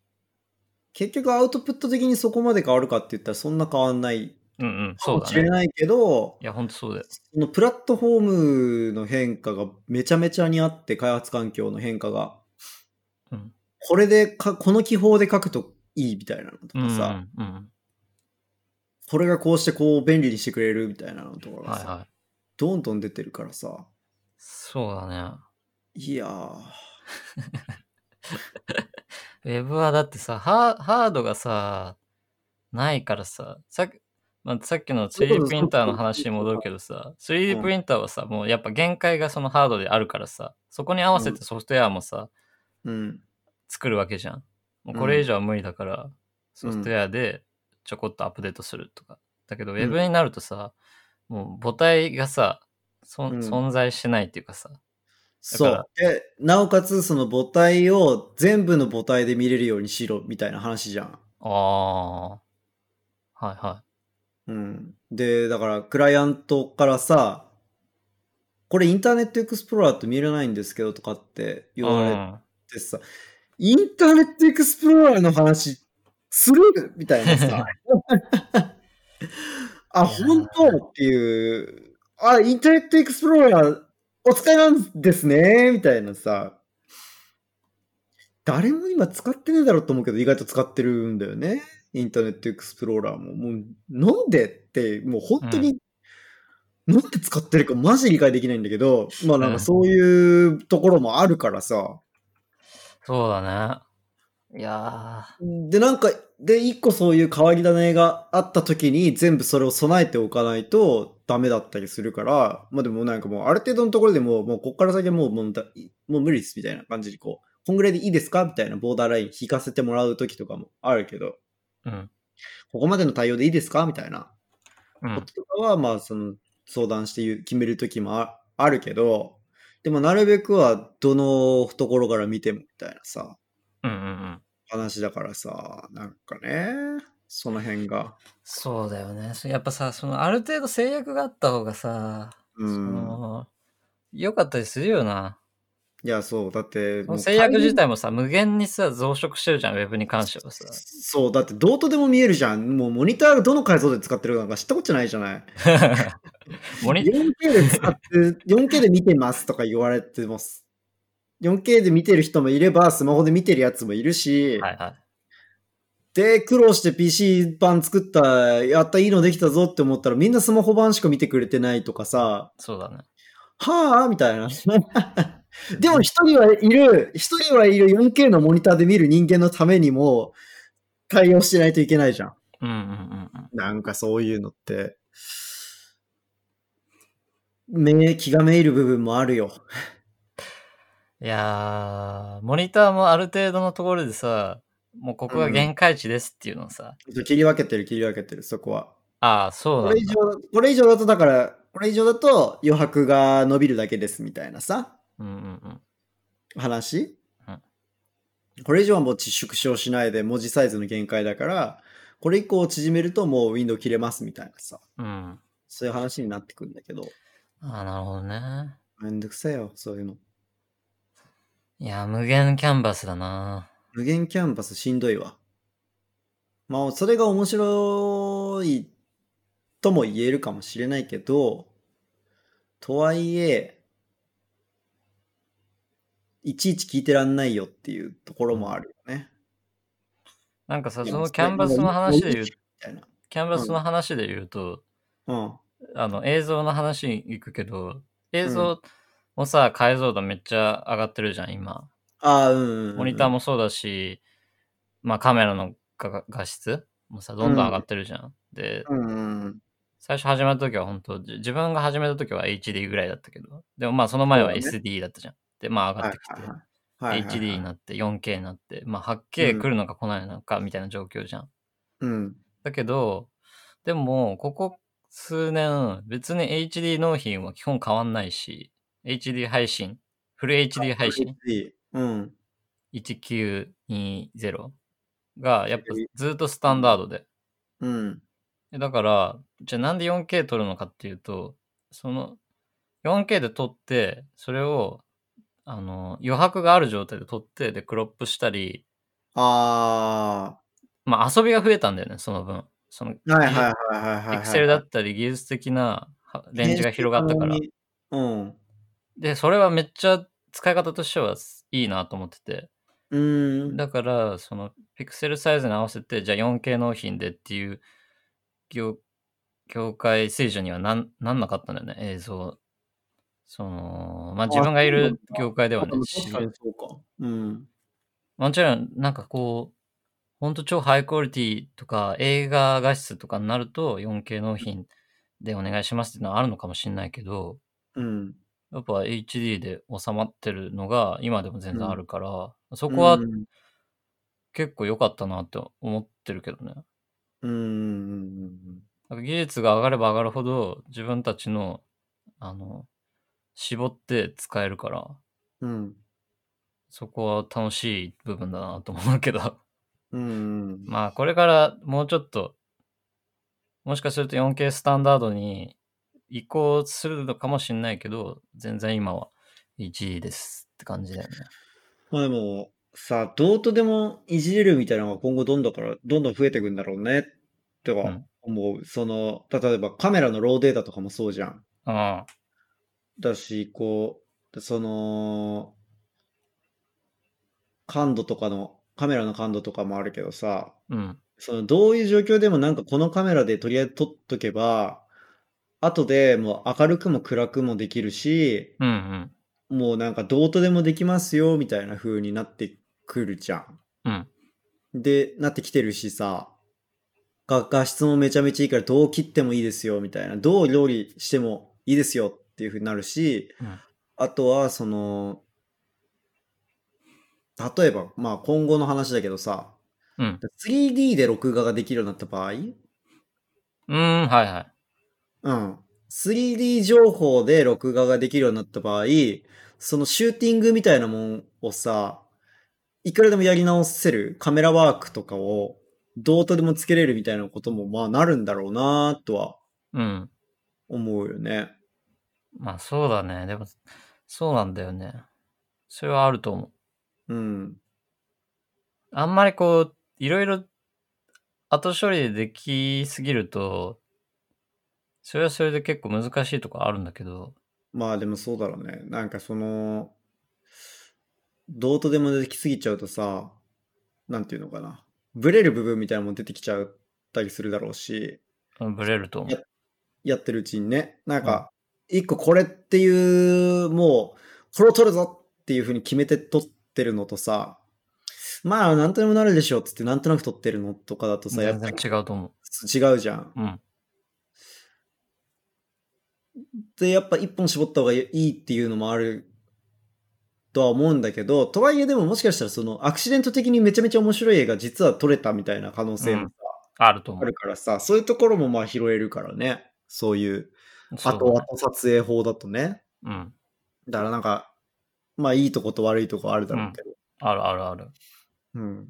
S1: 結局アウトプット的にそこまで変わるかって言ったらそんな変わんない
S2: うんうん。
S1: か
S2: そう
S1: も
S2: だ
S1: しれ
S2: ね。
S1: ないけど、
S2: いや、ほんとそうだよ。
S1: そのプラットフォームの変化がめちゃめちゃにあって開発環境の変化が、
S2: うん
S1: これでかこの記法で書くといいみたいなのと
S2: うんう
S1: かさ、
S2: んうん。
S1: これがこうしてこう便利にしてくれるみたいなのとかが
S2: は
S1: さ、
S2: いはい。
S1: どんどん出てるからさ
S2: そうだね。
S1: いやー
S2: ウェブはだってさ、ハハードがさ、ないからさ、さっき、まあ、さっきの 3D プリンターの話に戻るけどさ、
S1: うん
S2: 3D プリンターはさ、もうやっぱ限界がそのハードであるからさ、そこに合わせてソフトウェアもさ、
S1: うん
S2: 作るわけじゃん。もう
S1: うん
S2: これ以上は無理だから、ソフトウェアでちょこっとアップデートするとか。だけど、ウェブになるとさ、もう母体がさ、そ
S1: うん
S2: 存在してないっていうかさ。
S1: そ
S2: だ
S1: うでなおかつその母体を全部の母体で見れるようにしろみたいな話じゃん
S2: ああ。はいは
S1: うんでだからクライアントからさこれインターネットエクスプローラーって見れないんですけどとかって
S2: い。
S1: 言われてさ、インターネットエクスプローラーの話するみたいな さあ本当っていうあインターネットエクスプローラーお使いなんですねみたいなさ誰も今使ってねえだろうと思うけど意外と使ってるんだよねインターネットエクスプローラーももうなんでってもう本当に、なんで使ってるかマジ理解できないんだけどまあなんかそういうところもあるからさ、
S2: そうだね。いや
S1: で、なんか、で、一個そういう変わり種があった時に全部それを備えておかないとダメだったりするから、まあでもなんかもうある程度のところでもう、もうこっから先はもうもうだもう無理ですみたいな感じでこう、こんぐらいでいいですかみたいなボーダーライン引かせてもらう時とかもあるけど、
S2: ー。うん。
S1: ここまでの対応でいいですかみたいなこ
S2: うん
S1: と。とかは、まあその相談して言う決める時もああるけど、でもなるべくはどのところから見てもみたいなさ、
S2: うんうんうん。
S1: 話だからさ、なんかね、その辺が。
S2: そうだよね。そやっぱさ、そのある程度制約があった方がさ、
S1: うん
S2: その、良かったりするよな。
S1: いや、そう、だって、
S2: そ
S1: もう
S2: の制約自体もさ、無限にさ、増殖してるじゃん、ウェブに関してはさ。
S1: そう、だってどうとでも見えるじゃん。もうモニターがどの解像度で使ってるかなんか知ったことないじゃない。
S2: モニ
S1: 4K で使って、4K で見てますとか言われてます。4K で見てる人もいれば、スマホで見てるやつもいるし、
S2: はいはい。
S1: で、苦労して PC 版作った、やった、いいのできたぞって思ったら、みんなスマホ版しか見てくれてないとかさ、
S2: そうだね。
S1: はぁみたいな。でも一人はいる、一人はいる 4K のモニターで見る人間のためにも対応しないといけないじゃん。
S2: うんうんうんうん。
S3: なんかそういうのって、
S1: め気がめいる部分もあるよ。
S2: いやー、モニターもある程度のところでさ、もうここが限界値ですっていうのをさ、
S3: 切り分けてる切り分けてる、そこは。
S2: ああ、そう
S1: こ
S2: なん
S1: れ
S2: だ
S1: 以上、これ以上だとだから、これ以上だと余白が伸びるだけですみたいなさ、
S2: うんうん
S1: 話
S2: うん
S1: こ
S3: こ
S1: れ
S3: れ以
S1: 以
S3: 上
S1: 上は
S3: は
S1: も
S3: も
S1: う
S3: う
S1: ち
S3: ち
S1: 縮
S3: 縮
S1: 小
S3: 小
S1: し
S3: し
S1: な
S3: ないい
S1: で
S3: で
S1: 文
S3: 文
S1: 字
S3: 字
S1: サ
S3: サ
S1: イ
S3: イ
S1: ズ
S3: ズ
S1: の
S3: の
S1: 限
S3: 限
S1: 界
S3: 界
S1: だ
S3: だ
S1: か
S3: からら、
S1: これ以降縮めるともうウィンドウ切れますみたいなさ、
S2: うん。うん。
S1: そういう話になってくるんだけど、
S2: ああ、なるほどね。
S1: めんどくさいよ、そういうの。
S2: いやー、無限キャンバスだな。
S1: 無限キャンパスしんどいわ。まあ、それが面白いとも言えるかもしれないけど、とはいえ、いちいち聞いてらんないよっていうところもあるよね。
S2: なんかさ、
S1: いや
S2: その
S1: それ
S2: キャンバスの話で言う、
S1: みたいな。
S2: キャンバスの話で言うと、
S1: うん。
S2: あの、映像の話に行くけど、映像もさ、解像度めっちゃ上がってるじゃん、今。
S1: ああ、うんうん、うん。
S2: モニターもそうだし、まあカメラの画画質もさ、どんどん上がってるじゃん。で、
S1: うんうん
S2: 最初始めた時は本当じ自分が始めた時は HD ぐらいだったけど、でもまあその前は
S1: そうだ
S2: SD だったじゃん。で、まあ上がってきて、
S1: はいうん。はいはいはい
S2: HD になって 4K になって、まあ
S1: う
S2: 8K
S1: ん
S2: 来るのか来ないのかみたいな状況じゃん。
S1: うん。
S2: だけど、でも、ここ数年、別に HD 納品は基本変わんないし、HD 配信、フル HD 配信
S1: いいうん。
S2: 1920が、やっぱずっとスタンダードで。
S1: うん。
S2: でだから、じゃあなんで 4K 撮るのかっていうと、その、4K で撮って、それを、あの、余白がある状態で撮って、で、クロップしたり、
S1: あ
S2: まあ遊びが増えたんだよね、その分。その、
S1: あ。はいはいはいはいはい、はい。
S2: ピクセルだったり技術的なはレンジが広がったから。
S1: うん。
S2: で、それはめっちゃ使い方としてはいいなと思ってて。
S1: うん。
S2: だから、そのピクセルサイズに合わせて、じゃあ 4K 納品でっていう業業界水準にはなんなんなかったんだよね、映像。その、まあ自分がいる業界ではね、
S1: 確かにそうか。うん。
S2: もちろん、なんかこう、ほんと超ハイクオリティとか映画画質とかになると 4K 納品でお願いしますっていうのはあるのかもしれないけど、
S1: うん。
S2: やっぱ HD で収まってるのが今でも全然あるから、そこは
S1: うん。
S2: 結構良かったなって思ってるけどね。
S1: うんうん。
S2: なんか技術が上がれば上がるほど自分たちの、あの、絞って使えるから、
S1: うん。
S2: そこは楽しい部分だなと思うけど、
S1: うん。
S2: まあこれからもうちょっと、もしかすると 4K スタンダードに移行するのかもしれないけど、全然今は HD ですって感じだよね。
S1: まあでも、さ、どうとでもいじれるみたいなのが今後どんどんから、どんどん増えていくんだろうね、と
S2: う
S1: は
S2: ん
S1: 思う。その、例えばカメラのローデータとかもそうじゃん。
S2: うん。
S1: だし、こう、その、感度とかの、カメラの感度とかもあるけどさ、
S2: うん。
S1: そのどういう状況でもなんかこのカメラでとりあえず撮っとけば、後でもう明るくも暗くもできるし、
S2: うんうん。
S1: もうなんかどうとでもできますよみたいな風になってくるじゃん。
S2: うん。
S1: で、なってきてるしさ、が画質もめちゃめちゃいいからどう切ってもいいですよみたいな、どう料理してもいいですよっていう風になるし、
S2: うん
S1: あとはその、例えば、まあ今後の話だけどさ、
S2: うん。
S1: 3D で録画ができるようになった場合、
S2: うん、はいはい。
S1: うん。3D 情報で録画ができるようになった場合、そのシューティングみたいなもんをさ、いくらでもやり直せるカメラワークとかをどうとでもつけれるみたいなこともまあなるんだろうなとは
S2: うん。
S1: 思うよね。
S2: まあそうだね。でも、そうなんだよね。それはあると思う。
S1: うん。
S2: あんまりこう、いろいろ後処理でできすぎると、それはそれで結構難しいとこあるんだけど、
S1: まあでもそうだろうね。なんかその、どうとでもできすぎちゃうとさ、なんていうのかな。ブレる部分みたいなのも出てきちゃったりするだろうし、
S2: うんブレると思う。
S1: やってるうちにね、なんか、一個これっていう、もう、これを取るぞっていうふうに決めて撮ってるのとさ、まあ、なんとでもなるでしょうっつって、なんとなく撮ってるのとかだとさ、や
S2: 全
S1: っぱ
S2: 然
S1: り
S2: 違うと思
S1: 違うじゃん。
S2: う。うん。
S1: で、やっぱ一本絞った方がいいっていうのもあるとは思うんだけど、とはいえでももしかしたらそのアクシデント的にめちゃめちゃ面白い映画実は撮れたみたいな可能性もさ
S2: あると思
S1: あ
S2: う
S1: る。からさ、そういうところもまあ拾えるからね。そういう、
S2: そ
S1: あ
S2: うだね
S1: と撮影法だとね。
S2: うん。
S1: だからなんか、まあいいとこと悪いとこあるだろうけど。
S2: あるあるある。
S1: うん。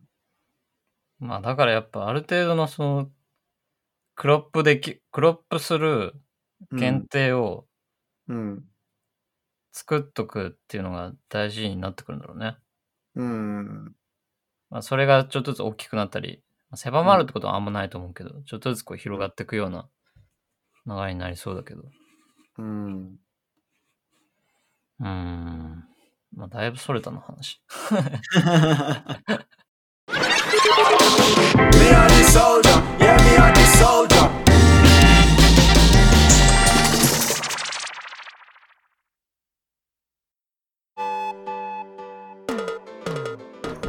S2: まあだからやっぱある程度のその、クロップでき、クロップする
S1: うん
S2: 限定を
S1: うん。
S2: 作っとくっていうのが大事になってくるんだろうね。
S1: うん。
S2: まあそれがちょっとずつ大きくなったり、まあ狭まるってことはあんまないと思うけど、ちょっとずつこう広がっていくような流れになりそうだけど。
S1: うん。
S2: うーん。まあだいぶそれたの話。
S4: Me on the soldier, yeah, me on the soldier.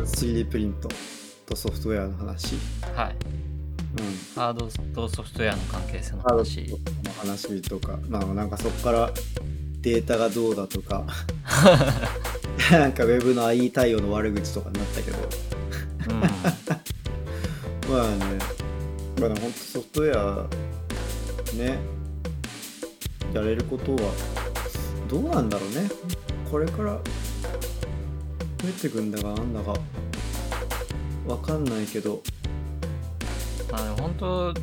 S1: 3D プリントとソフトウェアの話。うん。
S2: はい。ハードとソフトウェアの関係性の
S1: ハード
S2: 話。
S1: の話とか、まあなんかそこからデータがどうだと か、なんか Web の IE 対応の悪口とかになったけど、
S2: うん。
S1: まあね、まあでも本当ソフトウェア、ね、やれることは、どうなんだろうね。これから増えてくんだかなんだか、わかんないけど、
S2: まあでも本当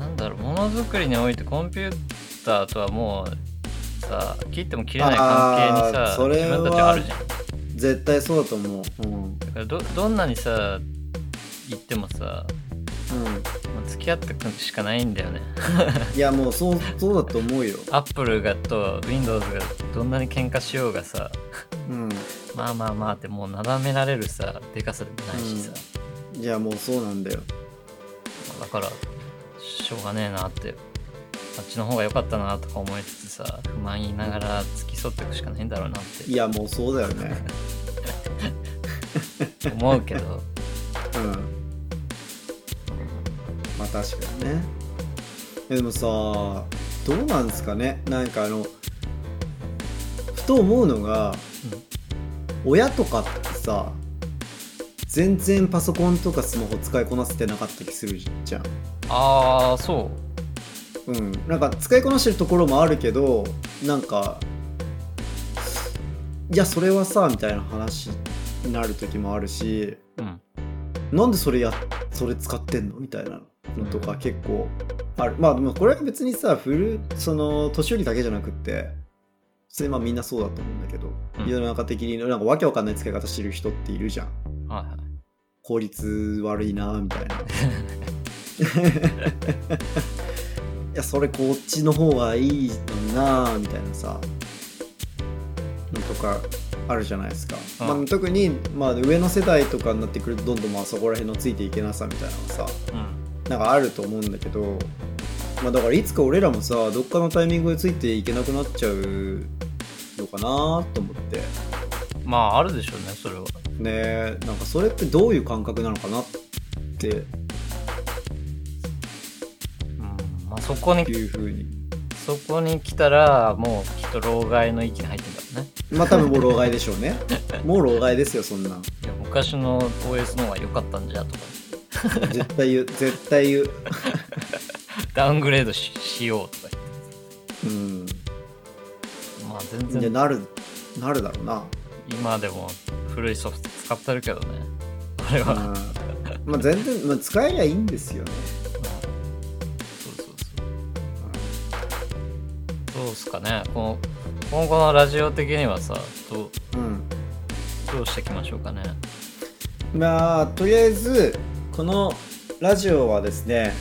S2: なんだろうものづくりにおいてコンピューターとはもうさ切っても切れない関係に
S1: あ
S2: さ
S1: ーそれ
S2: 自
S1: は
S2: 分たちはあるじゃん
S1: 絶対そうだと思う。うん。うん。
S2: だからどどんなにさ言ってもさもう付き合ってくしかないんだよね
S1: いや、もうそう、そうだと思うよ。
S2: アップルがと Windows がどんなに喧嘩しようがさ
S1: うん。
S2: まあまあまあってもうなだめられるさでかさでもないしさ、
S1: いや、もうそうなんだよ。
S2: だからしょうがねえなってあっちの方が良かったなとか思いつつさ不満言いながら付き添っていくしかないんだろうなっ
S1: いや、もうそうだよね。
S2: て思うけど
S1: うん。まあ確かにね。えでもさ、どうなんですかねなんかあの、ふと思うのが、親とかってさ、全然パソコンとかスマホ使いこなせてなかったりするじゃん。
S2: ああそ
S1: うん、なんか使いこなしてるところもあるけどなんかいやそれはさみたいな話になる時もあるし
S2: ううん
S1: なんでそれやそれ使ってんのみたいなのとか結構あるまあでもこれは別にさ古その年寄りだけじゃなくって普通にまあみんなそうだと思うんだけど、
S2: うん
S1: 世の中的になんかわけわかんない使い方してる人っているじゃん
S2: はいはい
S1: 効率悪いなみたいな いやそれこっちの方がいいのになみたいなさのとかあるじゃないですか、
S2: うん
S1: まあ、特に、まあ、上の世代とかになってくるとどんどんまあそこら辺のついていけなさみたいなのがさ
S2: うん
S1: なんかあると思うんだけど、まあ、だからいつか俺らもさどっかのタイミングでついていけなくなっちゃうのかなと思って。
S2: まああるでしょうねそれは
S1: ねえなんかそれってどういう感覚なのかなって
S2: うんまあそこに
S1: いうふうに
S2: そこに来たらもうきっと老害の域に入ってんだろうね
S1: まあ多分もう老害でしょうね もう老害ですよそんなん
S2: いや昔の OS の方が良かったんじゃとか
S1: 絶対言う絶対言う
S2: ダウングレードししようとか言
S1: うん
S2: ってまあ全
S1: じゃ
S2: 然
S1: なるなるだろうな
S2: 今でも古いソフト使ってるけどね俺
S1: う
S2: は、
S1: んまあ全然、まあ、使えりゃいいんですよね
S2: そうそうそう。どうっすかね。この今後のラジオ的にはさ、どう
S1: うん
S2: どうしていきましょうかね。
S1: まあとりあえずこのラジオはですね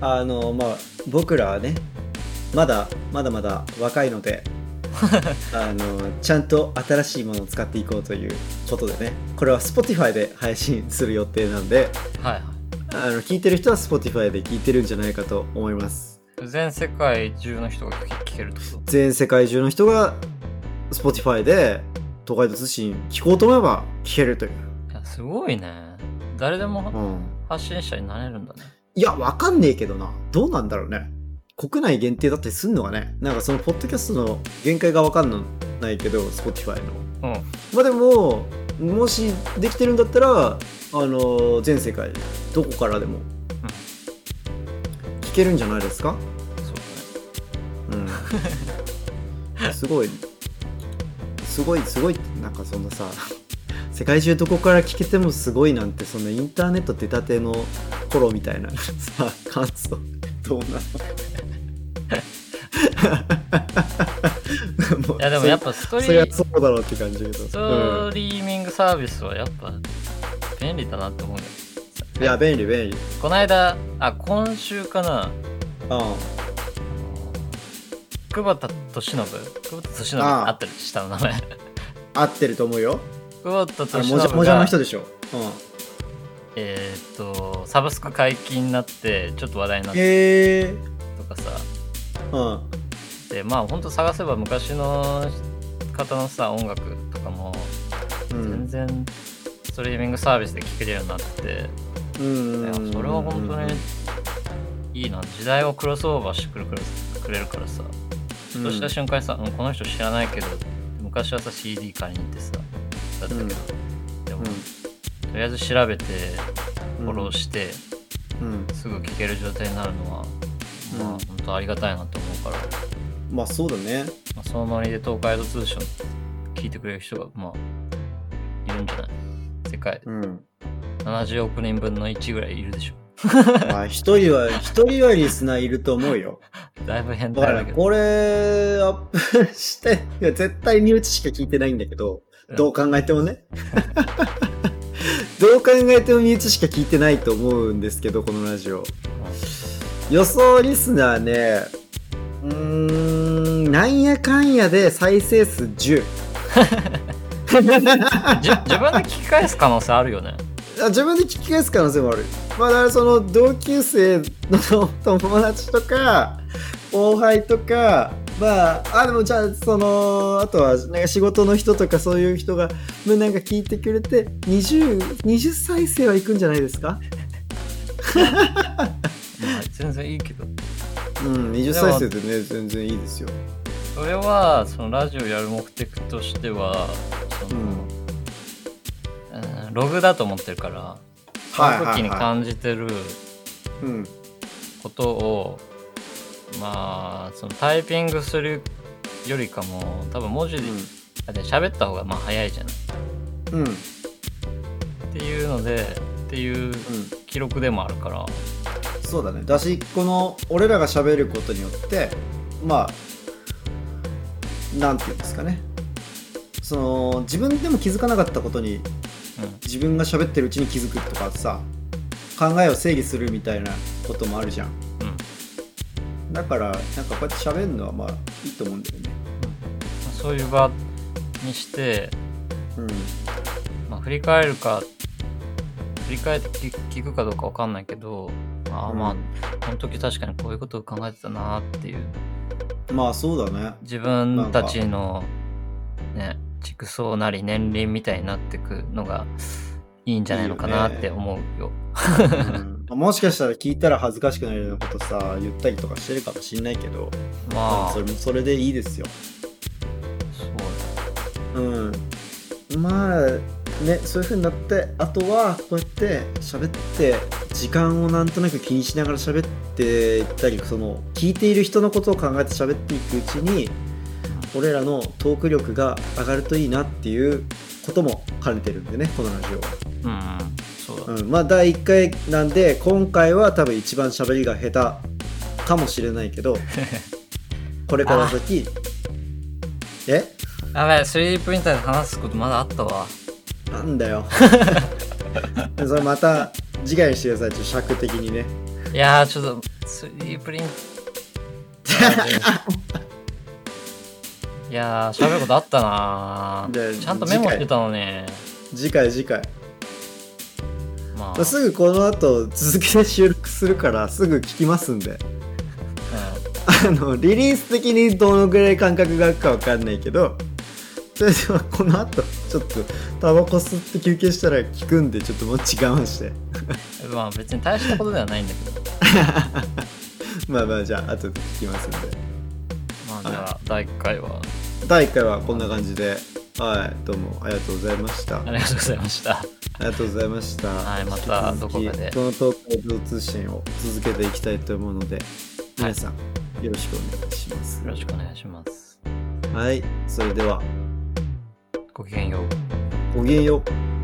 S1: あのまあ僕らはねまだまだまだ若いのであのちゃんと新しいものを使っていこうということでねこれは Spotify で配信する予定なんで
S2: うん、はいはい。
S1: あの聞いてる人は Spotify で聞いてるんじゃないかと思います
S2: 全世界中の人が聞聞けるってこ
S1: 全世界中の人が Spotify で東海道通信聞こうと思えば聞けるという。
S2: いやすごいね。誰で
S1: う
S2: も
S1: ん。
S2: 発信者になれるんだね。
S1: いや、わかんねえけどな。どうなんだろうね。国内限定だったりすんのがね。なんかその、ポッドキャストの限界がわかんないけど、Spotify の。
S2: うん。
S1: まあでも、もしできてるんだったら、あの、全世界、どこからでも、聞けるんじゃないですか
S2: そう
S1: うん。 すごい、すごい、すごいって、なんかそのさ、世界中どこから聞けてもすごいなんて、そのインターネット出たての頃みたいなさ、感想、どうなの
S2: だね。いやでもやっぱストリ
S1: それは
S2: ー
S1: そうだろうって感じだけど
S2: ストリーミングサービスはやっぱ便利だなって思うよ。
S1: うん、いや便利便利
S2: この間、あ、今週かな、
S1: あ
S2: 久保田利信久保田利信
S1: ああ
S2: あったりしたの名前。
S1: あ合ってると思うよ
S2: 久保田利
S1: あれ
S2: 信
S1: もじゃもじゃの
S2: が
S1: 人でしょ、うん、
S2: えーっとサブスク解禁になってちょっと話題になって
S1: へえ
S2: とかさ
S1: うん
S2: でまあほんと探せば昔の方のさ音楽とかも
S1: う
S2: 全
S1: ん
S2: 然ストリーミングサービスで聴けるようになって、
S1: うん
S2: いや
S1: うん
S2: それは本当にいいな時代をクロスオーバーしてくるくれくれるからさふとした瞬間にさ、うんこの人知らないけど昔はさ CD 借りに行ってさだったけど、
S1: うん
S2: でも、
S1: うん
S2: とりあえず調べてフォロー
S1: し
S2: して、
S1: うん
S2: すぐ聴ける状態になるのは、
S1: うん
S2: まあ本当ありがたいなと思うから、
S1: まあそうだね
S2: まあ、そのノリで東海道通信を聞いてくれる人がまあいるんじゃない世界
S1: うん
S2: 70億人分の1ぐらいいるでしょ
S1: まあ一人は一人はリスナーいると思うよ
S2: だいぶ変
S1: だか
S2: 態だ
S1: ら
S2: けど
S1: これアップしていや絶対身内しか聞いてないんだけど
S2: うん
S1: どう考えてもね どう考えても身内しか聞いてないと思うんですけどこのラジオ予想リスナーねうーんなんやかんやで再生数10
S2: じ自分で聞き返す可能性あるよね
S1: あ自分で聞き返す可能性もあるまあだからその同級生の友達とか 後輩とかまああでもじゃあそのあとはなんか仕事の人とかそういう人がまあなんか聞いてくれて 20, 20再生はいくんじゃないですか
S2: まあ全然いいけど
S1: うん20再生でね全然いいですよ
S2: それはそのラジオやる目的としてはその、うんログだと思ってるからそ
S1: はいはい
S2: の時に感じてる
S1: うん
S2: ことを、まあそのタイピングするよりかも多分文字であで喋った方がまあ早いじゃない
S1: うんうん
S2: っていうのでっていう記録でもあるから
S1: そうだねだしこの俺らが喋ることによってまあなんていうんですかねその自分でも気づかなかったことに
S2: うん
S1: 自分が喋ってるうちに気づくとかさ考えを整理するみたいなこともあるじゃん
S2: うん
S1: だからなんかこうやって喋るのはまあいいと思うんだよね
S2: そういう場にして、
S1: うん
S2: まあ、振り返るか振り返って聞聞くかどうかわかんないけどああまあ、
S1: うん
S2: この時確かにこういうことを考えてたなっていう
S1: まあそうだね
S2: 自分たちのね畜生なり年輪みたいになってくのがいいんじゃないのかなって思うよ。
S1: うん もしかしたら聞いたら恥ずかしくなるようなことさ言ったりとかしてるかもしんないけど
S2: まあ
S1: そ
S2: そう
S1: れもそれでいいですようんまあねそういう風になってあとはこうやって喋って時間をなんとなく気にしながら喋っていったりその聞いている人のことを考えて喋っていくうちに俺らのトーク力が上がるといいなっていうことも兼ねてるんでねこのラジオは。
S2: うんうんそうだ、
S1: うん、まあ第1回なんで今回は多分一番喋りが下手かもしれないけどこれから先え
S2: やばい 3D プリンターで話すことまだあったわ。
S1: なんだよそれまた次回にしてくださいちょっと尺的にね
S2: いやーちょっと 3D プリンターでいやー喋ることあったな
S1: で
S2: ーちゃんとメモしてたのに
S1: 次回次回
S2: まあ、うん、
S1: すぐこの後続きで収録するから すぐ聞きますんであのリリース的にどのぐらい間隔が空くかわかんないけどそれではこの後ちょっとタバコ吸って休憩したら聞くんでちょっともう時間我慢して
S2: まあ別に大したことではないんだけど
S1: まあまあじゃあ後で聞きますんで
S2: まあじゃあ第1回は
S1: 第1回はこんな感じではいどうもありがとうございましたあ
S2: ありがとうございました
S1: りがとうございました
S2: はいまたどこかで
S1: 引き続きこの東海道通信を続けていきたいと思うので皆さんよろしくお願いします
S2: よろしくお願いします
S1: はいそれでは
S2: ごきげんよう
S1: ごきげんよう